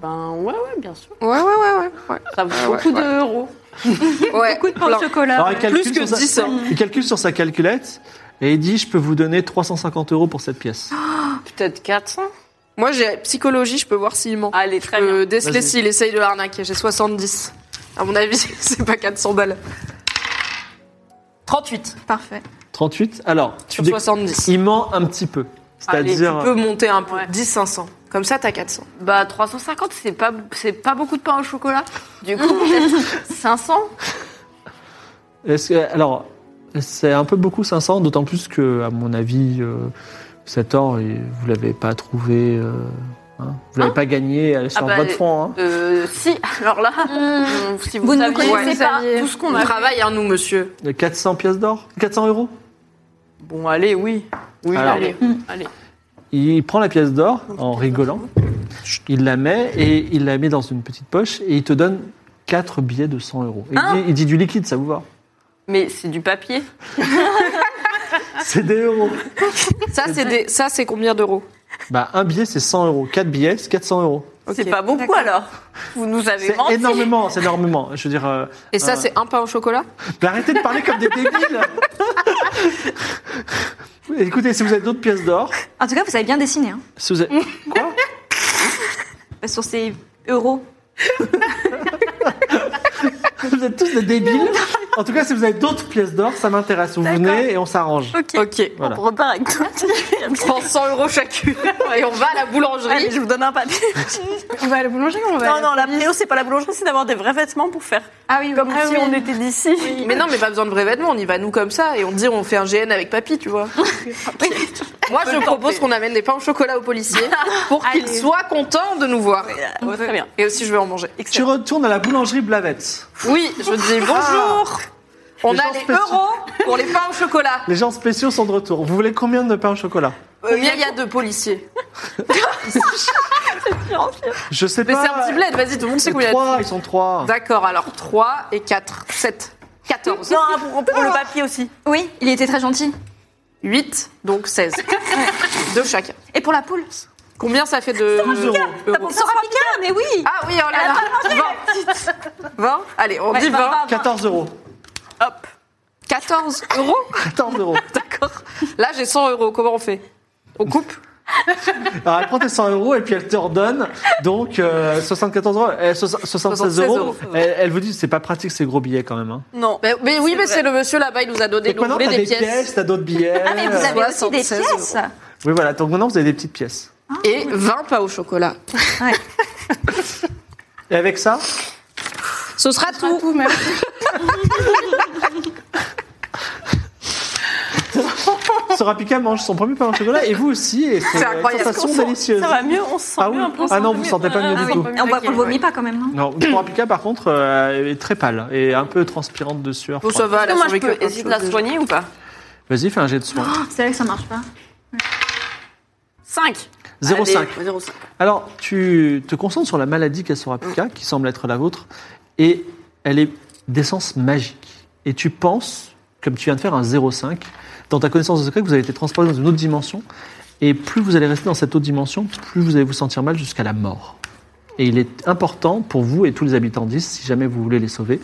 S5: Ben ouais, ouais, bien sûr.
S7: Ouais, ouais, ouais,
S5: Ça vaut beaucoup d'euros.
S7: ouais. ouais.
S6: Coup de pain au chocolat.
S4: Alors il calcule,
S7: Plus que
S4: sur
S7: 10.
S4: sa...
S7: hein.
S4: il calcule sur sa calculette et il dit je peux vous donner 350 euros pour cette pièce.
S5: Peut-être 400.
S7: Moi j'ai psychologie, je peux voir s'il euh, ment.
S5: Allez, très
S7: je
S5: bien.
S7: peux déceler
S4: Vas-y.
S7: s'il essaye de l'arnaquer. J'ai 70. À mon avis, *laughs* c'est pas 400 balles.
S8: 38.
S6: Parfait.
S4: 38. Alors tu
S7: Sur
S4: déc-
S7: 70.
S4: il ment un petit peu.
S5: Allez, tu
S4: C'est-à-dire
S7: Tu peux monter un peu.
S5: Ouais.
S7: 10, 500. Comme ça, t'as 400.
S5: Bah 350, c'est pas, c'est pas beaucoup de pain au chocolat. Du coup, peut-être 500.
S4: Est-ce que- alors, c'est un peu beaucoup 500, d'autant plus que, à mon avis, euh, cet or, il- vous l'avez pas trouvé, euh, hein, vous l'avez pas gagné euh, sur
S5: bah,
S4: votre front. hein.
S5: Euh, si, alors là, on- *laughs* si Hmm. vous,
S6: Vous ne
S5: saviez-
S6: connaissez
S5: Ouais.
S6: pas
S5: tout ce qu'on
S7: On
S5: a.
S7: travaille, hein, nous, monsieur.
S4: De 400 pièces d'or, 400 euros.
S5: Bon, allez, oui. Oui,
S4: Alors. hum.
S5: allez. allez.
S4: Il prend la pièce d'or en rigolant, il la met et il la met dans une petite poche et il te donne 4 billets de 100 euros. Et
S5: Ah.
S4: il, dit, il dit du liquide, ça vous va
S5: Mais c'est du papier. Ah.
S4: C'est des euros.
S7: Ça, c'est des... ça, c'est combien d'euros
S4: Bah, un billet, c'est 100 euros. 4 billets, c'est 400 euros.
S5: C'est pas beaucoup alors. Vous nous avez
S4: C'est
S5: menti.
S4: énormément, c'est énormément. Je veux dire, euh,
S7: Et ça,
S4: Ah.
S7: c'est un pain au chocolat
S4: Mais arrêtez de parler comme des débiles *laughs* Écoutez, si vous avez d'autres pièces d'or,
S6: En tout cas, vous avez bien dessiné. Hein.
S4: si vous avez... Quoi
S7: Bah,
S6: Sur ces euros.
S4: Vous êtes tous des débiles. En tout cas, si vous avez d'autres pièces d'or, ça m'intéresse. Vous venez et on s'arrange.
S5: Ok.
S4: Voilà.
S5: On repart avec toi.
S7: prends 100 euros chacune et on va à la
S5: *laughs*
S7: boulangerie.
S5: Allez, je vous donne un papier.
S3: On va aller au boulanger ou on va
S5: Non,
S3: aller-
S5: non, la priorité, c'est pas la boulangerie, c'est d'avoir des vrais vêtements pour faire
S3: Ah oui,
S5: comme
S3: ah
S5: si
S3: oui.
S5: on était d'ici.
S7: Mais non, mais pas besoin de vrais vêtements, on y va nous comme ça et on dit on fait un GN avec papy, tu *laughs* vois. Moi, je propose qu'on amène des pains au chocolat aux policiers pour qu'ils soient contents de nous voir.
S5: Ouais, très bien.
S7: Et aussi, je vais en manger.
S4: Tu retournes à la boulangerie Blavette.
S7: Oui, je dis bonjour. On
S4: Les
S7: a
S4: gens
S7: les
S4: spéciaux.
S7: euros pour les pains au *laughs* chocolat.
S4: Les gens spéciaux sont de retour. Vous voulez combien de pain au chocolat
S7: Combien il y a de policiers
S4: Je sais
S7: Mais
S4: pas.
S7: c'est un petit bled, vas-y, tout le monde sait combien il y a
S4: Trois,
S7: de
S4: ils sont trois.
S7: D'accord, alors 3 et 4, 7, 14,
S5: Non, hein, pour, pour le papier aussi.
S6: Oui, il était très gentil.
S7: 8, donc *laughs* 16. De chacun.
S6: Et pour la poule
S7: Combien ça fait de
S4: 12 euros.
S7: euros
S6: Sora Pika, mais oui
S7: Ah oui, oh là là 20 20 Allez, on dit 20
S6: bah,
S4: 14 euros.
S7: 14 euros
S4: 14 euros.
S7: *laughs* D'accord. Là, j'ai 100 euros, comment on fait On coupe
S4: Alors elle prend tes 100 euros et puis elle te redonne donc euh, 74 euros, eh, so- 76 euros.
S7: 76 euros.
S4: Elle, elle vous dit c'est pas pratique ces gros billets quand même. hein.
S5: Non.
S7: mais, Bah, mais oui,
S5: C'est
S7: mais
S5: vrai.
S7: c'est le monsieur là-bas, il nous a donné,
S4: Donc
S7: nous
S4: maintenant t'as
S7: voulait des,
S4: des
S7: pièces.
S4: pièces, t'as
S7: *laughs*
S4: d'autres billets.
S6: Ah, mais vous avez aussi des
S7: 76 euros.
S6: pièces
S4: Oui, voilà, donc maintenant vous avez des petites pièces.
S7: Et 20 pas au chocolat.
S4: Et avec ça,
S7: Ce sera tout.
S3: Tout,
S4: *laughs*
S3: même.
S4: Sora Pika mange son premier pain au chocolat et vous aussi, et c'est une
S7: incroyable.
S4: sensation délicieuse.
S5: Ça va mieux, on se sent
S4: Ah oui
S5: mieux un peu.
S4: Ah non, vous sentez pas mieux du tout.
S6: Et on ne vomit pas quand même, non
S4: Non, Sora Pika par contre euh, est très pâle et un peu transpirante de sueur.
S7: Bon, ça
S4: froide.
S5: Est-ce
S7: va, elle a
S5: que moi, je
S7: survécu à
S5: peux
S7: plein de
S5: essayer de la
S7: choses,
S5: soigner ou pas
S4: Vas-y, fais un jet de soin.
S9: Oh, c'est vrai que ça marche pas.
S7: 5
S4: 0,5.
S7: 0,5.
S4: Alors, tu te concentres sur la maladie Kassorapuka, qui semble être la vôtre, et elle est d'essence magique. Et tu penses, comme tu viens de faire un 0,5, dans ta connaissance de secret, que vous avez été transporté dans une autre dimension, et plus vous allez rester dans cette autre dimension, plus vous allez vous sentir mal jusqu'à la mort. Et il est important pour vous et tous les habitants d'Is, si jamais vous voulez les sauver,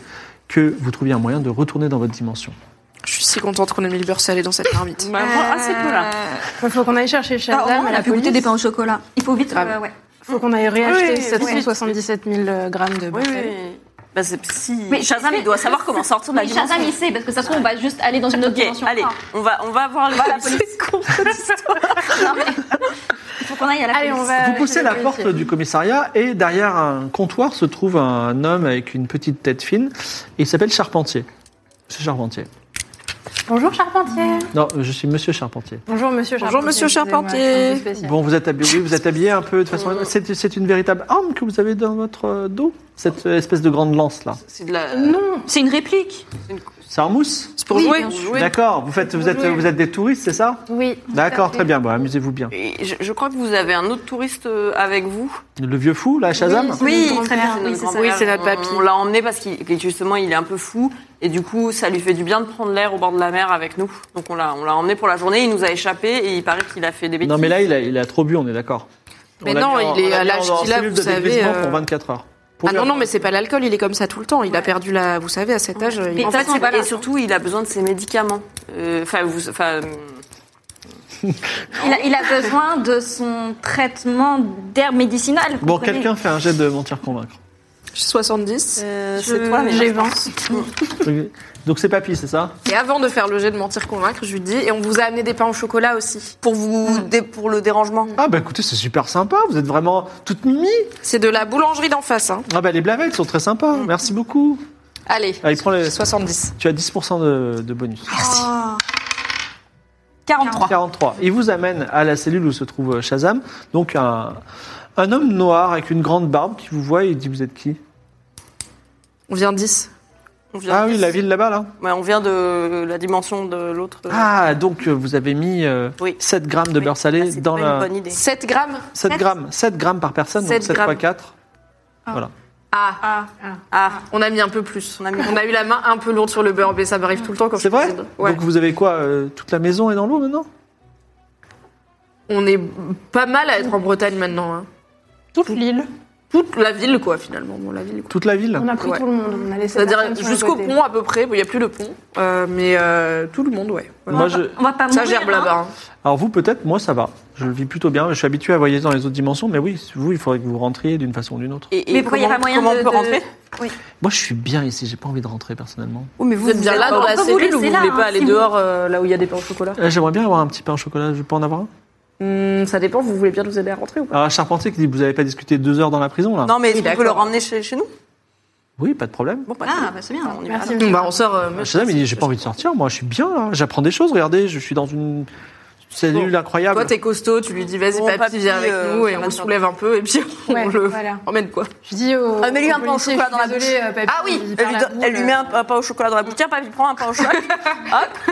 S4: que vous trouviez un moyen de retourner dans votre dimension.
S7: Je suis si contente qu'on ait mis le beurre salé dans cette marmite.
S8: Ah,
S7: Euh.
S8: c'est cool, là.
S9: hein.
S3: Il faut qu'on aille chercher
S6: Ah, au
S3: Shazam
S6: moins,
S3: à
S6: on Euh, a
S3: la
S6: pu goûter
S3: police.
S6: des pains au chocolat. Il faut vite.
S7: Grave.
S6: euh, ouais.
S3: faut qu'on aille réacheter
S7: Oui,
S3: 777 000 euh, grammes de
S7: Oui,
S3: bordel.
S7: oui. Bah, c'est si.
S8: Mais Shazam, il doit savoir comment sortir de la
S9: Mais Shazam,
S8: dimension.
S9: il sait, parce que ça se trouve, on va juste aller dans une autre
S8: Ok,
S9: dimension.
S6: *laughs*
S8: allez,
S9: Ah,
S8: on va, on va voir le la police.
S6: Il faut qu'on aille à la
S3: Allez, on
S6: police.
S3: va.
S4: Vous poussez
S3: chez
S4: la
S3: policiers.
S4: porte du commissariat et derrière un comptoir se trouve un homme avec une petite tête fine. Il s'appelle Charpentier. Monsieur Charpentier.
S3: Bonjour Charpentier.
S4: Non, je suis Monsieur Charpentier.
S3: Bonjour Monsieur Charpentier.
S7: Bonjour, Monsieur
S3: excusez-moi,
S7: Charpentier.
S3: c'est un peu spécial.
S4: Bon, vous êtes habillé, oui, vous êtes habillé un peu de façon. C'est c'est une véritable arme que vous avez dans votre euh, dos, cette espèce de grande lance là.
S7: *laughs* C'est de la.
S6: C'est une réplique.
S4: C'est en mousse.
S7: C'est pour
S3: Oui,
S7: jouer.
S3: bien
S7: Pour
S3: sûr.
S7: jouer.
S4: D'accord. Vous faites, vous êtes, vous êtes des touristes, c'est ça
S3: Oui. tout à
S4: D'accord,
S3: fait.
S4: très bien. Bon, amusez-vous bien.
S7: Et je, je crois que vous avez un autre touriste euh, avec vous.
S4: Le vieux fou, là, Shazam.
S6: Oui,
S3: Notre
S6: très bien.
S3: grand-père.
S6: Oui, c'est ça.
S7: Oui,
S6: Voilà.
S7: c'est notre
S6: On-
S7: papy.
S6: on
S7: On l'a emmené parce qu'il que justement il est un peu fou et du coup ça lui fait du bien de prendre l'air au bord de la mer avec nous. Donc on l'a on l'a emmené pour la journée. Il nous a échappé et il paraît qu'il a fait des bêtises.
S4: Non, mais là, il a, il a trop bu, on est d'accord.
S7: Mais
S4: On l'a
S7: non,
S4: mis en-
S7: il est
S4: on l'a
S7: à
S4: mis
S7: l'âge
S4: en
S7: qu'il a,
S4: cellule
S7: vous
S4: de
S7: savez,
S4: dépaysement pour
S7: euh,
S4: 24 heures. Pour
S7: ah
S4: lui-
S7: non non mais c'est pas l'alcool. Il est comme ça tout le temps. Il a perdu la. Vous savez à cet âge. il-
S6: Mais
S7: En
S6: de toute
S7: fait
S6: façon,
S7: c'est-
S6: voilà.
S7: et surtout il a besoin de ses médicaments. Euh, Enfin vous enfin.
S6: Il a, il a besoin de son traitement d'herbe médicinale. vous
S4: Bon,
S6: comprenez
S4: quelqu'un fait un jet de mentir convaincre.
S7: je suis 70.
S6: c'est toi, mais
S3: J'ai
S6: je
S3: 20.
S4: Ok. Donc c'est papy, c'est ça
S7: Et avant de faire le jet de mentir convaincre, je lui dis et on vous a amené des pains au chocolat aussi.
S5: Pour vous,
S7: Mm.
S5: dé- pour le dérangement.
S4: Ah bah écoutez, c'est super sympa, vous êtes vraiment toute mimi.
S7: C'est de la boulangerie d'en face. Hein.
S4: Ah bah les blavettes sont très sympas, merci beaucoup.
S7: Allez.
S4: Ah, il prend
S7: Euh,
S4: les-
S7: 70.
S4: Tu as 10% de, de bonus.
S6: 43.
S4: 43. Il vous amène à la cellule où se trouve euh, Shazam, donc un, un homme noir avec une grande barbe qui vous voit et il dit vous êtes qui
S7: On vient 10.
S5: On vient
S4: Ah
S5: de-
S4: oui, la ville là-bas là.
S5: Ouais, on vient de la dimension de l'autre.
S4: Ah donc euh, vous avez mis euh,
S5: Oui.
S4: 7 grammes de
S5: Oui.
S4: beurre salé
S5: Ah, c'est
S4: dans
S5: pas
S4: la...
S5: une bonne idée.
S7: 7 grammes
S4: 7 grammes, 7 grammes par personne, donc
S7: 7
S4: 7
S7: grammes.
S4: x 4.
S7: Ah.
S5: Ah,
S7: On a mis Mm. un peu plus.
S5: on a mis.
S7: On a eu la main un peu lourde sur le beurre, mais ça m'arrive tout le temps quand
S4: C'est
S7: je
S4: vrai
S7: cuisine. Ouais.
S4: Donc vous avez quoi euh, Toute la maison est dans l'eau maintenant
S7: On est pas mal à être en Bretagne maintenant. hein.
S3: Toute l'île.
S7: Toute la ville, quoi, finalement. Bon, la ville, quoi.
S4: Toute la ville
S3: On a pris
S7: Ouais.
S3: tout le monde. On a laissé.
S7: C'est-à-dire
S3: personne sur le
S7: jusqu'au
S3: côté.
S7: pont, à peu près. Bon, Il n'y a plus le pont. Euh, mais euh, tout le monde, ouais. Voilà.
S4: Moi, je...
S6: On va pas
S7: Ça
S6: mourir,
S7: gerbe
S6: hein.
S7: là-bas. hein.
S4: Alors vous peut-être, moi ça va. Je le vis plutôt bien. Je suis habitué à voyager dans les autres dimensions, mais oui, vous il faudrait que vous rentriez d'une façon ou d'une autre.
S5: Et, et
S6: Mais pourquoi il n'y a
S5: comment-
S6: pas moyen
S5: comment
S6: de.
S5: on peut
S6: de-
S5: rentrer
S4: Moi je suis bien ici, j'ai pas envie de rentrer personnellement.
S5: Oh, mais vous,
S7: Vous êtes bien
S5: êtes-
S7: là
S6: on
S7: dans la
S6: peut vous
S7: cellule ou vous
S6: laisser
S9: Ah,
S7: ne
S6: là,
S7: voulez
S6: hein,
S7: pas aller
S6: si vous-
S7: dehors euh, là où il y a des pains au chocolat
S4: Là, Eh, J'aimerais bien avoir un petit pain au chocolat. Je peux en avoir un
S7: Hum, Ça dépend, vous voulez bien nous aider à rentrer ou pas
S4: Alors un Charpentier qui dit vous avez pas discuté deux heures dans la prison là
S5: Non, mais est-ce
S7: Oui,
S5: qu'on peut
S7: d'accord.
S5: le ramener chez, chez nous
S4: Oui, pas de problème.
S5: Bon, pas de
S6: Ah,
S5: problème.
S6: bah c'est bien.
S5: on y va.
S3: Merci.
S5: alors.
S3: monsieur.
S7: Bah, on sort. euh,
S4: Shazam il dit j'ai pas envie de sortir. Moi je suis bien là. J'apprends des choses. Regardez, je suis dans une cellule incroyable.
S7: Toi, t'es costaud, tu lui dis vas-y,
S5: Bon,
S7: papy,
S5: papy,
S7: viens avec
S5: euh,
S7: nous et
S5: ça
S7: on
S5: va
S7: le
S5: bien.
S7: soulève un peu et puis on
S3: Ouais,
S7: le
S3: voilà.
S7: emmène quoi.
S3: Je dis au.
S5: Ah, mais lui, un pain au
S3: policier,
S5: chocolat
S3: je suis
S5: dans la
S3: désolée, euh, papy,
S7: Ah oui,
S3: il
S5: Elle
S3: perd
S5: lui,
S3: la
S5: donne- elle lui
S3: boule.
S5: met un, un pain au chocolat dans la bouche. Tiens, papy, prends un pain au chocolat.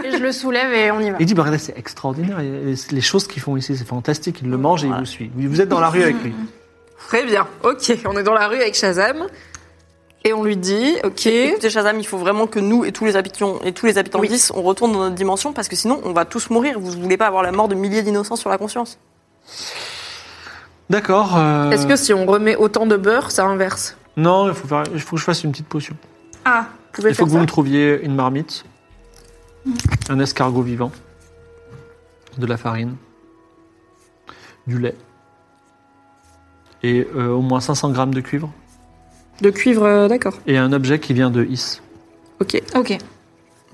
S3: Et je le soulève et on y va.
S4: Il dit bah regardez c'est extraordinaire. Et Les choses qu'ils font ici c'est fantastique. Il le mange et il vous suit. Vous êtes dans la rue avec lui.
S7: Très bien, ok, on est dans la rue avec Shazam et on lui dit ok.
S5: Écoutez, Shazam, il faut vraiment que nous et tous les habitants et tous les habitants
S7: Oui.
S5: 10, on retourne dans notre dimension parce que sinon, on va tous mourir. Vous voulez pas avoir la mort de milliers d'innocents sur la conscience
S4: D'accord. euh,
S7: Est-ce que si on remet autant de beurre, ça inverse
S4: non il faut faire- il faut que je fasse une petite potion.
S6: Ah,
S7: Vous pouvez
S4: Il faut
S7: faire
S4: que vous
S7: ça Mm.
S4: me trouviez une marmite, un escargot vivant, de la farine, du lait et euh, au moins 500 grammes de cuivre
S7: De cuivre, euh, d'accord.
S4: et un objet qui vient de Is.
S7: Ok.
S9: Ok.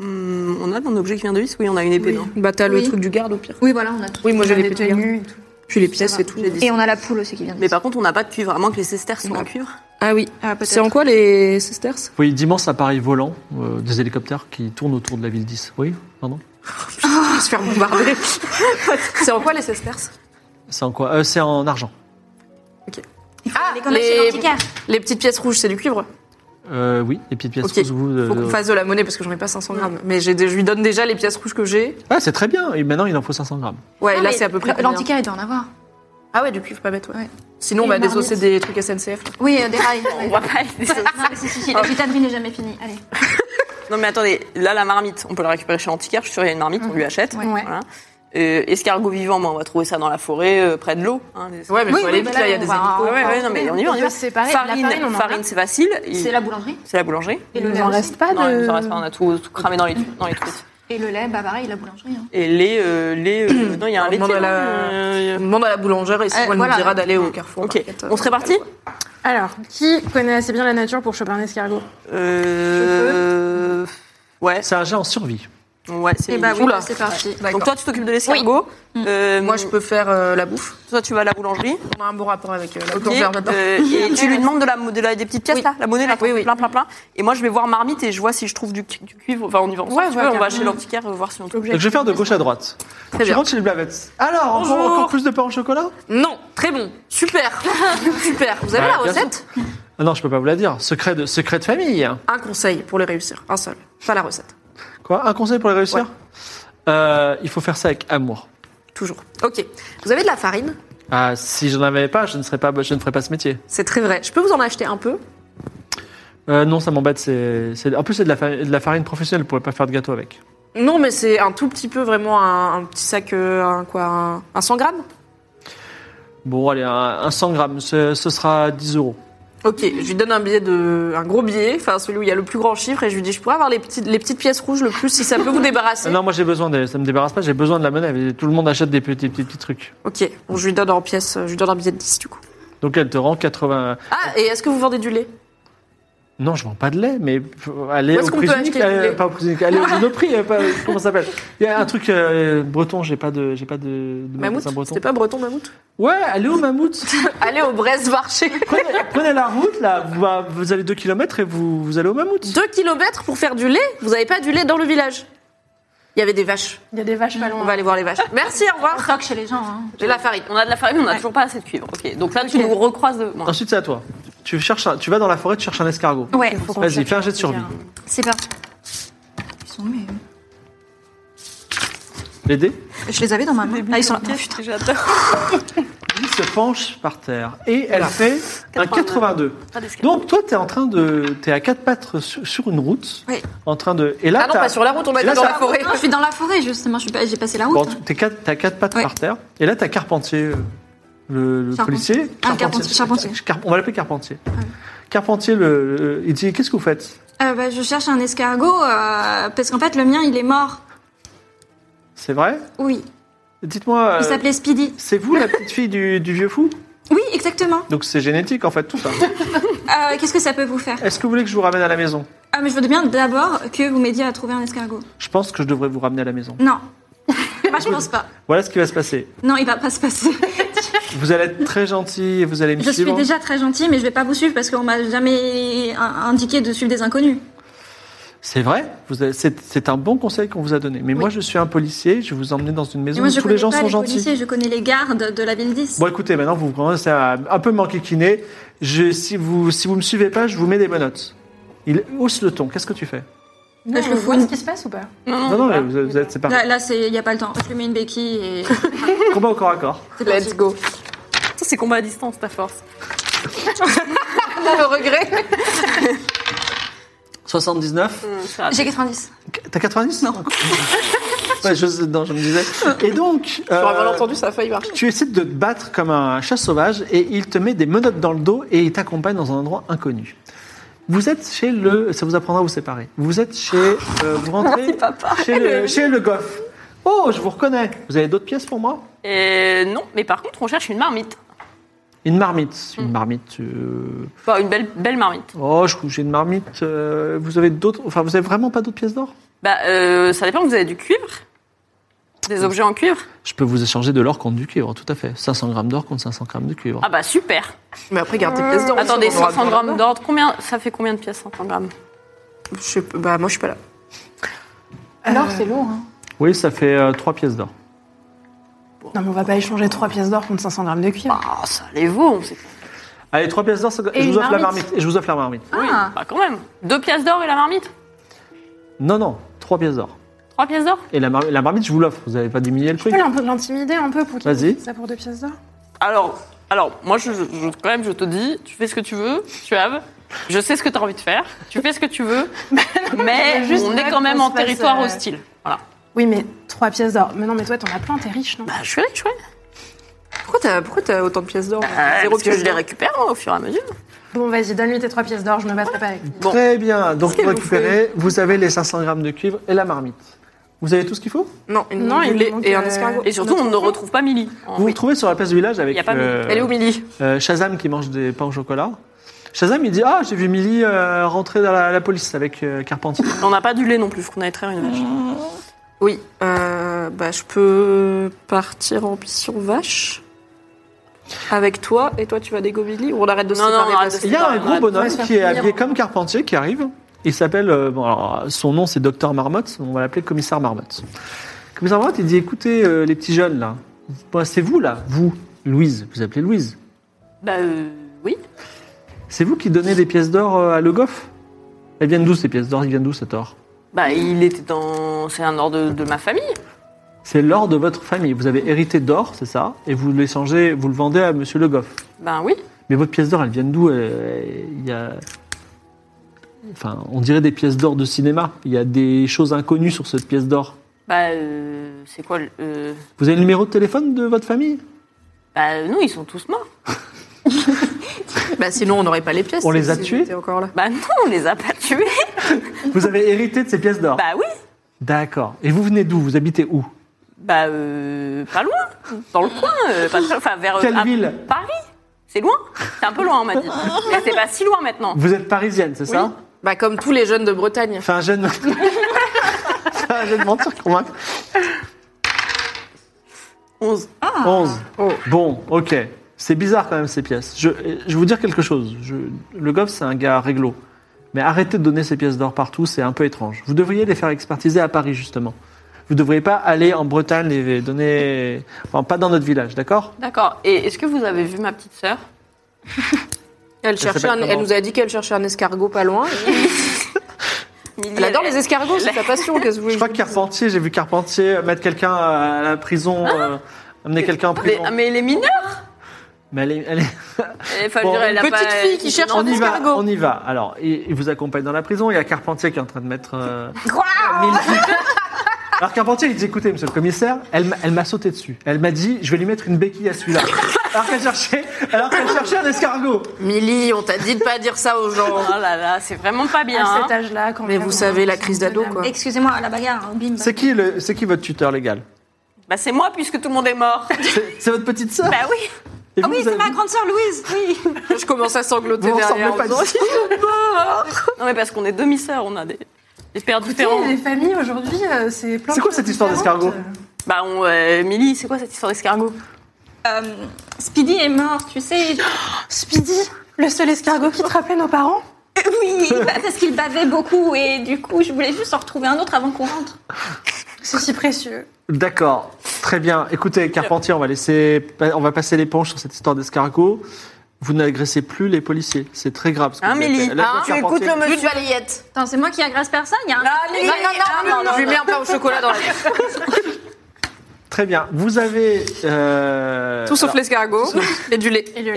S5: Hum, On a un objet qui vient de 10 Oui, on a une épée, non
S7: Bah t'as le
S9: Oui.
S7: truc du garde au pire.
S9: Oui, voilà, on a tout.
S7: Oui, moi j'ai
S3: On a
S7: les
S3: des
S7: petits gardes.
S3: tenues et tout.
S7: Puis les pièces et tout. j'ai dit.
S9: Et on a la poule aussi qui vient de
S5: Mais par contre, on n'a pas de cuivre, à moins que les cesters soient en cuivre.
S7: Ah oui.
S9: Ah, peut-être.
S7: C'est en quoi les
S4: *laughs*
S7: sesterces
S4: Vous voyez d'immenses appareils volants, euh, des hélicoptères qui tournent autour de la ville d'Is. Oui, pardon
S7: On va se faire bombarder. *laughs* C'est en quoi les sesterces
S4: C'est en quoi Euh, C'est en argent.
S6: il faut
S7: Ah,
S6: les connaître chez
S7: les-
S6: l'antiquaire.
S7: Les petites pièces rouges, c'est du cuivre
S4: Euh, oui, les petites pièces
S7: Ok.
S4: rouges, vous, euh,
S7: Faut qu'on fasse de la monnaie parce que j'en ai pas 500 grammes. Mais j'ai des- je lui donne déjà les pièces rouges que j'ai.
S4: Ah, c'est très bien. Et maintenant, il en faut 500 grammes.
S7: Ouais,
S6: Non,
S7: là
S6: mais
S7: c'est à peu près. combien
S6: L'antiquaire, il doit en avoir.
S7: Ah ouais, du cuivre pas bête, ouais.
S6: Ouais.
S7: Sinon, on
S6: Et
S7: va
S6: une marmite.
S7: désosser des trucs SNCF. là.
S6: Oui, euh, des rails. ouais.
S8: On va pas aller.
S6: Non, mais si, si, si, la gitane n'est jamais finie. Allez.
S5: *laughs* Non, mais attendez, là, la marmite, on peut la récupérer chez Antiquaire. Je suis sûre, il y a une marmite, on lui achète.
S3: Ouais.
S5: Voilà. Euh, escargot vivant, bah, on va trouver ça dans la forêt, euh, près de l'eau. hein, les-
S7: Ouais, mais
S3: Oui,
S7: faut
S3: oui,
S7: aller
S3: bah
S7: vite,
S3: là,
S7: là, il y a
S3: on
S7: des
S3: va-
S7: hélicos.
S5: Ouais, ouais, ouais, non, mais on y va, on y va.
S3: C'est pareil, la
S5: Farine,
S3: farine, on en
S5: farine, c'est facile. Il-
S9: C'est la boulangerie.
S5: C'est la boulangerie.
S3: Il
S9: le
S3: nous
S9: lait
S3: en
S9: aussi.
S3: reste pas
S5: Non, il
S3: de.
S5: nous en reste pas, on a tout, tout cramé dans les, dans les trucs.
S9: Et le lait, bah pareil, la boulangerie. hein.
S5: Et les. euh, les euh, non, il y a un
S7: On
S5: lait
S7: demande à la- On demande à la boulangère et si
S3: Euh,
S7: elle
S3: voilà.
S7: nous dira d'aller au carrefour.
S5: Ok,
S7: Market, euh,
S5: on serait parti
S3: Alors, qui connaît assez bien la nature pour choper un escargot
S5: Euh. Ouais,
S4: C'est un jet en survie.
S5: ouais, c'est
S3: Eh bah oui,
S7: Oula.
S3: c'est parti.
S7: d'accord.
S5: Donc toi, tu t'occupes de l'escargot. Euh,
S7: Moi, je peux faire euh, la bouffe.
S5: Toi, tu vas à la boulangerie.
S7: On a un bon rapport avec euh, la
S5: Ok.
S7: boulangère maintenant.
S4: *laughs*
S5: Euh, Ah, et tu lui demandes de la, de la- des petites pièces
S7: Oui.
S5: là, la monnaie là,
S7: Oui, oui.
S5: plein, plein, plein. Et moi, je vais voir Marmite et je vois si je trouve du, cu- du cuivre. Enfin, on y va. ensemble,
S7: Ouais,
S5: tu
S7: ouais,
S5: veux, on
S7: bien.
S5: va chez l'antiquaire euh, voir si on trouve.
S4: Donc, je vais faire de gauche à droite.
S7: Très
S4: Je
S7: bien.
S4: rentre chez les blavettes. Alors, encore,
S7: Bonjour.
S4: encore plus de pain au chocolat
S7: Non, très bon. Super. *laughs* Super. Vous avez
S4: Ouais,
S7: la
S4: Bah, bien
S7: recette
S4: Ah Non, je peux pas vous la dire. Secret de, secret de famille.
S7: Un conseil pour les réussir. Un seul. Pas la recette.
S4: Quoi Un conseil pour les réussir Euh, Il faut faire ça avec amour.
S7: Toujours. Ok. Vous avez de la farine
S4: Ah, si je n'en avais pas, je ne serais pas, je ne ferais pas ce métier.
S7: C'est très vrai. Je peux vous en acheter un peu
S4: Euh, non, ça m'embête. C'est, c'est- en plus, c'est de la, fa- de la farine professionnelle. Vous pourrez pas faire de gâteau avec.
S7: Non, mais c'est un tout petit peu, vraiment un, un petit sac, euh, un, quoi, un, un 100 grammes
S4: Bon, allez, un, un 100 grammes, ce, ce sera 10 euros.
S7: Ok, je lui donne un billet de, un gros billet, enfin celui où il y a le plus grand chiffre, et je lui dis, je pourrais avoir les petites, les petites pièces rouges le plus si ça peut vous
S4: *laughs*
S7: débarrasser.
S4: Non, moi j'ai besoin, de, ça me débarrasse pas, j'ai besoin de la monnaie. Tout le monde achète des petits, petits, petits trucs.
S7: Ok, bon, je lui donne en pièces, euh, je lui donne un billet de 10 du coup.
S4: Donc elle te rend 80.
S7: Ah, et est-ce que vous vendez du lait
S4: Non, je vends pas de lait, mais allez
S7: Où est-ce
S4: au
S7: qu'on
S4: prix
S7: peut
S4: unique,
S7: acheter du
S4: allez-
S7: lait
S4: pas au prix unique, allez
S7: *laughs*
S4: au Monoprix, euh, pas- comment ça s'appelle Il y a un truc euh, breton, j'ai pas de, j'ai pas de, de
S7: Mammouth
S4: magasin breton.
S7: C'était pas breton, mammouth *laughs*
S4: Ouais, allez au Mammouth. *laughs*
S7: Allez au Brest marché
S4: prenez, prenez la route là, vous, bah, vous allez 2 km et vous, vous allez au Mammouth.
S7: 2 km pour faire du lait Vous avez pas du lait dans le village Il y avait des vaches.
S3: Il y a des vaches pas
S7: On
S3: loin.
S7: va aller voir les vaches. Merci, au revoir.
S9: Toc chez les gens. hein.
S7: J'ai la farine.
S5: On a de la farine, mais on a toujours pas assez de cuivre. Ok, donc là, tu nous recroises. De... bon,
S4: Ensuite, c'est à toi. Tu, cherches un- tu vas dans la forêt, tu cherches un escargot.
S3: Ouais, faut qu'on
S4: Vas-y,
S3: cherche
S4: fais un jet de
S3: petit
S4: survie.
S3: terrain.
S6: C'est parti.
S9: Ils sont mais
S4: Les dés
S9: Je les avais dans ma main.
S8: Ah, ils sont là. Oh, putain.
S4: Il se penche par terre et elle fait un 82. Donc toi, t'es en train de, t'es à quatre pattes sur, sur une route,
S7: Oui.
S4: en train de. Et là,
S7: Ah non,
S4: t'as-
S7: pas sur la route, on a
S4: Et là,
S7: dit dans
S4: ça-
S7: la forêt.
S9: Ah, Non, je suis dans la forêt, justement. je suis pas- J'ai passé la route.
S4: bon,
S9: hein.
S4: t'es quatre, t'as quatre pattes
S9: Oui.
S4: par terre. Et là, t'as Carpentier, euh, le, le
S9: Charpentier.
S4: policier.
S9: Ah, Carpentier, Charpentier.
S4: Car- on va l'appeler Carpentier. Carpentier, le, le- il dit, qu'est-ce que vous faites
S9: Euh, bah, je cherche un escargot euh, parce qu'en fait, le mien, il est mort.
S4: C'est vrai
S9: Oui.
S4: Dites-moi.
S9: Il
S4: euh,
S9: s'appelait Speedy.
S4: c'est vous la petite fille du, du vieux fou
S9: Oui, exactement.
S4: Donc c'est génétique en fait tout ça.
S9: Euh, Qu'est-ce que ça peut vous faire
S4: Est-ce que vous voulez que je vous ramène à la maison
S9: Ah, mais je voudrais bien d'abord que vous m'aidiez à trouver un escargot.
S4: Je pense que je devrais vous ramener à la maison.
S9: Non. Moi, je pense pas.
S4: Voilà ce qui va se passer.
S9: Non, il va pas se passer.
S4: Vous allez être très gentil et vous allez me
S9: Je suis
S4: suivre.
S9: déjà très gentille, mais je vais pas vous suivre parce qu'on m'a jamais in- indiqué de suivre des inconnus.
S4: C'est vrai, vous avez- c'est c'est un bon conseil qu'on vous a donné. Mais moi, je suis un policier, je vais vous emmener dans une
S9: Et
S4: maison
S9: moi,
S4: où
S9: je
S4: tous
S9: connais
S4: les gens
S9: pas
S4: sont
S9: les
S4: gentils.
S9: policiers, je connais les gardes de la ville 10.
S4: Bon, écoutez, maintenant, vous commencez à un peu m'enquiquiner. Je- Si vous si vous me suivez pas, je vous mets des menottes. Il hausse le ton. Qu'est-ce que tu fais
S3: Non,
S9: Je le
S3: on
S9: fous
S3: voit
S9: une-
S3: ce qui se passe ou pas
S4: Non, non, vous, vous êtes séparés.
S9: Là, là il n'y a pas le temps. Je lui mets une béquille et.
S4: Combat au corps à corps.
S9: c'est parti.
S7: Let's go.
S5: Ça, c'est combat à distance, ta force.
S7: *laughs* Le
S5: *laughs*
S7: regret.
S4: 79.
S5: Hum, ça va.
S6: J'ai 90.
S4: T'as 90 Non. *laughs* ouais, je, non, je me disais. Et donc.
S7: Pour
S4: euh,
S7: avoir entendu, ça a failli marcher.
S4: Tu essaies de te battre comme un chat sauvage et il te met des menottes dans le dos et il t'accompagne dans un endroit inconnu. Vous êtes chez le. Ça vous apprendra à vous séparer. Vous êtes chez. euh, vous rentrez. Chez le, chez le goff. Oh, je vous reconnais. Vous avez d'autres pièces pour moi
S5: Euh, non, mais par contre, on cherche une marmite.
S4: Une marmite. Une marmite. euh,
S5: Enfin, une belle, belle marmite.
S4: Oh, je- j'ai une marmite. euh, Vous avez d'autres. Enfin, vous avez vraiment pas d'autres pièces d'or
S5: Bah, euh, ça dépend, vous avez du cuivre Des objets en cuivre
S4: Je peux vous échanger de l'or contre du cuivre, tout à fait. 500 grammes d'or contre 500 grammes de cuivre.
S5: Ah bah, super
S7: Mais après, garde tes pièces d'or.
S5: Attendez,
S7: on aura
S5: 500
S7: besoin.
S5: grammes d'or, combien, ça fait combien de pièces, 500 grammes
S7: Je sais pas, bah, moi, je suis pas là.
S3: Alors, c'est lourd. hein.
S4: Oui, ça fait 3 pièces d'or.
S3: Non, mais on va pas échanger 3 pièces d'or contre 500 grammes de cuivre.
S5: Ah, ça les vaut, on sait pas.
S4: Allez, trois pièces d'or, ça-
S3: Et
S4: je vous
S3: une
S4: offre la
S3: marmite.
S4: marmite. Et je vous offre la marmite.
S5: Oui, bah quand même. Deux pièces d'or et la marmite
S4: Non, non, trois pièces d'or.
S5: Trois pièces d'or
S4: Et la, mar- la marmite, je vous l'offre. Vous n'avez pas diminué le
S3: Tu
S4: prix
S3: peux l'un- l'intimider un peu pour qu'il
S4: Vas-y.
S3: fasse ça pour deux pièces d'or
S5: Alors, alors moi, je, je- je- quand même, je te dis, tu fais ce que tu veux, tu haves. Je sais ce que tu as envie de faire, tu fais ce que tu veux, *laughs* mais
S3: mais juste
S5: on
S3: pas
S5: est quand
S3: qu'on
S5: même
S3: se
S5: en
S3: fasse,
S5: territoire
S3: euh,
S5: hostile. Voilà.
S3: Oui, mais trois pièces d'or. Mais non, mais toi, t'en as plein, t'es riche, non
S5: Bah, je suis riche, ouais.
S7: Pourquoi t'as pourquoi t'as autant de pièces d'or
S5: Euh,
S7: Zéro
S5: parce que
S7: pièce
S5: je les
S7: d'or.
S5: récupère moi, au fur et à mesure.
S3: Bon, vas-y, donne-lui tes trois pièces d'or, je me battrai pas avec lui.
S5: Bon.
S4: Très bien. Donc,
S7: qu'elle
S4: vous
S7: vous
S4: récupérez, vous avez les 500 grammes de cuivre et la marmite. Vous avez tout ce qu'il faut
S7: Non, une
S3: Non, il
S7: du lait
S3: manque,
S7: et un
S3: euh,
S7: escargot.
S5: Et surtout, on ne retrouve pas Millie. en
S4: Vous vous
S5: fait.
S4: retrouvez sur la place du village avec
S5: Y a pas
S4: euh,
S7: Elle est où Millie
S4: euh, Shazam qui mange des pains au chocolat. Shazam, il dit Ah, j'ai vu Millie euh, rentrer dans la, la police avec euh, Carpentier.
S5: On n'a pas du lait non plus, faut qu'on aille traire une vache.
S7: Oui. euh, bah, je peux partir en mission vache avec toi et toi tu vas dégommer Millie ou on arrête de se
S5: Non, non,
S7: séparer
S5: on arrête
S7: parce-
S5: de
S4: Il y a un gros bonhomme qui est habillé comme Carpentier qui arrive. Il s'appelle, euh, bon, alors, son nom c'est Docteur Marmotte, on va l'appeler Commissaire Marmotte. Commissaire Marmotte, il dit écoutez euh, les petits jeunes là, Bon, c'est vous là, vous, Louise, vous appelez Louise.
S5: Bah, euh, oui.
S4: C'est vous qui donnez des pièces d'or euh, à Le Goff Elles viennent d'où ces pièces d'or Elles viennent d'où cet or
S5: Bah, il était dans. C'est un ordre de, de ma famille.
S4: C'est l'or de votre famille. Vous avez hérité d'or, c'est ça, et vous l'échangez, vous le vendez à Monsieur Le Goff.
S5: Ben oui.
S4: Mais vos pièces d'or, elles viennent d'où Euh, Il y a... Enfin, on dirait des pièces d'or de cinéma. Il y a des choses inconnues sur cette pièce d'or.
S5: Bah, euh, c'est quoi le. euh,
S4: Vous avez le numéro de téléphone de votre famille
S5: Bah, nous, ils sont tous morts.
S7: Bah, sinon on n'aurait pas les pièces.
S4: On les a
S7: si
S4: tués
S7: j'étais encore là.
S5: Bah, non, on les a pas tués.
S4: Vous avez hérité de ces pièces d'or
S5: Bah, oui.
S4: D'accord. Et vous venez d'où Vous habitez où
S5: Bah, euh, pas loin. Dans le coin. euh, pas très- Enfin, vers. euh,
S4: Quelle
S5: à-
S4: ville
S5: Paris. C'est loin. C'est un peu loin, on m'a dit. Mais c'est pas si loin maintenant.
S4: Vous êtes parisienne, c'est ça
S7: Bah comme tous les jeunes de Bretagne.
S4: Fais un jeu de... *laughs* Fais un jeu de mentir, convaincre.
S5: 11.
S4: 11. Bon, ok. C'est bizarre quand même ces pièces. Je, je vais vous dire quelque chose. Je- le Goff, c'est un gars réglo. Mais arrêtez de donner ces pièces d'or partout, c'est un peu étrange. Vous devriez les faire expertiser à Paris, justement. Vous ne devriez pas aller en Bretagne les donner. Enfin, pas dans notre village, d'accord
S5: D'accord. Et est-ce que vous avez vu ma petite sœur
S7: Elle, cherchait
S4: s'appelle
S7: un- elle
S4: comment
S7: nous a dit qu'elle cherchait un escargot pas loin.
S5: Millie,
S7: Elle adore les escargots, c'est sa passion. Qu'est-ce que vous voulez
S4: Je crois que Carpentier, j'ai vu Carpentier mettre quelqu'un à la prison, euh, amener quelqu'un en
S5: Mais,
S4: prison.
S5: ah, mais les mineurs eh,
S4: Mais elle est- elle est-
S5: Enfin, je
S4: Bon,
S5: dirais, elle a
S7: petite
S5: pas- euh,
S7: fille qui cherche
S4: on y va,
S7: escargot.
S4: on y va. Alors, il, il vous accompagne dans la prison. Il y a Carpentier qui est en train de mettre. euh, mille pieds. Alors Carpentier, il dit écoutez, monsieur le commissaire, elle, m'a- elle m'a sauté dessus. Elle m'a dit, je vais lui mettre une béquille à celui-là. Alors qu'elle cherchait, alors qu'elle cherchait un escargot.
S7: Millie, on t'a dit de pas dire ça aux gens.
S5: Oh là là, c'est vraiment pas bien.
S3: À
S5: hein.
S3: cet âge-là, quand
S7: Mais
S3: même,
S7: vous savez, la
S3: c'est
S7: crise d'ado,
S3: raisonnable.
S7: quoi.
S9: Excusez-moi, la bagarre, hein, bim.
S4: C'est qui, le, c'est qui votre tuteur légal
S5: Bah c'est moi puisque tout le monde est mort.
S4: C'est, c'est votre petite sœur.
S5: *laughs* bah oui.
S4: Et
S9: Ah
S4: vous,
S9: oui,
S4: vous
S9: c'est
S4: avez-
S9: ma grande sœur Louise, oui.
S7: Je commence à sangloter
S4: Vous
S7: derrière.
S4: ressemblez pas
S7: en faisant-
S4: du tout.
S5: Non mais parce qu'on est demi sœurs, on a des, des pères
S3: Tu sais,
S5: différents.
S3: les familles aujourd'hui, euh, c'est plein
S4: C'est
S3: de
S4: quoi
S3: choses
S4: cette histoire
S3: différentes.
S4: d'escargot
S5: Bah on, euh, Millie, c'est quoi cette histoire d'escargot
S9: Euh, Speedy est mort, tu sais. Euh,
S3: Speedy, le seul escargot qui te rappelait nos parents
S9: Oui, bah, parce qu'il bavait beaucoup et du coup, je voulais juste en retrouver un autre avant qu'on rentre.
S3: C'est si précieux.
S4: D'accord, très bien. Écoutez, Carpentier, on va laisser, on va passer l'éponge sur cette histoire d'escargot. Vous n'agressez plus les policiers, c'est très grave. ce que
S5: Hein,
S4: vous avez
S5: Mélie
S4: fait. Là,
S5: Hein, tu
S4: Carpentier-
S5: écoutes le
S7: Plus de balayette.
S9: Attends, c'est moi qui agresse personne, il y a un.
S7: Non, non, non, non, je lui mets un pain au chocolat dans la tête.
S4: Très bien. Vous avez euh,
S7: Tout sauf
S4: alors,
S7: l'escargot et du lait.
S3: Et le-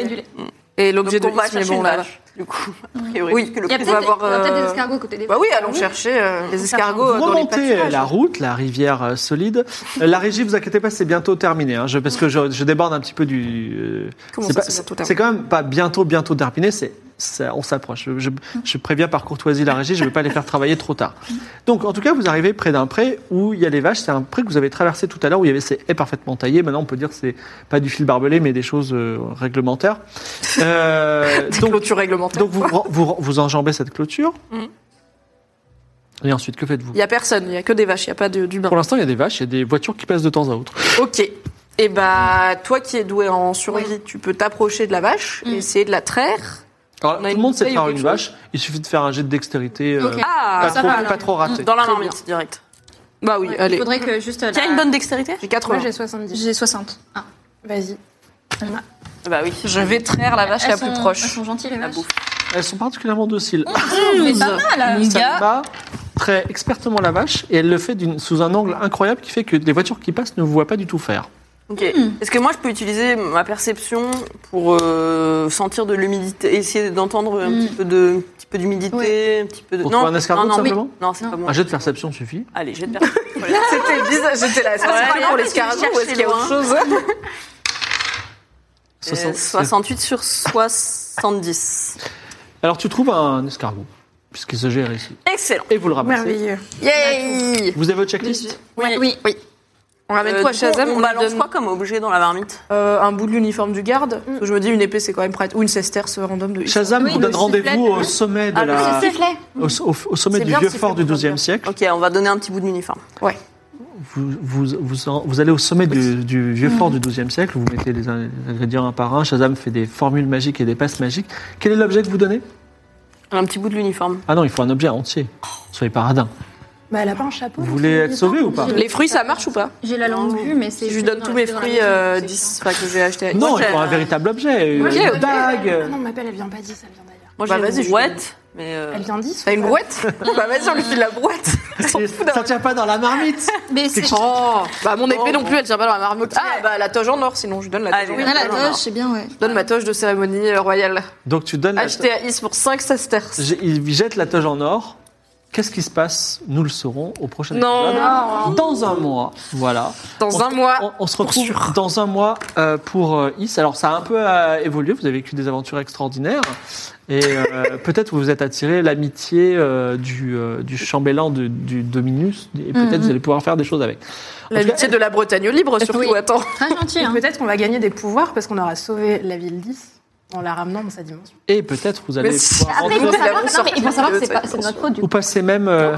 S7: Et
S5: Donc
S7: l'objet de
S5: on va
S7: X, mais
S5: chercher
S7: bon,
S5: une
S7: là.
S5: vache. Du coup, a priori.
S7: Oui.
S5: parce que le
S10: Il y a
S5: prix-
S7: On va
S10: peut-être des,
S7: avoir,
S10: il y aura peut-être
S7: euh,
S10: des escargots côté des
S7: Bah oui,
S9: Ah
S7: allons chercher euh, les escargots euh,
S4: Vous
S7: dans les
S4: remontez
S7: pâturages.
S4: la route, la rivière euh, solide. Euh, La régie, vous inquiétez pas, c'est bientôt terminé. hein, je- parce que je, je déborde un petit peu du. euh,
S7: Comment
S4: c'est
S7: ça,
S4: pas-
S7: c'est bientôt
S4: c'est-
S7: terminé
S4: c'est quand même pas bientôt, bientôt terminé. C'est ça, on s'approche. Je, je- je préviens par courtoisie la régie. Je ne vais pas les faire travailler trop tard. Donc, en tout cas, vous arrivez près d'un pré où il y a les vaches. C'est un pré que vous avez traversé tout à l'heure où il y avait ces haies parfaitement taillées. Maintenant, on peut dire que c'est pas du fil barbelé, mais des choses euh, réglementaires. Euh,
S7: *laughs* Des
S4: donc,
S7: clôtures réglementaires.
S4: Donc vous, vous, vous enjambez cette clôture. Mm. Et ensuite, que faites-vous
S7: Il y a personne, il y a que des vaches, il y a pas de- d'humains.
S4: Pour l'instant, il y a des vaches, il y a des voitures qui passent de temps à autre.
S7: Ok. Et bah, toi qui es doué en survie, tu peux t'approcher de la vache
S5: Mm.
S7: et essayer de la traire.
S4: Alors,
S7: On
S4: tout
S7: a
S4: le
S7: une
S4: monde sait
S7: bouteille
S4: faire
S7: ou
S4: une
S7: quelque
S4: vache, il suffit de faire un jet de dextérité. euh,
S10: Ok.
S4: pas,
S7: Ah
S4: trop, pas trop raté.
S5: Dans la
S7: Très
S5: marmite, direct.
S7: Bah oui,
S10: Il
S7: allez.
S10: faudrait
S9: euh,
S10: que juste.
S5: Qui a une bonne dextérité
S7: J'ai
S3: Moi,
S7: 80.
S4: Ah,
S3: j'ai 70.
S10: J'ai 60.
S3: Vas-y.
S8: Bah oui. Ah,
S6: Je vais traire la vache
S9: Elles
S6: la
S9: sont-
S6: plus
S9: Elles
S6: proche.
S9: sont gentilles, les
S8: La
S9: vaches.
S8: bouffe.
S4: Elles sont particulièrement
S7: Mm,
S4: dociles.
S9: C'est pas mal.
S6: Mon
S4: Ça
S6: gars,
S4: bat très expertement la vache et elle le fait d'une- sous un angle incroyable qui fait que les voitures qui passent ne vous voient pas du tout faire.
S8: Ok. Est-ce que moi je peux utiliser ma perception pour euh, sentir de l'humidité, essayer d'entendre un
S9: Mm.
S8: petit peu de, un petit peu d'humidité, un petit peu de.
S4: Pour trouver un escargot,
S8: non, non,
S4: tout simplement
S8: non, c'est
S9: Non.
S8: pas moi.
S4: Un jet de perception
S7: Euh,
S4: suffit.
S8: Allez, j'ai de
S4: *laughs*
S8: perception.
S7: C'était bizarre, j'étais là. Est-ce que
S8: Ouais,
S7: c'est pareil
S8: non, mais
S7: pour les
S8: tu
S7: scarabées ou
S8: cherches
S7: est-ce qu'il y a autre
S8: loin.
S7: chose
S8: Euh, 68 sur 70.
S4: Alors tu trouves un escargot, puisqu'il se gère ici.
S8: Excellent. Euh,
S4: Et vous le ramassez.
S3: Merveilleux.
S8: Yay
S4: Vous avez votre checklist
S8: Oui.
S9: Oui.
S7: Euh, On ramène quoi Mm. à Shazam
S8: On
S7: lui
S8: balance
S7: donne,
S8: quoi comme objet dans la marmite
S7: euh, Un bout de l'uniforme du garde. Parce que Je me dis, une épée, c'est quand même prête. Ou une sesterce random de.
S4: Shazam
S9: Oui,
S4: vous
S9: le
S4: donne rendez-vous
S9: sifflet.
S4: au sommet de
S8: Ah, le
S4: la,
S9: Le sifflet.
S4: au, au- au sommet
S7: C'est
S4: du
S7: bien
S4: vieux
S7: le
S4: fort du
S7: sifflet,
S4: XIIe siècle.
S8: Ok, on va donner un petit bout de l'uniforme.
S4: Vous, vous, vous, en- vous allez au sommet du, du vieux fort du XIIe siècle. Vous mettez les, in- les ingrédients un par un. Shazam fait des formules magiques et des passes magiques. Quel est l'objet que vous donnez
S8: Un petit bout de l'uniforme.
S4: Ah non, il faut un objet entier. Soyez paradin.
S3: Bah, elle a pas un chapeau.
S4: Vous voulez être sauvé ou pas
S7: Les fruits, ça marche ou pas
S9: J'ai la langue vue, mais c'est.
S7: Je lui donne tous mes fruits euh, 10 enfin, que j'ai acheté.
S4: Non,
S7: Moi,
S4: il
S7: j'ai-
S4: faut un véritable objet.
S3: Moi,
S4: une
S3: j'ai une Ah
S4: bague.
S3: non, ma belle, elle vient pas 10, elle vient d'ailleurs.
S8: Moi
S7: Bah,
S8: j'ai
S7: vas-y,
S8: une
S7: je
S8: brouette, mais euh,
S3: Elle vient 10
S7: T'as une
S9: *laughs*
S7: brouette Bah vas-y, on lui file la brouette.
S4: Ça tient pas dans la marmite.
S9: Mais c'est.
S7: Oh Bah mon
S8: Oh,
S7: épée non
S8: bon.
S7: plus, elle tient pas dans la marmotte. Ah bah la toge en or, sinon je lui donne la
S8: Allez,
S7: toge en
S8: oui.
S7: or.
S9: Ah, la
S8: Non, non,
S9: toche, c'est bien, ouais.
S7: Je donne ma toge de cérémonie euh, royale.
S4: Donc tu donnes. la-
S7: Achetée à Is pour 5 sesterces.
S4: J'ai- Il jette la toge en or. Qu'est-ce qui se passe Nous le saurons au prochain
S7: Non.
S4: épisode. Dans un mois. Voilà.
S7: Dans
S4: On
S7: un
S4: se-
S7: mois.
S4: On, on se retrouve dans un mois euh, pour euh, Is. Alors ça a un peu euh, évolué, vous avez vécu des aventures extraordinaires et euh, *laughs* peut-être vous vous êtes attiré l'amitié euh, du, euh, du chambellan de- du Dominus et
S7: Mhm.
S4: peut-être vous allez pouvoir faire des choses avec. En tout
S7: L'amitié de la Bretagne libre, surtout.
S9: Oui.
S7: Attends.
S9: Très gentil, hein.
S3: Peut-être qu'on va gagner des pouvoirs parce qu'on aura sauvé la ville 10 en la ramenant dans sa dimension.
S4: Et peut-être vous allez
S7: Mais c'est-
S4: pouvoir
S7: Ah,
S4: rentrer
S7: mais c'est la bonne
S9: Non, mais
S7: sortie
S9: il faut savoir
S7: de
S9: que c'est
S7: cette
S9: pas- c'est de notre faute, du
S4: ou passer même... euh,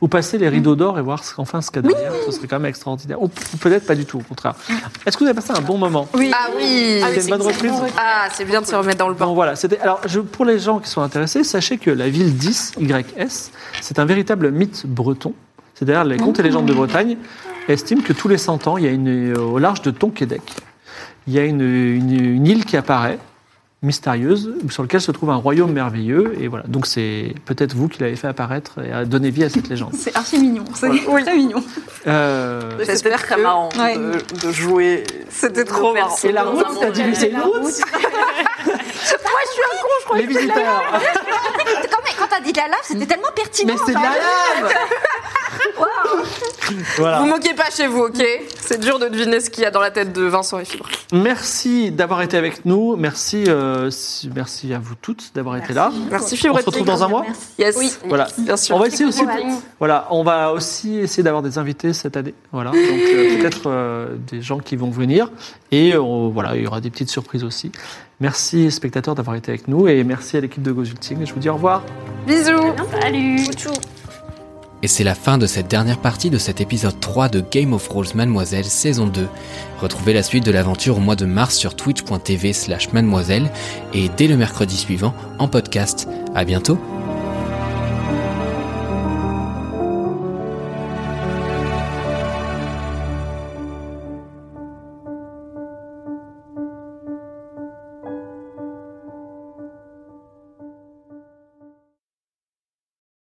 S4: ou passer les
S7: Mhm.
S4: rideaux d'or et voir ce- enfin ce qu'il y a derrière, ce serait quand même extraordinaire. Ou, ou peut-être pas du tout, au contraire. Est-ce que vous avez passé un bon moment
S7: Oui. Ah oui.
S4: C'était une bonne reprise
S7: Ah, c'est bien de se remettre dans le
S4: Bon
S7: bain.
S4: voilà, c'était alors je, pour les gens qui sont intéressés, sachez que la ville 10 YS, c'est un véritable mythe breton. C'est-à-dire les contes et légendes de Bretagne estiment que tous les 100 ans, il y a une au large de Tonquédec, il y a une, une- une île qui apparaît mystérieuse sur laquelle se trouve un royaume merveilleux et voilà. Donc c'est peut-être vous qui l'avez fait apparaître et a donné vie à cette légende.
S9: C'est archi mignon. C'est très mignon.
S4: Euh,
S8: c'était très marrant
S9: Ouais.
S8: de, de jouer.
S7: C'était trop marrant.
S4: et la route, t'as dit, mais c'est une route Moi, je suis un con, je crois Les visiteurs *laughs*
S9: Quand, mais quand t'as dit de la lave, c'était tellement pertinent.
S4: Mais c'est de la lave Voilà.
S7: Vous moquez pas chez vous, ok C'est dur de deviner ce qu'il y a dans la tête de Vincent et Fibre.
S4: Merci d'avoir été avec nous. Merci, euh, si- merci à vous toutes d'avoir été là.
S7: Merci
S4: On
S7: Fibre.
S4: se retrouve dans un mois.
S7: Yes.
S4: Voilà.
S7: Bien sûr.
S4: On va essayer aussi. Voilà, on va aussi essayer d'avoir des invités cette année. Voilà, donc euh, peut-être euh, des gens qui vont venir. Et euh, voilà, il y aura des petites surprises aussi. Merci spectateurs d'avoir été avec nous et merci à l'équipe de Gozulting. Je vous dis au revoir.
S7: Bisous.
S8: Salut.
S2: Et c'est la fin de cette dernière partie de cet épisode 3 de Game of Thrones Mademoiselle saison 2. Retrouvez la suite de l'aventure au mois de mars sur twitch.tv slash mademoiselle et dès le mercredi suivant en podcast. À bientôt